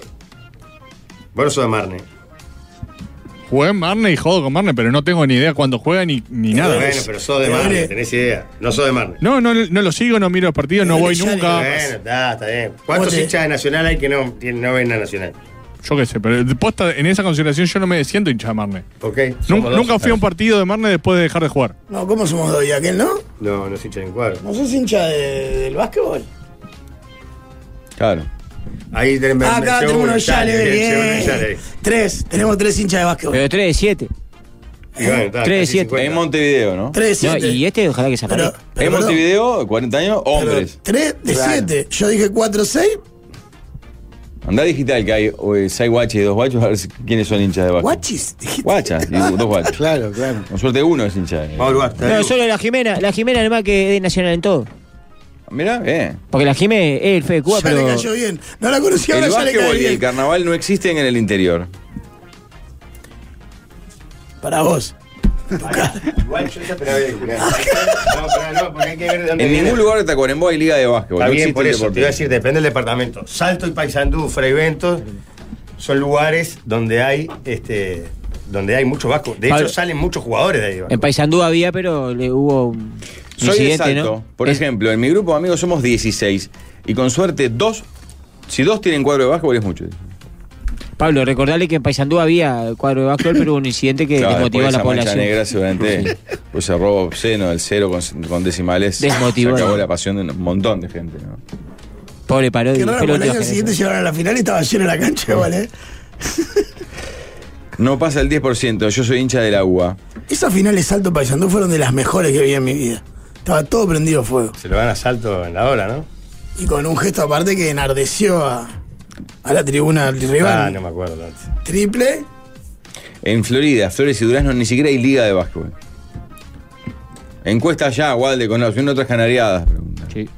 Bueno, sos de Marne. Jugué en Marne y jodo con Marne, pero no tengo ni idea cuándo juega ni, ni nada. Bueno, pero sos de Marne, tenés idea. No sos de Marne. No, no, no lo sigo, no miro los partidos, no voy nunca. Bueno, está, está bien. ¿Cuántos Vos te- hinchas de Nacional hay que no, tienen- no ven a Nacional? Yo qué sé, pero de posta, en esa consideración yo no me siento hincha de Marne. ¿Por Nunca, nunca fui a un partido de Marne después de dejar de jugar. No, ¿cómo somos dos? ¿Y aquel no? No, no es hincha de un cuadro. ¿No sos hincha de- del básquetbol? Claro. Ahí tenemos Ah, acá tenemos unos yales, bien. Tres, tenemos tres hinchas de básquetbol. Pero 3 de 7. 3 de 7. En Montevideo, ¿no? Ah, Tres de siete. y este ojalá que se apague. en Montevideo, 40 años, hombres. Tres de siete. Yo dije cuatro, seis. Andá digital que hay 6 guaches y 2 guachos, a ver si- quiénes son hinchas de básquet. ¿Guachis? Guachas, y dos guachos. Claro, claro. Con suerte uno es hincha. de- No, solo la Jimena. La Jimena además que es nacional en todo. Mirá, eh. Porque la Jimé es el fe de Cuba, Ya pero. le cayó bien. No la conocía, ahora el ya le básquetbol cae y el bien. carnaval no existen en el interior. Para vos. Igual yo ya esperaba el culo. No, pero no, porque hay que ver de dónde En viene. ningún lugar de Tacuarembó hay liga de básquetbol. Está no bien, existe por el eso. deporte. Te iba a decir, depende del departamento. Salto y Paysandú, Fray Bentos, son lugares donde hay este donde hay mucho vasco. De hecho, Pablo. salen muchos jugadores de ahí. En Paysandú había, pero le hubo un Soy de incidente, Salto. ¿no? Por ejemplo, en mi grupo de amigos somos 16. Y con suerte, dos. Si dos tienen cuadro de básquetbol, es mucho. Pablo, recordarle que en Paysandú había cuadro de básquetbol, pero hubo un incidente que Claro, desmotivó después a la esa mancha población. negra seguramente pues se robo obsceno del cero con, con decimales. Desmotivó. Se acabó la pasión de un montón de gente. ¿no? Pobre Parodi. Qué raro, fue la porque el última año siguiente generación. llegaron a la final y estaba lleno la cancha, ¿vale? No pasa el 10%. Yo soy hincha del agua. Esas finales Salto Paysandú fueron de las mejores que vi en mi vida. Estaba todo prendido fuego. Se lo van a salto en la hora, ¿no? Y con un gesto aparte que enardeció a, a la tribuna rival. Ah, no me acuerdo. antes. Triple. En Florida, Flores y Durazno, ni siquiera hay liga de básquetbol. Encuesta ya, Walde, con opción otras canariadas. Sí.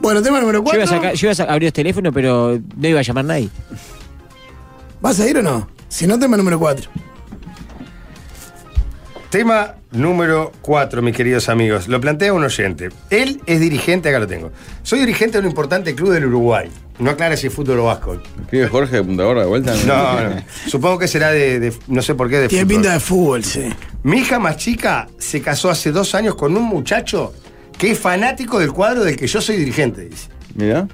Bueno, tema número Yo iba, a 4. sacar- yo iba a sa- abrir el teléfono, pero no iba a llamar nadie. ¿Vas a ir o no? Si no, tema número 4. Tema número 4, mis queridos amigos. Lo plantea un oyente. Él es dirigente, acá lo tengo. Soy dirigente de un importante club del Uruguay. No aclara si es fútbol o básquet. ¿Pibe Jorge de Punta Gorda de vuelta? No, no. Supongo que será de, de- no sé por qué, de Tiene fútbol. pinta de fútbol, sí. Mi hija más chica se casó hace dos años con un muchacho que es fanático del cuadro del que yo soy dirigente, dice. Mirá.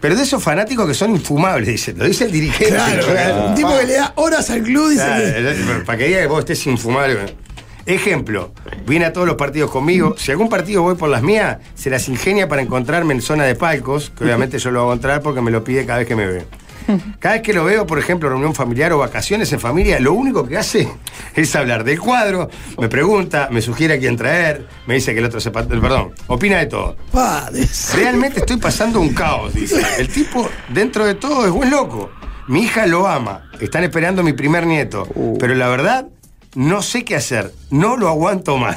Pero de esos fanáticos que son infumables, dice. Lo dice el dirigente. Claro, Ah. un tipo que le da horas al club dice Claro, que- el- Para que diga que vos estés infumable. Ejemplo, viene a todos los partidos conmigo. Si algún partido voy por las mías, se las ingenia para encontrarme en zona de palcos, que obviamente yo lo hago entrar porque me lo pide cada vez que me ve. Cada vez que lo veo, por ejemplo, reunión familiar o vacaciones en familia, lo único que hace es hablar del cuadro, me pregunta, me sugiere a quién traer, me dice que el otro se... pa- Perdón, opina de todo. Realmente estoy pasando un caos, dice. El tipo, dentro de todo, es buen loco. Mi hija lo ama. Están esperando mi primer nieto. Uh. Pero la verdad, no sé qué hacer. No lo aguanto más.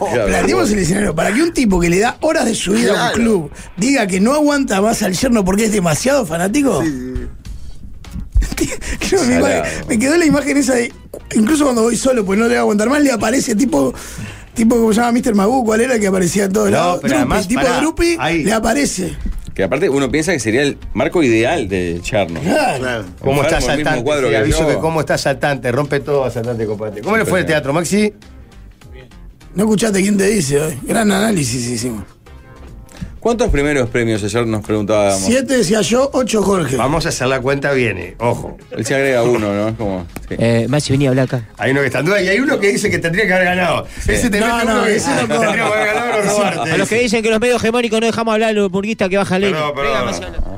Pará, planteemos el escenario. Para que un tipo que le da horas de su vida a un Claro. club diga que no aguanta más al yerno porque es demasiado fanático. Creo que me, Salado. imag- me quedó la imagen esa de. Incluso cuando voy solo, pues no le voy a aguantar más, le aparece tipo. Tipo como se llama Mr. Magoo, ¿cuál era? Que aparecía en todos No, lados. pero Drupi, además, tipo pará, de Drupi, ahí. le aparece. Que aparte uno piensa que sería el marco ideal de Charno. Claro. ¿Cómo Enfermo, el está mismo saltante? cuadro Sí, que aviso yo. que cómo está saltante. Rompe todo asaltante, compadre. ¿Cómo le fue el teatro, Maxi? No escuchaste quién te dice hoy. Gran análisis hicimos. ¿Cuántos primeros premios ayer nos preguntábamos? Siete decía yo, ocho Jorge. Vamos a hacer la cuenta, viene. Ojo. Él se agrega uno, ¿no? Es como. sí. Eh, Maxi venía a hablar acá. Hay uno que está en duda y hay uno que dice que tendría que haber ganado. Ese te mete uno que dice que tendría que haber ganado pero robarte. A los que dicen que los medios hegemónicos no dejamos hablar a los burguistas que bajan ley.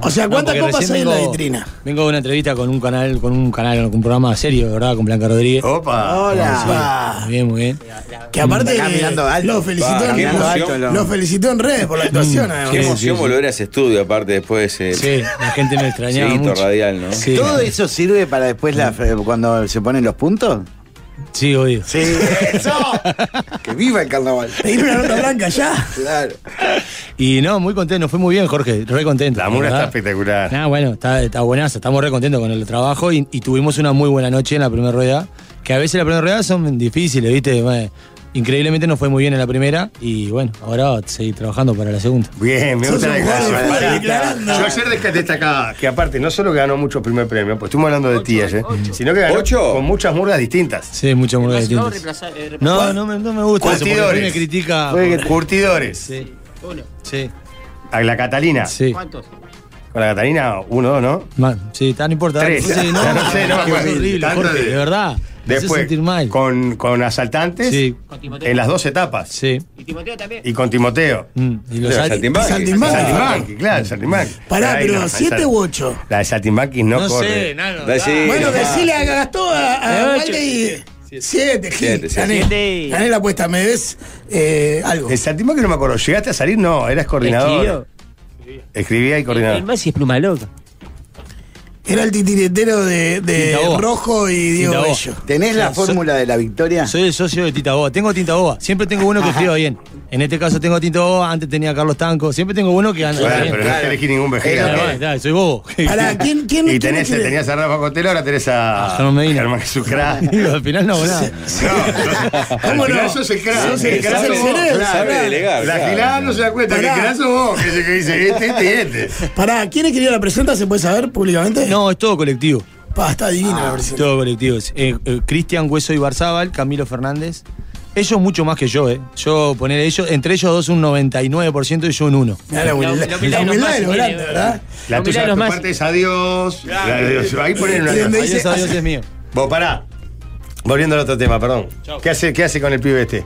O sea, ¿cuántas porque copas recién hay en la vengo- vitrina? Vengo de una entrevista con un canal, con un canal, con un programa serio, ¿verdad? Con Blanca Rodríguez. Opa. Hola. Muy bien, muy bien. Que aparte eh, Está mirando alto. lo felicitó, Va, qué en, emoción. lo felicitó en redes por la actuación, además. Mm, Qué emoción volver a ese estudio, aparte, después de ese. Sí, la gente me extrañaba mucho. radial, ¿no? ¿Todo eso sirve para después la, cuando se ponen los puntos? Sí, obvio. Sí, eso. que viva el carnaval. Pedir una nota blanca ya. Claro. Y no, muy contento, fue muy bien, Jorge, re contento. La mula está espectacular. Ah, bueno, está, está buenazo, estamos re contentos con el trabajo y, y tuvimos una muy buena noche en la primera rueda, que a veces las primeras ruedas son difíciles, ¿viste? Bueno, increíblemente nos fue muy bien en la primera y bueno, ahora va a seguir trabajando para la segunda. Bien, me gusta la declaración. declaración. Yo ayer desca- destacaba que aparte no solo que ganó muchos primeros premios, pues estuvimos hablando de ti ayer, sino que ganó con muchas murgas distintas. Sí, muchas murgas distintas. No, no me, no me gusta eso, porque Curtidores. me critica. Fue que- Curtidores. Sí. Sí. A la Catalina. Sí. ¿Cuántos? Con la Catalina, uno, dos, ¿no? Man, sí, tan importante. Tres. Sí, Ya no sé, no me qué acuerdo. horrible, Tanto Jorge, de- de verdad. Me hace Después, Con, con asaltantes Sí. Con Timoteo. en las dos etapas. Sí. Mm, Y Timoteo también. Y con Timoteo. y los Sal- Saltimbanqui. Saltimbanqui. Saltimbanqui, claro, Saltimbanqui. Pará, Ay, pero no, ¿siete esa- u ocho? La de Saltimbanqui no, No sé, corre. nano, Da- sí, bueno, no. decirle a Gastó a, a Ocho. Valde y. Siete, Siete, Gil. siete. Gané. Gané la apuesta, me ves eh, algo. El Saltimbanqui no me acuerdo. ¿Llegaste a salir? No, eras coordinador. Escribía y coordinador. El Maxi es pluma loca. Era el titiretero de, de Tita Boa. Rojo y Diego Tita Boa. Bello. ¿Tenés la fórmula de la victoria? Soy el socio de Tita Boa. Tengo Tinta Boa. Siempre tengo uno que escriba bien. En este caso tengo a Tinta Boa. Antes tenía a Carlos Tanco. Siempre tengo uno que anda Claro, bien. pero no hay que elegir ningún vejero. Claro, bueno, claro, soy bobo. y tenés, tenías a Rafa Cotelo, ahora tenés a, Germán Jesús Cra. Digo, al final no, nada. ¿Cómo no? Eso es el crack. Sos el El crack crack sos del vos. cerebro, Claro. sabe delegar, La claro. gilada Ah, no se da cuenta. Que el Pará. crack sos vos. Que es el que dice este, este y este. Pará, ¿quién escribió la presenta? ¿Se puede saber públicamente? No, es todo colectivo. Ah, Pa, está divina la presenta. Todo colectivos. Eh, eh, Cristian Hueso y Barzábal, Camilo Fernández. Ellos mucho más que yo, ¿eh? Yo poner ellos, entre ellos dos un 99% y yo un 1. Mirá la humildad- La humildad la humildad de los de los grandes, grandes, ¿verdad? La tuya de tu parte es adiós. La de Dios. Ahí ponen una. Donde dice- Adiós, adiós, es mío. Vos pará. Volviendo al otro tema, perdón. ¿Qué hace, ¿Qué hace con el pibe este?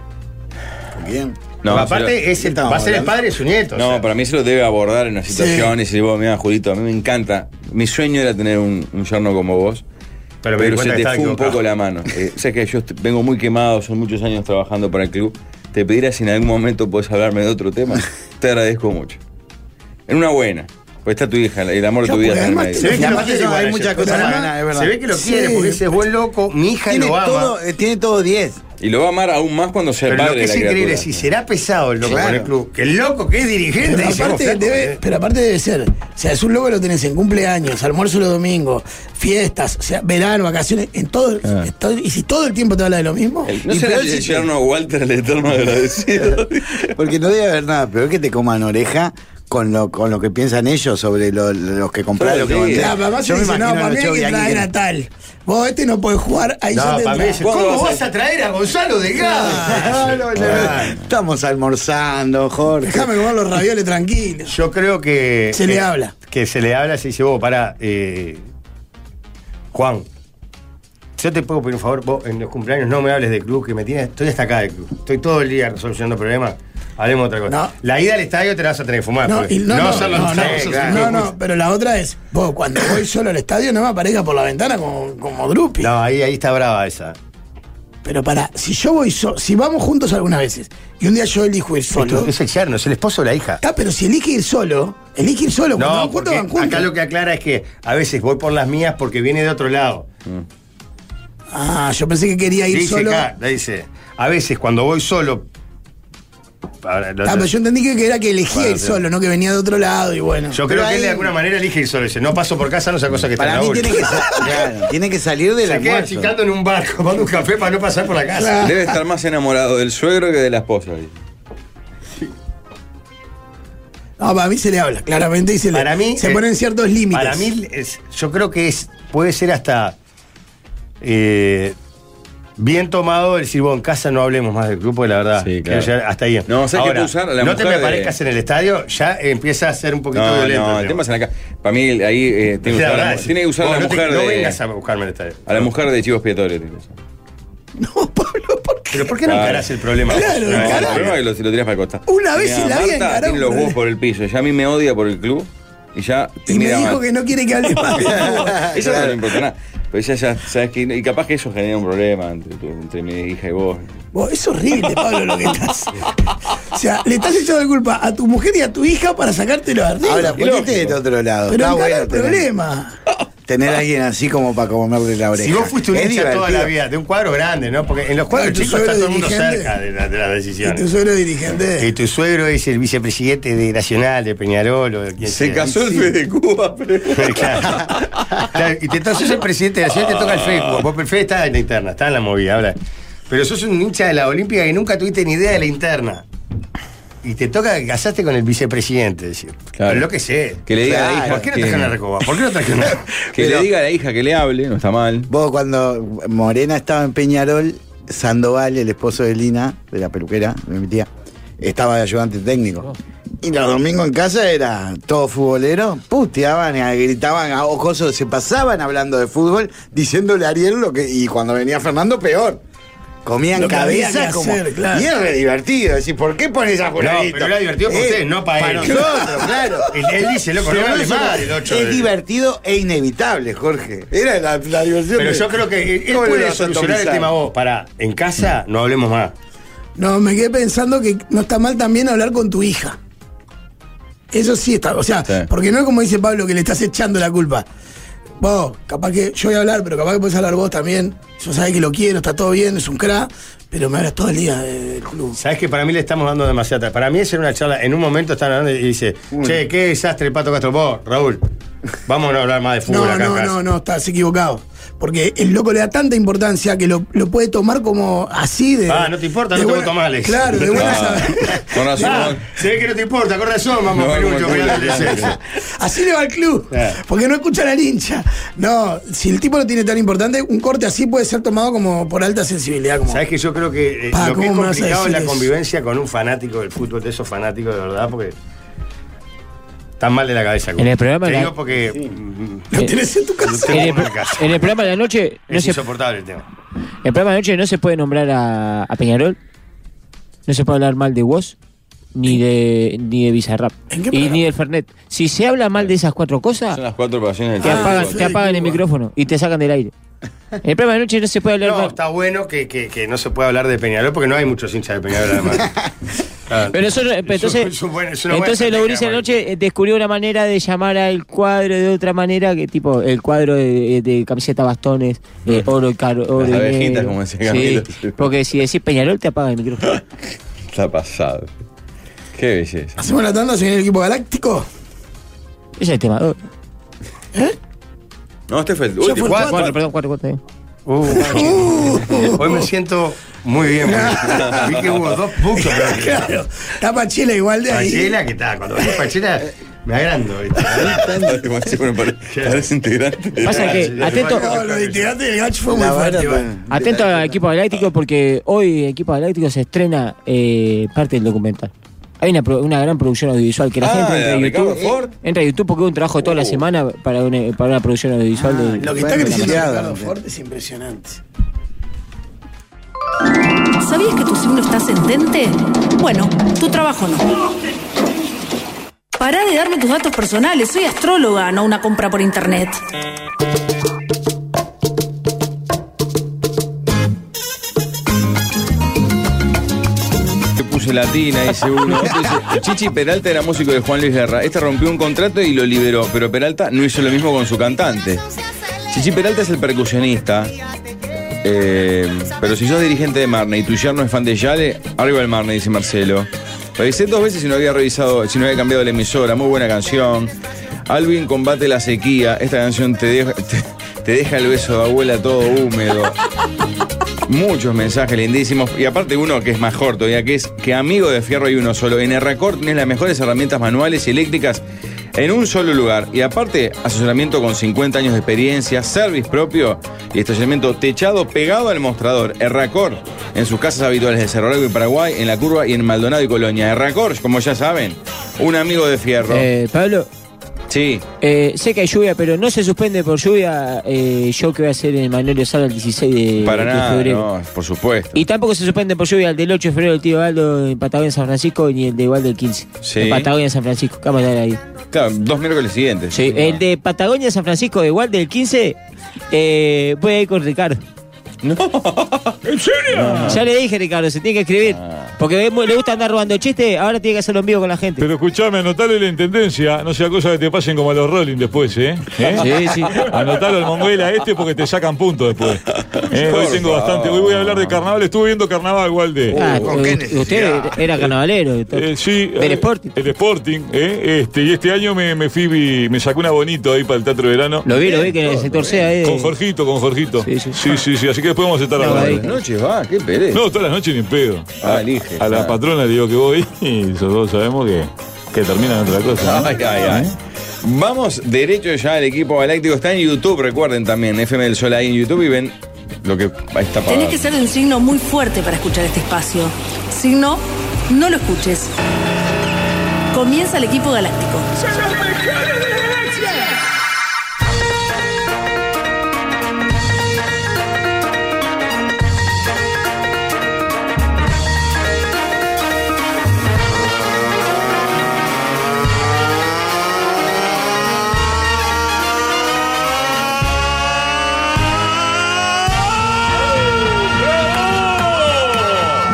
¿Con quién? No, aparte, se lo- es el- va a ser el padre de su nieto. No, para mí se lo debe abordar en una situación y decir, vos, mira, Julito, a mí me encanta. Mi sueño era tener un, un yerno como vos. Pero Pero, se me di cuenta que te estaba fue un equivocado. poco la mano. Eh, sé que yo est- vengo muy quemado, son muchos años trabajando para el club. Te pediría si en algún momento podés hablarme de otro tema. Te agradezco mucho. En una buena. Pues está tu hija, el amor de tu vida está en el medio. Se ve que lo quiere igual a ella. Pero además, Se ve que lo quiere porque ese buen loco, mi hija Tiene lo ama. todo- tiene todo 10. Y lo va a amar aún más cuando sea Pero lo padre que de la es increíble, criatura. si será pesado el loco Claro. con el club, que el loco que es dirigente Pero dice, aparte, "Vos, flaco, debe, eh". pero aparte debe ser, o sea, es un logo lo tenés en cumpleaños, almuerzo los domingos, fiestas, o sea, verano, vacaciones, en todo, Ah. en todo- y si todo el tiempo te habla de lo mismo, ¿No y será peor el si- yerno a Walter el eterno agradecido? Porque no debe haber nada peor que te coman oreja con lo, con lo que piensan ellos sobre lo- los que compraron, lo que Sí. vendés. La mamá te Yo me dice, no, imagino a para mí los hay que chovis traer a aquí tal. Vos este no podés jugar, ahí No, ya te pa' mí, entra. Ah, ¿Cómo vas a traer a Gonzalo Delgado? que- Estamos almorzando, Jorge. Déjame comer los ravioles tranquilos. Yo creo que. Se le que- habla. Que se le habla, se dice, vos, pará, eh, Juan, yo te puedo pedir un favor, vos en los cumpleaños no me hables de club, que me tienes. Estoy hasta acá de club. Estoy todo el día solucionando problemas. Hablemos de otra cosa. No. La ida al estadio te la vas a tener que fumar. No, porque y no, no, hacer los- no, no, Sí, claro. no, no, pero la otra es, vos cuando voy solo al estadio no me aparezca por la ventana como, como Drupi. No, ahí, ahí está brava esa. Pero para, si yo voy solo, si vamos juntos algunas veces, y un día yo elijo ir solo. Esto es el yerno, es el esposo de la hija. Está, pero si elige ir solo, elige ir solo, cuando No, van juntos porque van juntos. acá lo que aclara es que a veces voy por las mías porque viene de otro lado. Ah, yo pensé que quería ir dice solo. acá, dice, a veces cuando voy solo. Ahora, lo- Ah, pero yo entendí que era que elegía Bueno, ir sí. solo, no que venía de otro lado y bueno. Yo creo que él de alguna manera elige ir solo. Dice, no paso por casa, no sé cosa que está Para en mí la tiene bolsa. que, sa- claro, tiene que salir del Se queda almuerzo. chicando en un barco, tomando un café para no pasar por la casa. Debe estar más enamorado del suegro que de la esposa. dice. No, para mí se le habla, claramente, y se le- Para mí, se eh, ponen ciertos límites. Para mí, es- yo creo que es, puede ser hasta eh, bien tomado el decir, "Bueno, en casa no hablemos más del grupo, la verdad. Sí, Quiero claro. llegar hasta ahí. No, ¿sabes qué puedo usar? La no te mujer me de- aparezcas en el estadio, ya empieza a ser un poquito No, violento. no, el tema es en la casa. Para mí, ahí eh, tiene, que La usar verdad la, es- tiene que usar vos a la no te- mujer No de. vengas a buscarme en el estadio. A la mujer de Chivos Pietores. tiene que usar. Pero ¿por qué no Ah. encarás el problema? Claro, vos? No, encará. el problema es que lo, si lo tiras para el costado. Una vez Mira, en la vida Marta encará un tiene los huevos problema. por el piso. Ya a mí me odia por el club y ya te Y me mira dijo mal. que no quiere que hable más. Eso no le importa nada. Pero ella ya sabes que. Y capaz que eso genera un problema entre, tu- entre mi hija y vos. Vos, es horrible, Pablo, lo que estás. O sea, le estás echando la culpa a tu mujer y a tu hija para sacártelo de arriba. Ahora, pero ponete del otro lado. Está encara bueno el tener, problema. tener a alguien así como para comerle la oreja. Si vos fuiste un Es hincha toda divertido. la vida, de un cuadro grande, ¿no? Porque en los cuadros Claro, tu chicos está suegro todo el mundo dirigente. cerca de, la- de las Y tu decisiones. suegro dirigente. Y tu suegro es el vicepresidente de Nacional, de Peñarol o de quien Se sea. casó el fe de Cuba, pero. Claro. Claro, y te, entonces el presidente de la ciudad te toca el FE. Vos, el FE está en la interna, está en la movida. Ahora. Pero sos un hincha de la Olimpia y nunca tuviste ni idea de la interna. Y te toca que casaste con el vicepresidente. Decir. Claro. Pero lo que sé. Que le diga a la hija ¿Por qué no que- trajeron a Recoba? ¿Por qué no trajeron a Que Pero- le diga a la hija que le hable, no está mal. Vos cuando Morena estaba en Peñarol, Sandoval, el esposo de Lina, de la peluquera, de mi tía, estaba de ayudante técnico. Y los domingos en casa era todo futbolero, puteaban, eh, gritaban a ojosos, se pasaban hablando de fútbol, diciéndole a Ariel lo que. Y cuando venía Fernando, peor. Comían Lo que había cabeza que como. hacer, claro. Y es re divertido. Decir, ¿por qué pones a fulanito? No, pero era divertido para Eh, ustedes, no para, él. nosotros, claro. Él, él dice, loco, no Pero me hables nosotros- mal, el ocho es de- divertido e inevitable, Jorge. Era la, la diversión. Pero de- yo creo que él él ¿Cómo le puede vas a solucionar el atomizar? tema vos. Pará, en casa no hablemos más. No, me quedé pensando que no está mal también hablar con tu hija. Eso sí está, o sea, Sí. porque no es como dice Pablo que le estás echando la culpa. Vos, capaz que yo voy a hablar, pero capaz que podés hablar vos también. Yo sabés que lo quiero, está todo bien, es un cra, pero me hablas todo el día eh. del club. Sabes que para mí le estamos dando demasiada. Para mí es en una charla. En un momento están hablando y dice, che, qué desastre el pato Castro. Vos, Raúl, vamos a no hablar más de fútbol No, acá. no, en casa. no, no, estás equivocado. Porque el loco le da tanta importancia que lo, lo puede tomar como así de. Ah, no te importa, de no te buena- voto mal, le dice. Claro, de buenas Ah, con razón. Ah, se ve que no te importa, con razón, vamos No, a no, pelucho, no, mirá, no, le no, dice. no. Así le va al club, Claro. porque no escuchan al hincha. No, si el tipo lo tiene tan importante, un corte así puede ser tomado como por alta sensibilidad. Como, Sabes que yo creo que eh, Pa, lo que es ¿cómo me vas a complicado es decir la eso? convivencia con un fanático del fútbol, de esos fanáticos de verdad, porque están mal de la cabeza. En el programa Te la- digo porque mm, lo tenés en tu lo casa. tengo En el, en la casa. en el programa de la noche no es se, insoportable el tema. el programa de la noche no se puede nombrar a, a Peñarol. No se puede hablar mal de vos ni de ni de Bizarrap ¿En qué y programa? ni del Fernet. Si se habla mal de esas cuatro cosas, Son las cuatro pasiones te del Ah, apagan, sí, te apagan el Cuba. micrófono y te sacan del aire. En el programa de la noche no se puede hablar No, mal. está bueno que, que- que no se pueda hablar de Peñarol porque no hay muchos hinchas de Peñarol además. Pero nosotros, pero Eso- entonces, eso es bueno, es una buena entonces estrategia, los gurises bueno. anoche eh, descubrió una manera de llamar al cuadro de otra manera, que tipo el cuadro de, eh, de camiseta bastones, eh, oro y caro, oro Las y abejitas, negro. como decía Sí, Camilo. porque si decís Peñarol te apaga el micrófono. Está pasado. Qué belleza. ¿Hacemos la tanda? ¿Se viene el equipo galáctico? Ese es el tema. oh, dos. No, este fue el Ya fue último. el Ah, ¿Cuál? Cuatro, perdón, cuatro, cuatro. eh. Hoy me siento muy bien. porque Vi que hubo dos bucos. ¿no? Claro. Está Pachela igual de ahí. Pachela, ¿qué tal? Cuando veo Pachela, me agrando. ¿viste? Ahí está. Bueno, pare- Parece integrante. de- Pasa que, atento, No, lo de integrante del gacho fue muy fuerte, igual. atento al equipo galáctico, porque hoy equipo galáctico se estrena eh, parte del documental. Hay una, pro- una gran producción audiovisual que la Ah, gente entra a de Ricardo YouTube. Ford. Entra a YouTube porque hubo un trabajo toda la Oh. semana para una, para una producción audiovisual. Ah, de- Lo que Bueno, está creciendo demasiado, Ricardo hombre. Ford es impresionante. ¿Sabías que tu signo está ascendente? Bueno, tu trabajo no. Pará de darme tus datos personales, soy astróloga, no una compra por internet. Te puse latina, dice uno. Otro dice, Chichi Peralta era músico de Juan Luis Guerra. Este rompió un contrato y lo liberó, pero Peralta no hizo lo mismo con su cantante. Chichi Peralta es el percusionista. eh, pero si sos dirigente de Marne y tu yerno es fan de Yale, arriba el Marne, dice Marcelo. Revisé dos veces si no había revisado, si no había cambiado la emisora, muy buena canción. Alvin combate la sequía. Esta canción te deja, te- te deja el beso de abuela todo húmedo. Muchos mensajes lindísimos. Y aparte uno que es mejor todavía, que es que amigo de fierro hay uno solo. En Erracor tenés las mejores herramientas manuales y eléctricas en un solo lugar. Y aparte, asesoramiento con 50 años de experiencia, service propio y estacionamiento techado pegado al mostrador. Erracor, en sus casas habituales de Cerro Largo y Paraguay, en La Curva y en Maldonado y Colonia. Erracor, como ya saben, un amigo de fierro. Eh, Pablo, Sí. eh, sé que hay lluvia, pero no se suspende por lluvia eh, yo que voy a hacer en Manuel Sala el 16 de, Para de nada, febrero. no, por supuesto. Y tampoco se suspende por lluvia el del 8 de febrero del tío Aldo en Patagonia San Francisco ni el de Valdo el 15. Sí. En Patagonia San Francisco, vamos a dar ahí. Claro, dos miércoles siguientes. Sí, No. el de Patagonia San Francisco de Waldo el 15, eh, voy a ir con Ricardo. Ya le dije, Ricardo, se tiene que escribir. Ah. Porque es muy- le gusta andar robando chistes, ahora tiene que hacerlo en vivo con la gente. Pero escuchame, anotale la intendencia, no sea cosa que te pasen como a los Rolling después, ¿eh? ¿Eh? Sí, sí. Anotalo al Monguela este porque te sacan puntos después. ¿Eh? Hoy Por tengo favor. bastante, hoy voy a hablar de carnaval, estuve viendo carnaval Walde. Ah, ¿con qué u- necesidad? usted era carnavalero. y todo. Eh, sí, Del eh, Sporting. El Sporting, ¿eh? Este, y este año me, me fui, vi- me sacó una bonito ahí para el Teatro Verano. Lo vi, lo vi que se torcea ahí. Con Jorgito, con Jorgito. Sí, Sí, sí. sí, sí. así que después vamos a estar No, hablando. ahí. Noches va, qué pereza. No, todas las noches ni en pedo. Ah, elige, A la claro. patrona le digo que voy y nosotros sabemos que, que termina en otra cosa. ¿no? Ay, ay, ay. Vamos derecho ya al equipo galáctico. Está en YouTube, recuerden también, FM del Sol ahí en YouTube y ven lo que está Tenés pasando. que ser de un signo muy fuerte para escuchar este espacio. Signo, no lo escuches. Comienza el equipo galáctico.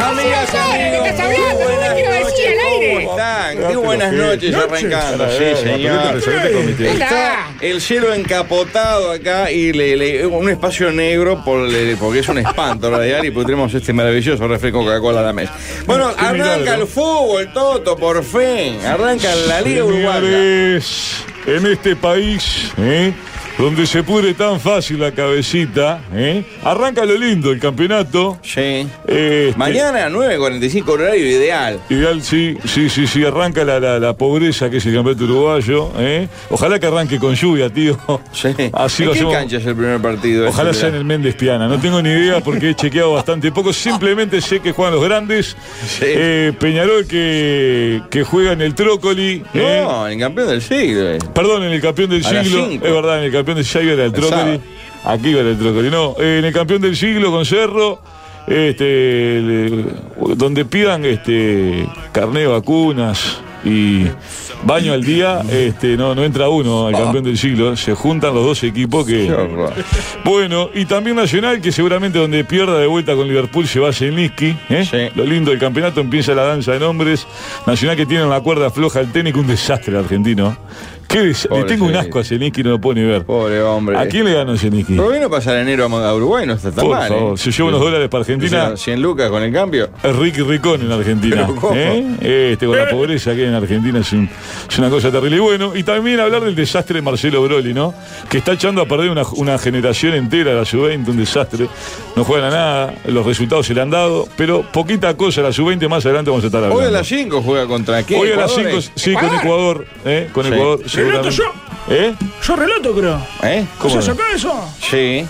啊 Amigas, amigos, muy buenas noches, ¿cómo están? Qué buenas noches, arrancando. Sí, señor. Está el cielo encapotado acá y le- le- un espacio negro por- le- porque es un espanto radial y pues tenemos este maravilloso refresco Coca-Cola a la mesa. Bueno, arranca el fútbol, Toto, por fin. Arranca la Liga Uruguaya. Señores, en este país, ¿eh? donde se pudre tan fácil la cabecita, ¿eh? arranca lo lindo el campeonato. Sí. Este, Mañana 9.45 horario ideal. Ideal, sí, sí, sí, sí, arranca la, la- la pobreza que es el campeonato uruguayo. ¿eh? Ojalá que arranque con lluvia, tío. Sí. Así ¿En lo qué hacemos. cancha es el primer partido? este Ojalá Ese, sea en el Méndez Piana, no tengo ni idea porque he chequeado bastante poco, simplemente sé que juegan los grandes. Sí. Eh, Peñarol que, que juega en el Trócoli. ¿eh? No, en campeón del siglo. eh. Perdón, en el campeón del A las siglo. Es cinco. verdad, en el campeón del siglo era el Trócoli. sábado. Aquí era el Trócoli. No, eh, en el campeón del siglo con Cerro. Este, el, eh, donde pidan este, carné de vacunas, y baño al día, este, no, no entra uno Ah. al campeón del siglo, se juntan los dos equipos que. Bueno, y también Nacional, que seguramente donde pierda de vuelta con Liverpool se va a Zelensky. ¿eh? Lo lindo del campeonato empieza la danza de nombres. Nacional que tiene en la cuerda floja el técnico, un desastre argentino. Qué des- Pobre Le tengo un Zelensky. asco a Zelensky, no lo puedo ni ver. Pobre hombre. ¿A quién le ganó Zelensky? ¿Por qué no pasar enero a a Uruguay? No está tan Por mal. ¿eh? favor, se lleva unos dólares para Argentina. 100 lucas con el cambio. Es Ricky Ricón en Argentina. Pero ¿cómo? ¿eh? Este, con la pobreza que hay en Argentina es, un- es una cosa terrible. Y bueno, y también hablar del desastre de Marcelo Broli, ¿no? Que está echando a perder una, una generación entera, la sub-20, un desastre. No juegan a nada, los resultados se le han dado, pero poquita cosa, la sub-20 más adelante vamos a estar hablando. Hoy a las 5 juega contra quién? Hoy a las ¿Ecuador, 5, eh? sí, con Ecuador, ¿eh? Con Sí. Ecuador, seguramente. Renato, yo- ¿Eh? Yo relato, creo. ¿Eh? ¿Cómo ¿Cómo? se sacó eso? Sí.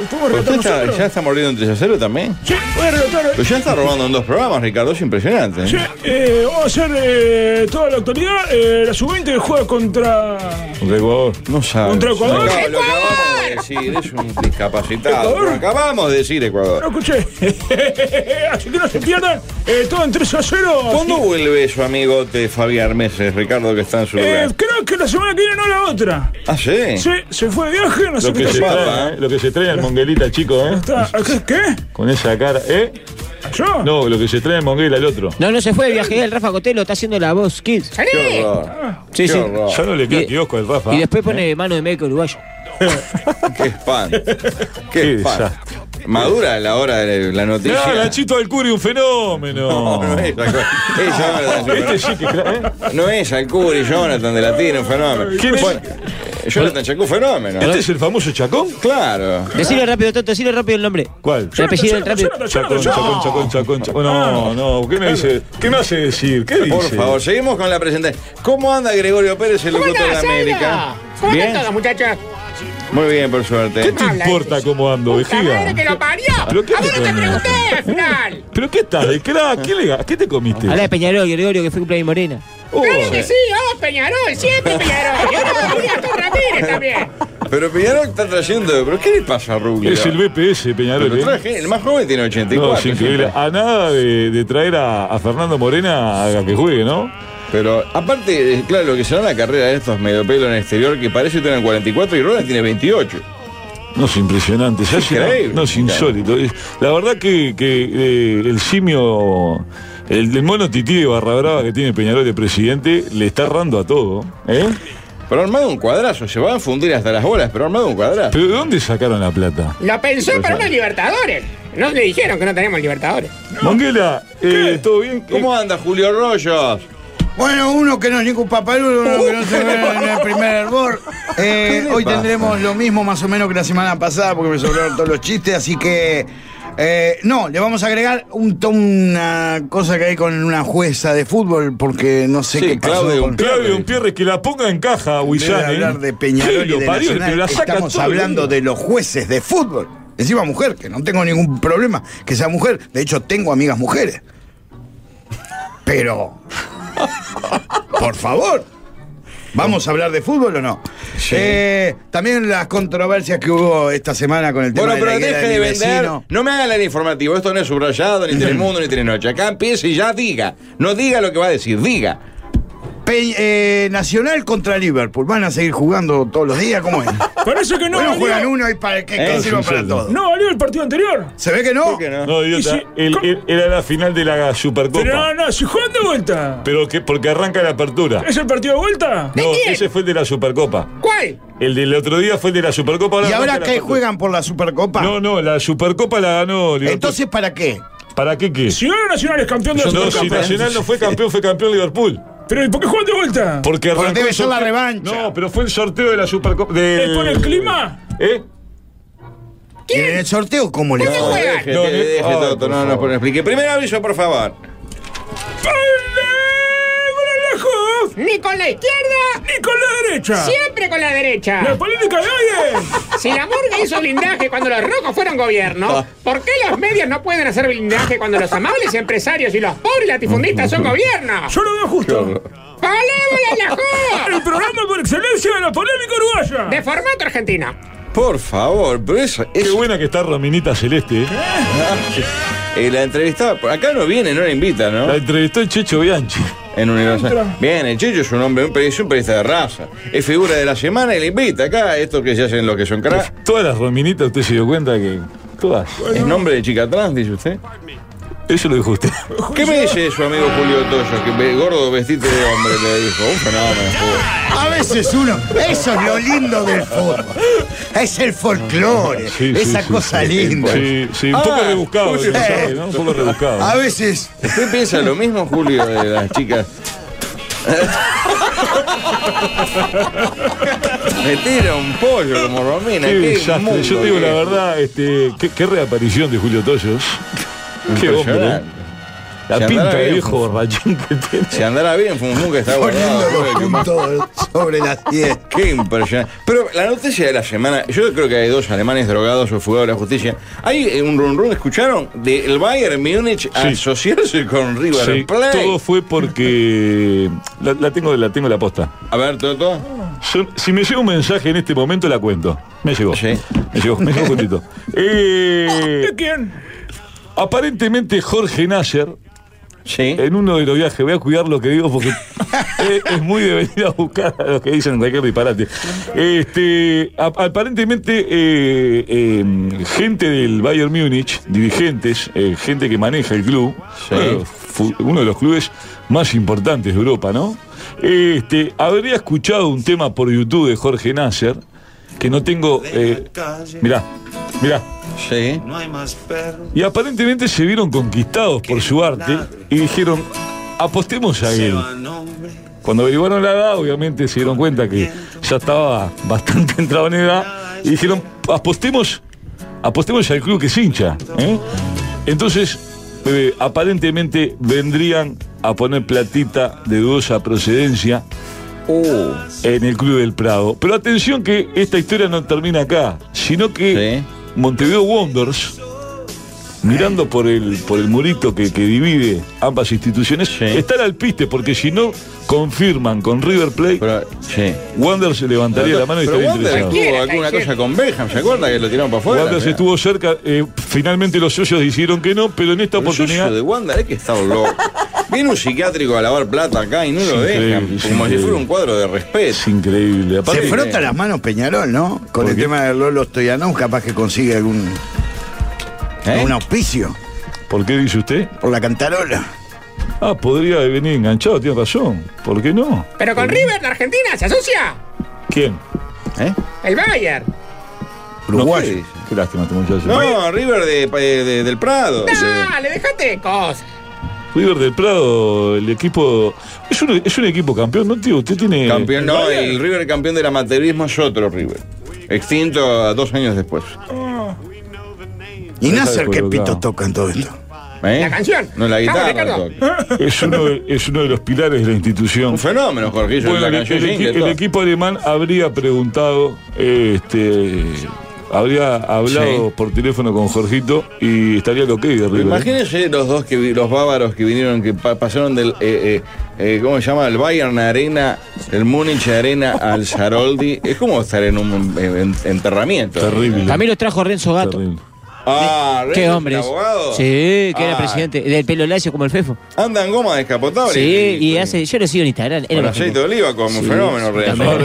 ¿Estamos ¿Usted relatando está- nosotros? ya está mordiendo entre 3 a 0 también? Sí, voy a relatar. Pero ya está robando en dos programas, Ricardo, es impresionante. ¿eh? Sí, eh, vamos a hacer eh, toda la actualidad. Eh, la sub-20 juega contra. Contra Ecuador. No sabe. Contra Ecuador. Lo, acab- lo acabamos de decir, es un discapacitado. Ecuador. Lo acabamos de decir, No Ecuador. escuché. Así que no se pierdan. eh, todo en 3 a 0. ¿Cuándo vuelve su amigo de Fabián Meses, Ricardo, que está en su Eh, lugar? creo que la semana que viene no la otra. Ah, sí. Sí, se fue de viaje, no sé Lo qué que, se está haciendo. trae, ¿eh? lo que se trae el monguelita, chico, ¿eh? Está- ¿Qué? ¿Qué? Con esa cara, ¿eh? ¿Yo? No, lo que se trae el monguela, el otro. No, no se fue de viaje, el Rafa Cotelo está haciendo la voz, Kids. Qué horror. Eh. Sí, sí. Ya no le queda kiosco al Rafa. Y después pone mano de médico uruguayo. Qué espanto. Qué espanto. Madura la hora de la noticia. No, Nachito del Curi, un fenómeno. No, no es Alcuri. Es Jonathan, Este sí que cla- No es Alcuri, Jonathan de Latino, un fenómeno. ¿Quién es? Bueno, eh, Jonathan Chacón, fenómeno. ¿Este es el famoso Chacón? Claro. Decirle rápido, Toto, decirle rápido el nombre. ¿Cuál? El apellido del rápido. Chacón, Chacón, Chacón, Chacón, Chacón. Ah. No, no, ¿qué me dice? ¿Qué me hace decir? ¿Qué dice? Por favor, seguimos con la presentación. ¿Cómo anda Gregorio Pérez, el locutor de América? ¿Cómo Bien. están todos, muchachos? Muy bien, por suerte. ¿Qué te importa cómo ando, Pues ¡La madre vejiga? que lo parió! ¿Pero qué ¡A vos no te te- pregunté al final! ¿Pero qué estás de crack? ¿Qué, le- ¿Qué te comiste? Habla de Peñarol, Gregorio, que fue cumpleaños de Morena. Oh, ¡Claro eh. que sí! ¡Vamos, Peñarol! ¡Siempre Peñarol! ¡Y ahora Julián Ramírez también! Pero Peñarol está trayendo. ¿Pero qué le pasa a Rubio? Es el BPS, Peñarol. Pero ¿eh? traje- el más joven tiene 84. No, es increíble. A nada de, de traer a, a Fernando Morena a que juegue, ¿no? Pero aparte, eh, claro, lo que será la carrera de estos mediopelos en el exterior, que parece que tienen 44 y Roland tiene 28. No, es impresionante. se hace una- Increíble. no, es insólito. Es- La verdad que, que, eh, el simio, el, el mono tití de barra brava que tiene Peñarol de presidente, le está errando a todo. ¿eh? Pero armado un cuadrazo, se van a fundir hasta las bolas, pero armado un cuadrazo. ¿Pero de dónde sacaron la plata? Lo Pues pensó para unos libertadores. No le dijeron que no tenemos libertadores. Monguela, eh, ¿todo bien? ¿Cómo anda Julio Rollos? Bueno, uno que no es ningún papalulo, uno que no se ve en el primer hervor. Eh, hoy tendremos lo mismo más o menos que la semana pasada porque me sobraron todos los chistes, así que... eh, no, le vamos a agregar un, to- una cosa que hay con una jueza de fútbol porque no sé qué pasó. con- Claudio Umpierre, que la ponga en caja a ¿eh? En vez de ¿eh? Huizán. hablar de Peñarol y de Nacional, estamos hablando de los jueces de fútbol. Encima mujer, que no tengo ningún problema que sea mujer. De hecho, tengo amigas mujeres. Pero, por favor, ¿vamos a hablar de fútbol o no? Eh, también las controversias que hubo esta semana con el tema Bueno, de la pero higuera deje mi de vender. vecino. No me hagan el informativo. Esto no es subrayado, ni Telemundo, ni Telenoche. Acá empiece y ya diga. No diga lo que va a decir, diga. Pe- eh, Nacional contra Liverpool. ¿Van a seguir jugando todos los días? ¿Cómo es? Parece que no. Bueno, valió. juegan uno y para que, que Eh, sirva sí, para sí. todos. No valió el partido anterior. ¿Se ve que no? No, idiota, el- el- era la final de la Supercopa. Pero no, no, si juegan de vuelta. Pero que, porque arranca la apertura. ¿Es el partido de vuelta? No, ese fue el de la Supercopa. ¿Cuál? El del otro día fue el de la Supercopa. ¿Y ahora arranca la qué Supercopa. juegan por la Supercopa? No, no, la Supercopa la ganó Liverpool. Entonces, ¿para qué? ¿Para qué qué? Si ahora Nacional es campeón de la No, si Supercopa. Nacional no fue campeón, fue campeón Liverpool. Pero ¿y por qué juegan de vuelta? Porque arrancó debe el ser la sorteo- revancha. No, pero fue el sorteo de la Supercopa. del- ¿Es por el clima? ¿Eh? ¿Y en el sorteo cómo le No, fue? deje, No, no, deje, deje, ay, Toto, por no, no, favor. no explique. Primer aviso, por favor. ¡Lejos! ¡Ni con la izquierda! ¡Ni con la derecha! ¡Siempre con la derecha! ¡La política de hoy Si la murga hizo blindaje cuando los rojos fueron gobierno, ¿por qué los medios no pueden hacer blindaje cuando los amables empresarios y los pobres latifundistas son gobierno? Yo lo veo justo. ¡Palévola la El programa por excelencia de la polémica uruguaya. De formato argentino. Por favor, pero eso es. Qué buena que está Raminita Celeste. ¿eh? Eh, la entrevistada, por acá no viene, no la invita, ¿no? La entrevistó el Checho Bianchi. en Universal. Entra. Bien, el Checho es un hombre, un periodista, un periodista de raza. Es figura de la semana y le invita acá, estos que se hacen lo que son crack. Todas las rominitas, usted se dio cuenta que. Todas. ¿Es nombre de chica trans, dice usted? Eso lo dijo usted. ¿Qué me dice su amigo Julio Toyo? Que ve- gordo vestite de hombre, le dijo. Un fenómeno. A veces uno, eso es lo lindo del fútbol. Es el folclore, Sí, sí, esa sí, cosa sí. pues. linda. Ah, Sí, sí, Ah, un poco rebuscado, Julio. ¿sabes, no? Un poco rebuscado. A veces. ¿Usted piensa lo mismo, Julio, de las chicas? Me tira un pollo como Romina. Qué qué desastre. inmundo Yo te digo que la es. verdad, este, qué, qué reaparición de Julio Toyos. Qué Impresionante. hombre. ¿eh? La Se pinta andará de bien, viejo borrachín que tiene. Si andará bien, fue un que está guardado. sobre las 10. Qué impresionante. Pero la noticia de la semana, yo creo que hay dos alemanes drogados o fugados de la justicia. Hay eh, un run run, ¿escucharon? Del Bayern Múnich a Sí. asociarse con River Sí, Plate. todo fue porque. La, la tengo, la tengo la posta. A ver, Toto. Yo- si me llega un mensaje en este momento, la cuento. Me llegó. Me llegó, me llegó justito. Eh, Aparentemente, Jorge Nasser. En uno de los viajes, voy a cuidar lo que digo porque es, es muy de venir a buscar a los que dicen cualquier disparate. Este, ap- aparentemente, eh, eh, gente del Bayern Múnich, dirigentes, eh, gente que maneja el club, uno de los fu- uno de los clubes más importantes de Europa, ¿no? Este, habría escuchado un tema por YouTube de Jorge Nasser, que no tengo. eh, mirá, mirá. Sí. No hay más perros. Y aparentemente se vieron conquistados por su arte y dijeron, apostemos a él. Cuando averiguaron la edad, obviamente se dieron cuenta que ya estaba bastante entrado en edad y dijeron, apostemos, apostemos al club que es hincha. ¿eh?". Entonces, eh, aparentemente vendrían a poner platita de dudosa procedencia Oh. en el Club del Prado. Pero atención que esta historia no termina acá, sino que Montevideo Wonders, mirando por el, por el murito que, que divide ambas instituciones, están al piste, porque si no confirman con River Plate, Wander se levantaría la mano y Pero estaría Wander interesado. tuvo alguna cosa con Beckham, ¿se acuerda? Que lo tiraron para afuera. Wander se mirá. estuvo cerca, eh, finalmente los socios dijeron que no, pero en esta Los socios oportunidad... de Wander hay que estar loco. Viene un psiquiátrico a lavar plata acá y no lo Es increíble, dejan. es Como si increíble. fuera un cuadro de respeto. Es increíble. Se frota las manos Peñarol, ¿no? Con el tema de Lolo Stoyanov, capaz que consigue algún. ¿Eh? algún auspicio. ¿Por qué dice usted? Por la cantarola. Ah, podría venir enganchado, tiene razón. ¿Por qué no? Pero con River de Argentina se asocia ¿Quién? el Bayern. Uruguayo. Qué lástima este muchacho. No, River de, de- de- del Ah, Prado. Dale, dejate de cosas. River del Prado, el equipo. Es un, es un equipo campeón, ¿no, tío? Usted tiene. Campeón, no, el River campeón del amateurismo es otro River. Extinto a dos años después. Ah. Y Nasser, ¿qué descolocado. pito toca en todo esto? ¿Eh? La canción. No, la Vamos, guitarra. Ricardo. toca. Es uno, de, es uno de los pilares de la institución. Un fenómeno, Jorgillo, Bueno, la el, canción el jingle, equi- el todo. equipo alemán habría preguntado, este. Habría hablado Sí. por teléfono con Jorgito y estaría lo que de River. ¿eh? Imagínense los dos que vi- los bávaros que vinieron, que pa- pasaron del eh, eh, eh, ¿cómo se llama? El Bayern Arena, el Múnich Arena al Saroldi. Es como estar en un eh, en- enterramiento. Terrible. También lo trajo Renzo Gato. Ah, Renzo, Qué el hombre. es. abogado. Sí, que era Ah. presidente. Del pelo lacio como el Fefo. Anda en goma descapotable. Sí, y hace. Yo lo sigo en Instagram. era Con una aceite genia. de oliva como un Sí, fenómeno real. Qué mal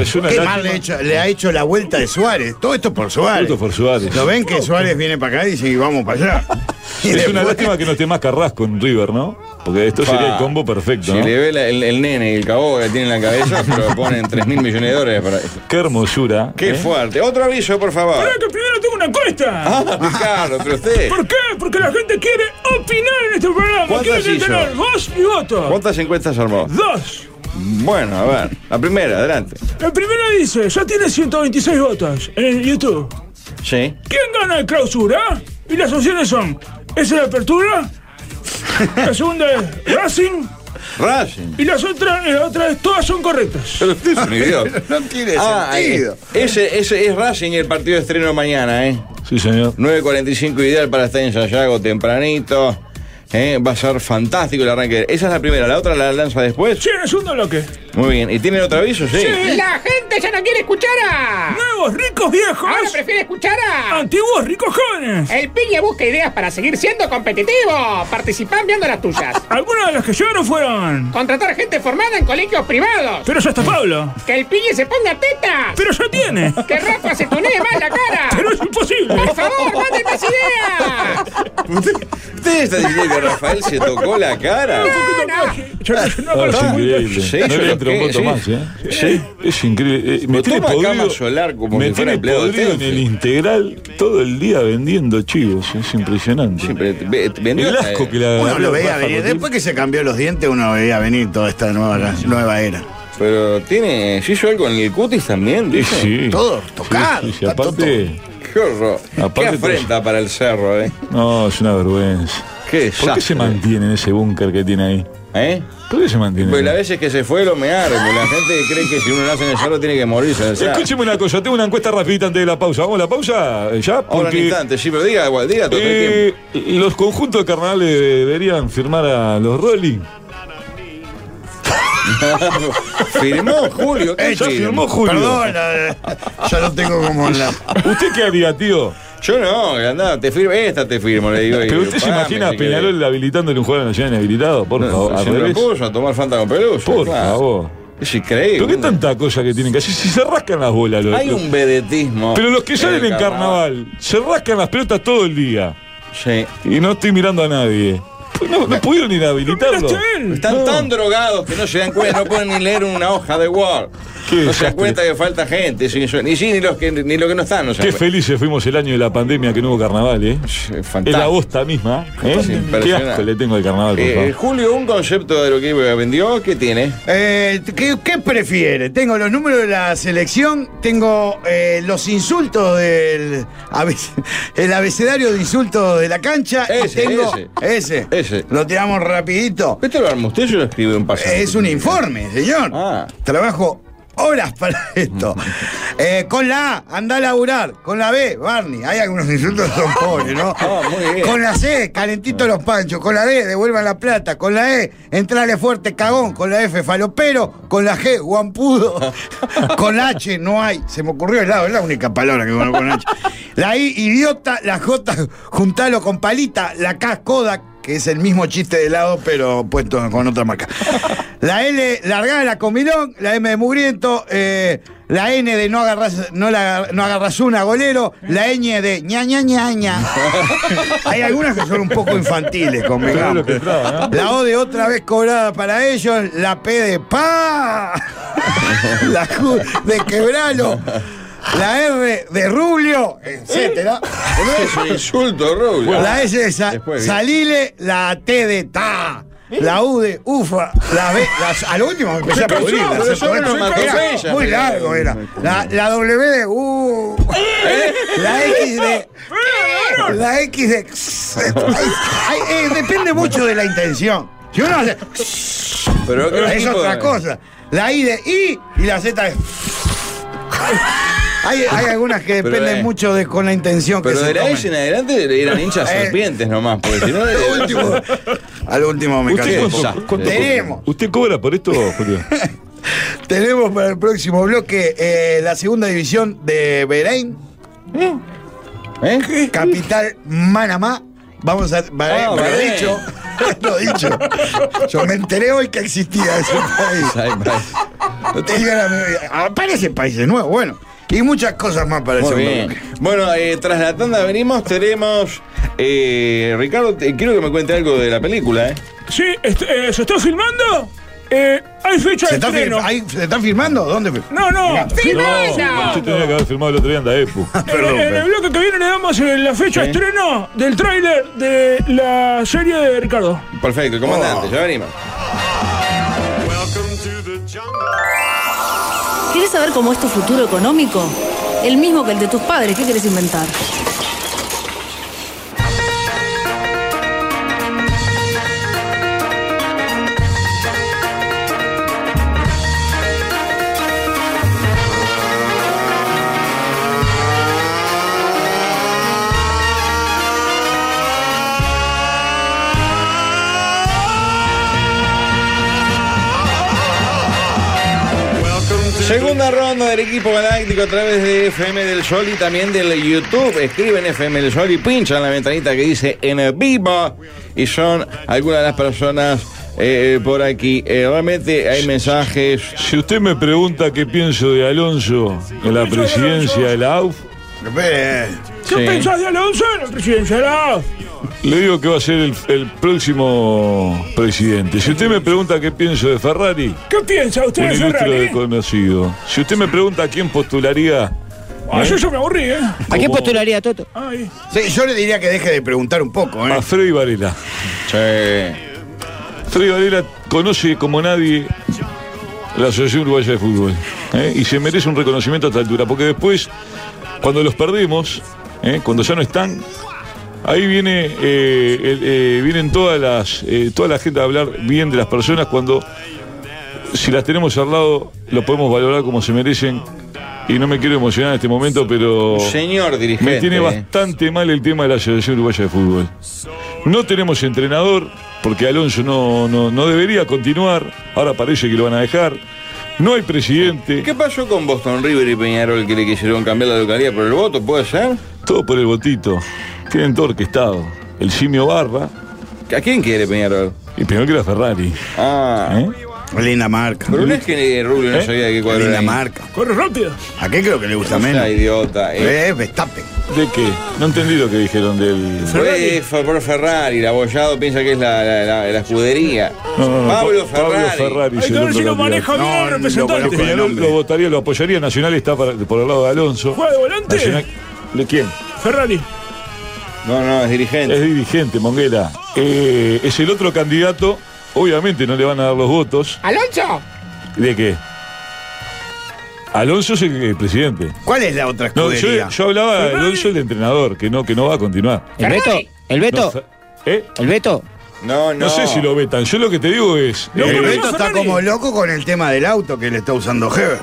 le, ha hecho- le ha hecho la vuelta de Suárez. Todo esto por Suárez. Todo por Suárez. ¿Lo ven que Suárez viene para acá y dice, "Y vamos para allá? Y Es una después- lástima que no esté más Carrasco en River, ¿no? Porque esto Pa. sería el combo perfecto. Si ¿no? le ve la- el, el nene y el cabo que tiene en la cabeza, pero ponen 3 mil millones de dólares para eso. Qué hermosura. Qué ¿eh? fuerte. Otro aviso, por favor. Ah, Pará que primero tengo una encuesta. Ah, Ricardo, pero usted. ¿Por qué? Porque la gente quiere opinar en este programa. ¿Cuántas Quiere hizo? tener voz y voto. ¿Cuántas encuestas armó? Dos. Bueno, a ver. La primera, adelante. La primera dice, ya tiene 126 votos en el YouTube. Sí. ¿Quién gana el clausura? Y las opciones son, ¿es el apertura? La segunda es Racing. Racing. Y las otras, las otras todas son correctas. Pero usted es un idiota. no tiene Ah, sentido. eh, ese, ese es Racing y el partido de estreno mañana, ¿eh? Sí, señor. 9.45 ideal para estar en Sayago tempranito. ¿eh? Va a ser fantástico el arranque. Esa es la primera. ¿La otra la lanza después? Sí, en el segundo bloque. Muy bien. ¿Y tienen otro aviso? Sí. La gente ya no quiere escuchar a. ¡Nuevos ricos viejos! Ahora prefiere escuchar a. ¡Antiguos ricos jóvenes! El piña busca ideas para seguir siendo competitivo. Participá enviando las tuyas. Algunas de las que llegaron fueron. Contratar gente formada en colegios privados. Pero ya está Pablo. Que el piña se ponga teta. Pero ya tiene. Que Rafa se tunee más la cara. Pero es imposible. Por favor, manden más ideas. ¿Usted está diciendo que Rafael se tocó la cara? Ah, es ¿verdad? increíble. Sí, no yo le lo entra un que- voto sí. más, ¿eh? Sí. Es increíble. Eh, me Lo tiene toma podrido, Cama Solar como me si fuera tiene empleado de podrido en Tenfi. el integral todo el día vendiendo chivos. Es impresionante. vendió el hasta- asco que la Uno lo veía Rafa venir. Cotín. Después que se cambió los dientes, uno veía venir toda esta nueva, nueva era. Pero tiene. ¿Se hizo algo en el cutis también? Sí, dice? sí. Todo tocado. Sí, sí, sí, aparte, Qué horror. Qué Aparte afrenta para el cerro, ¿eh? no, es una vergüenza. Qué ¿Por qué se desastre. mantiene en ese búnker que tiene ahí? ¿Eh? ¿Por qué se mantiene? Pues ahí? las veces que se fue lo mearon. porque La gente cree que si uno nace en el cerro tiene que morirse en el cerro. Escúcheme una cosa, tengo una encuesta rapidita antes de la pausa. Vamos a la pausa eh, ya, Ahora un porque instante, sí, pero diga, igual, diga todo el tiempo. eh, los conjuntos de carnavales deberían firmar a los Rolling. firmó Julio. ¿qué Ya firmó? firmó Julio. Perdón, eh, ya lo tengo como en la. ¿Usted qué haría, tío? Yo no, andá, te firmo, esta te firmo, le digo. y Pero usted se pagame, imagina a si querés. Peñarol habilitándole un jugador nacional inhabilitado, por favor, No, al se lo revés. puso a tomar Fanta con pelusa. Por claro. favor. Es increíble. Pero qué tanta cosa que tienen que hacer, si se rascan las bolas los, Hay los- un vedetismo. Pero los que en salen el en carnaval se rascan las pelotas todo el día. Sí. Y no estoy mirando a nadie. Pues No, no pudieron inhabilitarlo. Están tan drogados que no se dan cuenta, no pueden ni leer una hoja de Word. Qué no se desastre. dan cuenta que falta gente. sí, yo- ni sí, ni los que, ni los que no están. No se Qué dan cuenta. felices fuimos el año de la pandemia que no hubo carnaval, ¿eh? Es fantástico. la bosta misma. ¿eh? Es Qué impresionante. asco le tengo al carnaval, por Eh, favor. Julio, un concepto de lo que vendió, ¿qué tiene? Eh, ¿qué, qué prefiere? Tengo los números de la selección, tengo eh, los insultos del abe- el abecedario de insultos de la cancha. y Ese, tengo ese. ese. Ese. Lo tiramos rapidito. ¿Esto lo arma usted? Yo lo escribí un pasaje. Es un informe, señor. Ah. Trabajo horas para esto. Eh, con la A, anda a laburar. Con la B, Barney. Hay algunos insultos que son pobres, ¿no? Ah, muy bien. Con la C, calentito los panchos. Con la D, devuelvan la plata. Con la E, entrale fuerte, cagón. Con la F, falopero. Con la G, guampudo. Con la H, no hay. Se me ocurrió el lado, es la única palabra que conozco con H. La I, idiota. La J, juntalo con palita. La K, coda, que es el mismo chiste de helado, pero puesto con otra marca. La L, largada la comilón. La M de mugriento. eh, la N de no agarras, no, la- no agarras una, golero. La ñ de ña, ña, ña, ña. Hay algunas que son un poco infantiles, Claro convengamos. que traba, ¿eh? La O de otra vez cobrada para ellos. La P de pa. La Q de quebralo. La R de rubio, etcétera. Es un insulto, Rubio. La S de sa- Después, bien. salile, la T de ta. La U de ufa, la B, la- al último me empecé a Pero pudrir. yo, la pero C yo correcta. no me mató Era ella, muy pero- largo era. La, la W de U. La X de. La X de. Ay, eh, depende mucho de la intención. Si uno hace. Pero creo que Es tipo- otra cosa. La I de I y la Z de. Hay, hay algunas que Pero, dependen eh, mucho de con la intención que Pero se de la tomen. S en adelante eran hinchas Eh. serpientes nomás, porque si no. Al último, al último me ¿Usted cansé. cuánto, cuánto cobra? Tenemos. ¿Usted cobra por esto, Julio? Tenemos para el próximo bloque eh, la segunda división de Bahrein, ¿Eh? capital Manamá. Vamos a. Bahrein, Ah, lo he Bahrein. dicho. Lo he dicho. Yo me enteré hoy que existía ese país. Ay, pa- Te digan a mi- Aparecen países nuevos, bueno. Y muchas cosas más para el Muy segundo bien. bloque. Bueno, eh, tras la tanda venimos, tenemos. eh, Ricardo, te- quiero que me cuente algo de la película, ¿eh? Sí, est- eh, ¿se está filmando? Eh, hay fecha ¿Se de está, fir- estreno. ahí- ¿Se están firmando? ¿Dónde? fir- No, no. No, yo tenía que haber firmado el otro día en Daefu. en, Perdón, en el perdón. bloque que viene le damos eh, la fecha de Sí. estreno del tráiler de la serie de Ricardo. Perfecto, Oh. comandante, ya venimos. ¿Quieres saber cómo es tu futuro económico? El mismo que el de tus padres. ¿Qué quieres inventar? Segunda ronda del equipo galáctico a través de FM del Sol y también del YouTube. Escriben FM del Sol y pinchan la ventanita que dice en vivo. Y son algunas de las personas eh, por aquí. Eh, realmente hay mensajes. Si usted me pregunta qué pienso de Alonso en la presidencia de la AUF, ¿Qué Sí. pensás de Alonso en la presidencia de la AUF? le digo que va a ser el, el próximo presidente. Si usted me pregunta qué pienso de Ferrari, ¿Qué piensa usted un de ilustre Ferrari? desconocido. Si usted me pregunta a quién postularía. Ah, ¿eh? yo ya me aburrí, ¿eh? ¿A quién postularía Toto? Sí, yo le diría que deje de preguntar un poco, ¿eh? A Freddy Varela. Freddy Varela conoce como nadie la Asociación Uruguaya de Fútbol. ¿eh? Y se merece un reconocimiento a esta altura. Porque después, cuando los perdemos, ¿eh? cuando ya no están, ahí viene, eh, el- eh, vienen todas las, eh, toda la gente a hablar bien de las personas cuando si las tenemos al lado, lo podemos valorar como se merecen. Y no me quiero emocionar en este momento, pero. Señor dirigente. Me tiene bastante mal el tema de la Asociación Uruguaya de Fútbol. No tenemos entrenador, porque Alonso no, no, no debería continuar. Ahora parece que lo van a dejar. No hay presidente. ¿Qué pasó con Boston River y Peñarol que le quisieron cambiar la localidad por el voto? ¿Puede ser? Todo por el botito. Tienen todo orquestado. El simio Barra. ¿A quién quiere Peñarol? Y Peñarol quiere a Ferrari. ¿Eh? Ah. Linda marca. Pero no es que Rubio no sabía de qué eh, cuadro Linda era. marca. Corre rápido. ¿A qué creo que le gusta No sea menos? idiota, eh. Eh, Verstappen. ¿De qué? No entendí lo que dijeron del. Fue Fer- por Ferrari, el abollado piensa que es la, la, la- la escudería. No, no, no, Pablo Pa- Pablo Ferrari. Ferrari, sí, el otro candidato. bien el representante. Lo, Peñarol lo votaría, lo apoyaría. Nacional está para- por el lado de Alonso. ¿Juega de volante? Nacional- ¿De quién? Ferrari. No, no, es dirigente. Es dirigente, Monguera. Eh, es el otro candidato. Obviamente no le van a dar los votos. ¡Alonso! ¿De qué? Alonso es el, eh, presidente. ¿Cuál es la otra No, yo, escudería? yo hablaba de Alonso, el entrenador, que no, que no va a continuar. ¿El Beto? ¿El Beto? No, ¿Eh? ¿El Beto? No, No sé si lo vetan. Yo lo que te digo es. eh, el Beto está como loco con el tema del auto que le está usando Heber.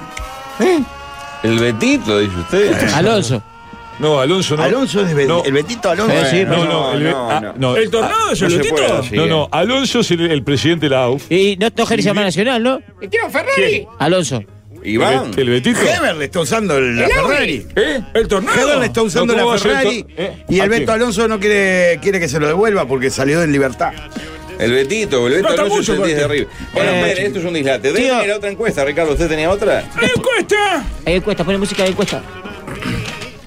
El Betito, dice usted. Este Alonso. No, Alonso no. Alonso es No. el Betito Alonso. Eh, sí, no, no, el, no, ah, no. no. ¿El tornado Ah, es no el se Betito? puede así, No, no, Alonso es el, el presidente de la AUF. Y no tojeres llamar Nacional, ¿no? ¡Y quiero Ferrari! Alonso. Iván. El, el Betito. Heber le está usando el- la El Audi. Ferrari. ¿Eh? El tornado. Heber le está usando No, ¿cómo va la a ser el Ferrari. to- eh? Y ¿A el quién? Beto Alonso no quiere, quiere que se lo devuelva porque salió en libertad. El Betito, el Beto Gasta no es mucho, el 10 de arriba. Bueno, Eh, espere, esto es un dislate. Denme la otra encuesta, Ricardo. ¿Usted tenía otra? ¡Encuesta! Hay encuesta, pone música de encuesta.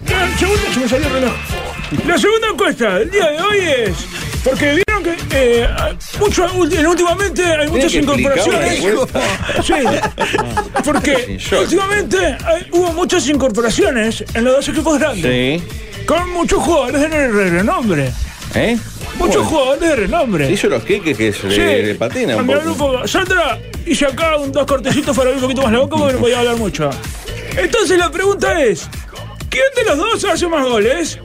La segunda, se me salió el reloj. La segunda encuesta del día de hoy es. Porque vieron que eh, mucho- ul- últimamente hay muchas que explicar incorporaciones. una encuesta. Sí. Porque últimamente hay- hubo muchas incorporaciones en los dos equipos grandes. Con muchos jugadores de re- renombre. ¿Eh? Muchos Bueno, jugadores de renombre. Se hizo los queques que se le, le patina un cambió el poco. grupo. Sandra, hice acá un, dos cortecitos para abrir un poquito más la boca porque no podía hablar mucho. Entonces la pregunta es: ¿quién de los dos hace más goles?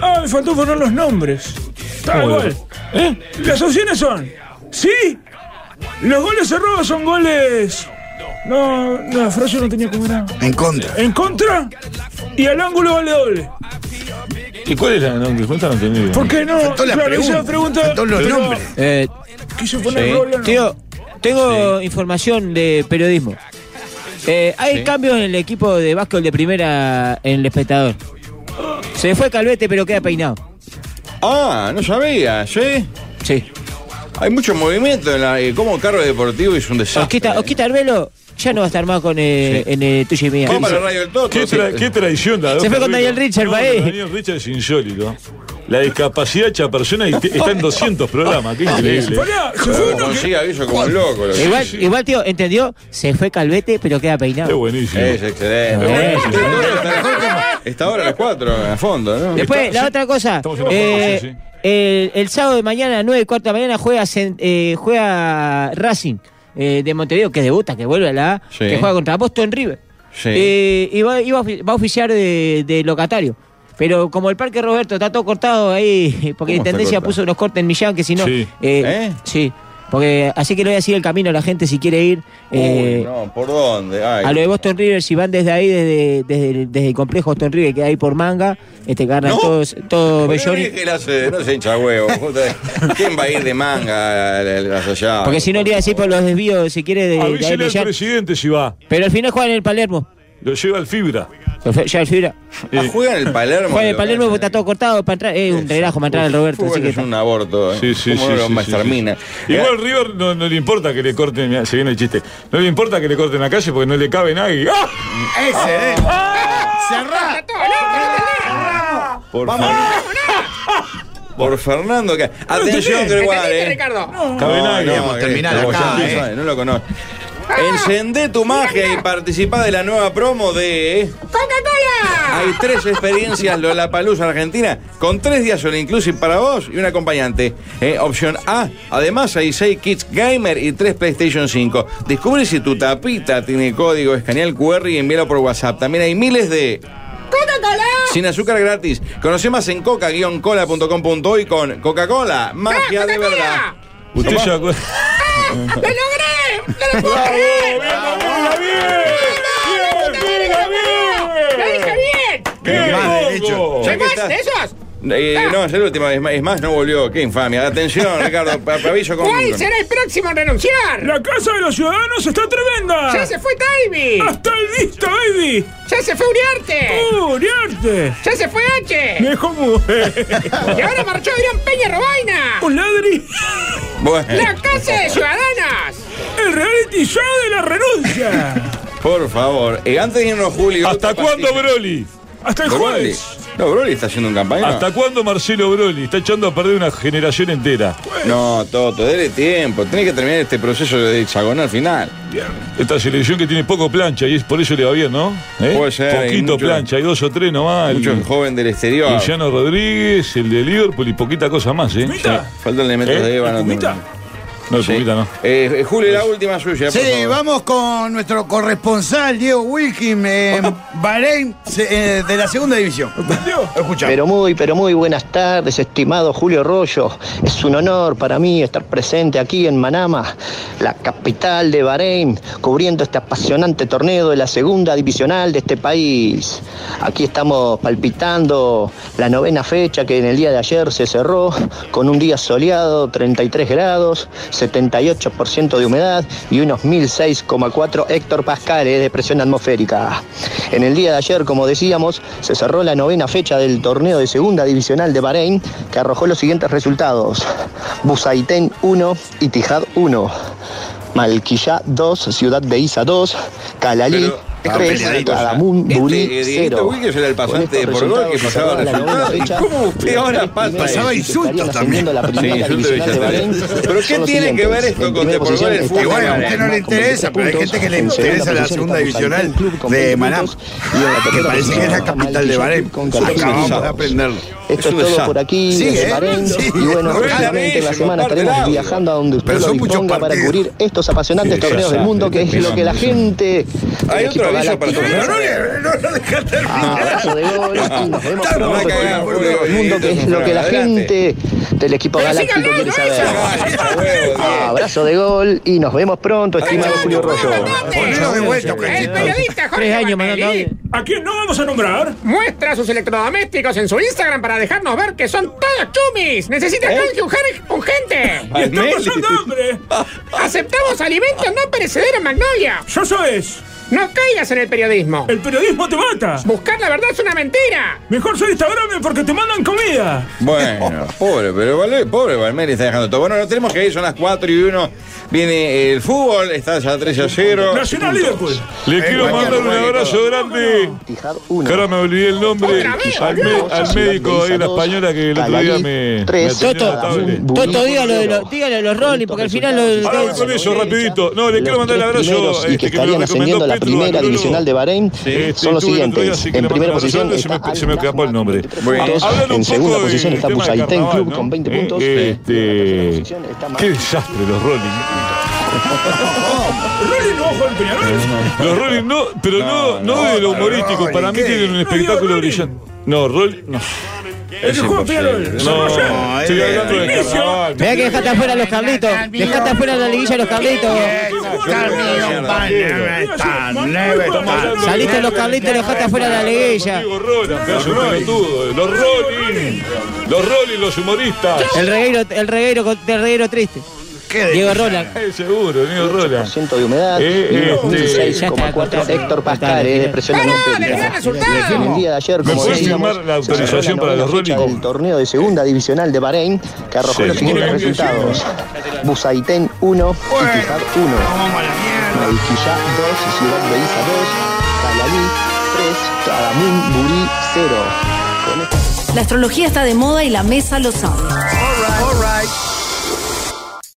Ah, me faltó poner los nombres. Tal ¿Cómo cual. ¿Eh? Las opciones son: ¿sí? Los goles cerrados son goles. No, no, la frase no tenía como era. En contra. En contra y al ángulo vale doble. ¿Y cuál es la no, mi cuenta? No entendí. ¿Por qué no? Faltó la Claro, esa pregunta, pregunta. faltó los pero nombres. Eh, Quise poner Sí. Roland. Tío, tengo información de periodismo. Eh, hay Sí. cambios en el equipo de básquetbol de primera en el espectador. Se fue Calvete, pero queda peinado. Ah, no sabía, ¿sí? Sí. Hay mucho movimiento en la. eh, ¿Cómo carro deportivo es un desastre? Osquita, Osquita Arbelo ya no va a estar más con eh, en eh, tuya y mía. Vamos para la radio del Toto. ¿Qué, tra- qué traición la de Se fue Oscar con Daniel Rico. Richard, No, país. Daniel Richard es insólito. La discapacidad hecha persona y te- está en 200 programas. Qué increíble. Pará, se fue Pero uno que- consigue aviso como loco. lo que- Igual, igual, tío, ¿entendió? Se fue Calvete, pero queda peinado. Es buenísimo. Es excelente. Está ahora a las 4, a fondo, ¿no? Después, la otra cosa. en una eh, formación, el, el sábado de mañana, 9 y cuarto de la mañana, juega, Cen- eh, juega Racing eh, de Montevideo, que debuta, que vuelve a la A, Sí. que juega contra Boston River. Sí. Eh, y va, iba a ofi- va a oficiar de, de locatario. Pero como el Parque Roberto está todo cortado ahí, porque la ¿Cómo está Intendencia cortado? puso unos cortes en Millán, que si no... Sí. eh, ¿Eh? sí. Porque así que le voy a decir el camino a la gente si quiere ir. eh, Uy, no, ¿por dónde? Ay. a lo de Boston River, si van desde ahí, desde, desde, el- desde el complejo Boston River que hay por manga, este agarran No. todos, todos Pero Belloni. es que la se- no se hincha huevo. puta. ¿Quién va a ir de manga al- al asociado? Porque si no, le iba a decir por los desvíos, si quiere, de, de ahí Avísele al Millán. presidente si va. Pero al final juegan en el Palermo. Lo lleva el Fibra. Ya el Fibra. juega Ah, en el Palermo. Juegan en el Palermo porque está todo cortado para entrar. Es un relajo para entrar al Roberto. Así que es un aborto. ¿eh? Sí, sí, ¿Cómo sí, lo sí, más sí, termina? sí. Igual River no, no le importa que le corten, mirá, se viene el chiste. No le importa que le corten la calle porque no le cabe nadie. ¡Ah! Ese, eh. Cerrá. Por, Fer- por Fernando. que- Atención, que igual, ¿Entendiste, ¿eh? Ricardo? Cabe nadie. Podríamos eh, terminar no, acá, ya tú eh. sabes, No lo conozco. Encendé tu magia y participá de la nueva promo de. ¡Coca-Cola! Hay tres experiencias Lollapalooza Argentina con tres días all inclusive para vos y un acompañante. Eh, opción A. Además hay seis kits gamer y tres PlayStation 5. Descubre si tu tapita tiene código, escanea el QR y envíalo por WhatsApp. También hay miles de ¡Coca-Cola! sin azúcar gratis. Conoce más en coca-cola.com.hoy con Coca-Cola, magia de verdad. Usted ya acuerda. ¡Lo logré! ¡No lo puedo creer! ¡Bravo, puta madre, Coca-Cola! ¡Lo dije bien! ¿Soy más de esos? Eh, no, es el último, es más, es más, no volvió. Qué infamia. Atención, Ricardo, pa- aviso con. ¿Cuál será el próximo en renunciar? La casa de los ciudadanos está tremenda. ¡Ya se fue Talvi! ¡Hasta el listo, baby! ¡Ya se fue Uriarte! ¡Oh, Uriarte! ¡Ya se fue H! ¡Viejo mujer! ¡Y ahora marchó Adrián Peña Robaina! ¡Un ladri! Eh. Bueno, ¡La casa de ciudadanas! ¡El reality show de la renuncia! por favor. Eh, antes de irnos, Julio. ¿Hasta cuándo Broly? Hasta el Broly. jueves. No, Broly está haciendo un campaña. ¿Hasta cuándo Marcelo Broly? Está echando a perder una generación entera. No, Toto, dele tiempo. Tiene que terminar este proceso de hexagonal final. Esta selección que tiene poco plancha y es por eso le va bien, ¿no? ¿Eh? Puede ser, hay Poquito mucho- plancha, hay dos o tres nomás. el- Mucho el joven del exterior. Luciano Rodríguez, el de Liverpool y poquita cosa más, ¿eh? Falta el elemento ¿Eh? de Eva. ¿El Pumita? No, el Pumita no. Eh, eh, Julio, la última suya. por Sí, favor. vamos con nuestro corresponsal, Diego Wilkin, eh, en Bahrein, se- eh, de la segunda división. Escucha. Pero muy, pero muy buenas tardes, estimado Julio Rollo. Es un honor para mí estar presente aquí en Manama, la capital de Bahrein, cubriendo este apasionante torneo de la segunda divisional de este país. Aquí estamos palpitando la novena fecha que en el día de ayer se cerró con un día soleado, 33 grados, 78% de humedad y unos 1006,4 Héctor Pascales de presión atmosférica. En el día de ayer, como decíamos, se cerró la novena fecha del torneo de segunda divisional de Bahrein, que arrojó los siguientes resultados. Busaitén 1 y Tijad 1. Malquillá 2, Ciudad de Isa 2, Calalí Pero, está 3, peleadito, Adamun Este, Burí eh, Dieguito 0. Wilkes era el Con estos pasante de por gol que resultados, cerraba pasaba la novena resultados. fecha. ¿Cómo usted ahora pasa Pasaba eso? insultos también. Sí, insultos viscerales. Pero ¿qué tiene que ver esto con de por gol el fútbol? Y bueno, a usted no le interesa, pero hay gente que le interesa la segunda divisional de Manam, que parece que es la capital de Bahrein. Acabamos de aprenderlo. Esto es todo por aquí ¿eh? ¿eh? desde Bahrein. Y bueno, próximamente en la semana estaremos viajando a donde usted lo disponga para cubrir estos apasionantes Sí, ya torneos del sabe, mundo, que es lo que la gente. el Hay equipo otro aviso para galáctico terminar. Abrazo de gol y nos vemos Está pronto mal con cagado, el torneo del boludo, mundo, que es lo que la adelante. gente del equipo Pero siga galáctico quiere saber. huevo, Abrazo de gol y nos vemos pronto, estimado Julio Rollo. El periodista Jorge Batelli ¿A quién no vamos a nombrar? muestra sus electrodomésticos en su Instagram para dejarnos ver que son todos chumis. Necesita canje urgen- urgente. ¡Y está pasando hambre! Aceptamos alimentos no perecederos, Magnolia. ¡Ya sabes! No caigas en el periodismo. ¡El periodismo te mata! Buscar la verdad es una mentira. Mejor soy Instagram porque te mandan comida. Bueno, pobre, pero vale, pobre Valmeri está dejando todo. Bueno, no tenemos que ir, son las 4 y 1. Viene el fútbol, está ya 3 a 0. Nacional Liverpool. Le Eh, quiero mañana, mandar un mañana, abrazo todo. grande. Que ahora me olvidé el nombre Otra vez, al, me- boludo. al médico de la española que el otro día me. Tres. me atendió Toto, notable. Toto, dígalo de los, dígalo de los Rolling, porque al final lo. Ahora voy con eso, rapidito. No, le quiero mandar el abrazo. primeros y que este, me lo estarían recomendó ascendiendo a la Petro, primera Angulo. divisional de Bahrein Este, son los estuve el otro día, siguientes. así que En le primera mandaba posición saludos, se está me- se me escapó el nombre. Bueno, Hablan un en segunda poco posición del está tema del Busaitén carnaval, Club ¿no? con 20 Eh, puntos. este, qué desastre los Rolling. Rolling no juega en Peñarol. Los Rolling no, pero no, no, de lo humorístico. Para mí tienen un espectáculo brillante. No, Rolling, no. El que juega Peñarol. No, estoy hablando de carnaval. Mirá que dejaste afuera a los Carlitos. Dejaste afuera a la liguilla a los Carlitos. Saliste los Carlitos y los dejaste afuera de la liguilla. Pedazo de pelotudo. Los Rolling. Los Rolling, los humoristas. El regueiro, el regueiro, con- el regueiro triste. Diego Roland. Eh, Seguro, Diego Roland. de humedad, Eh, menos este- 16,4 Héctor Pascal, es depresión le atmosférica. dan resultado! En el día de ayer, ¿Me como puedes decíamos, firmar la se cerró autorización para novena los fecha Rolling? del torneo de segunda divisional de Bahrein, que arrojó Sí. los siguientes Colombia, resultados. Busaitén 1, Iquijar 1, Mariquilla 2, Ciudad de Isa 2, Calalí 3, Tadamín Burí 0. La astrología está de moda y la mesa lo sabe.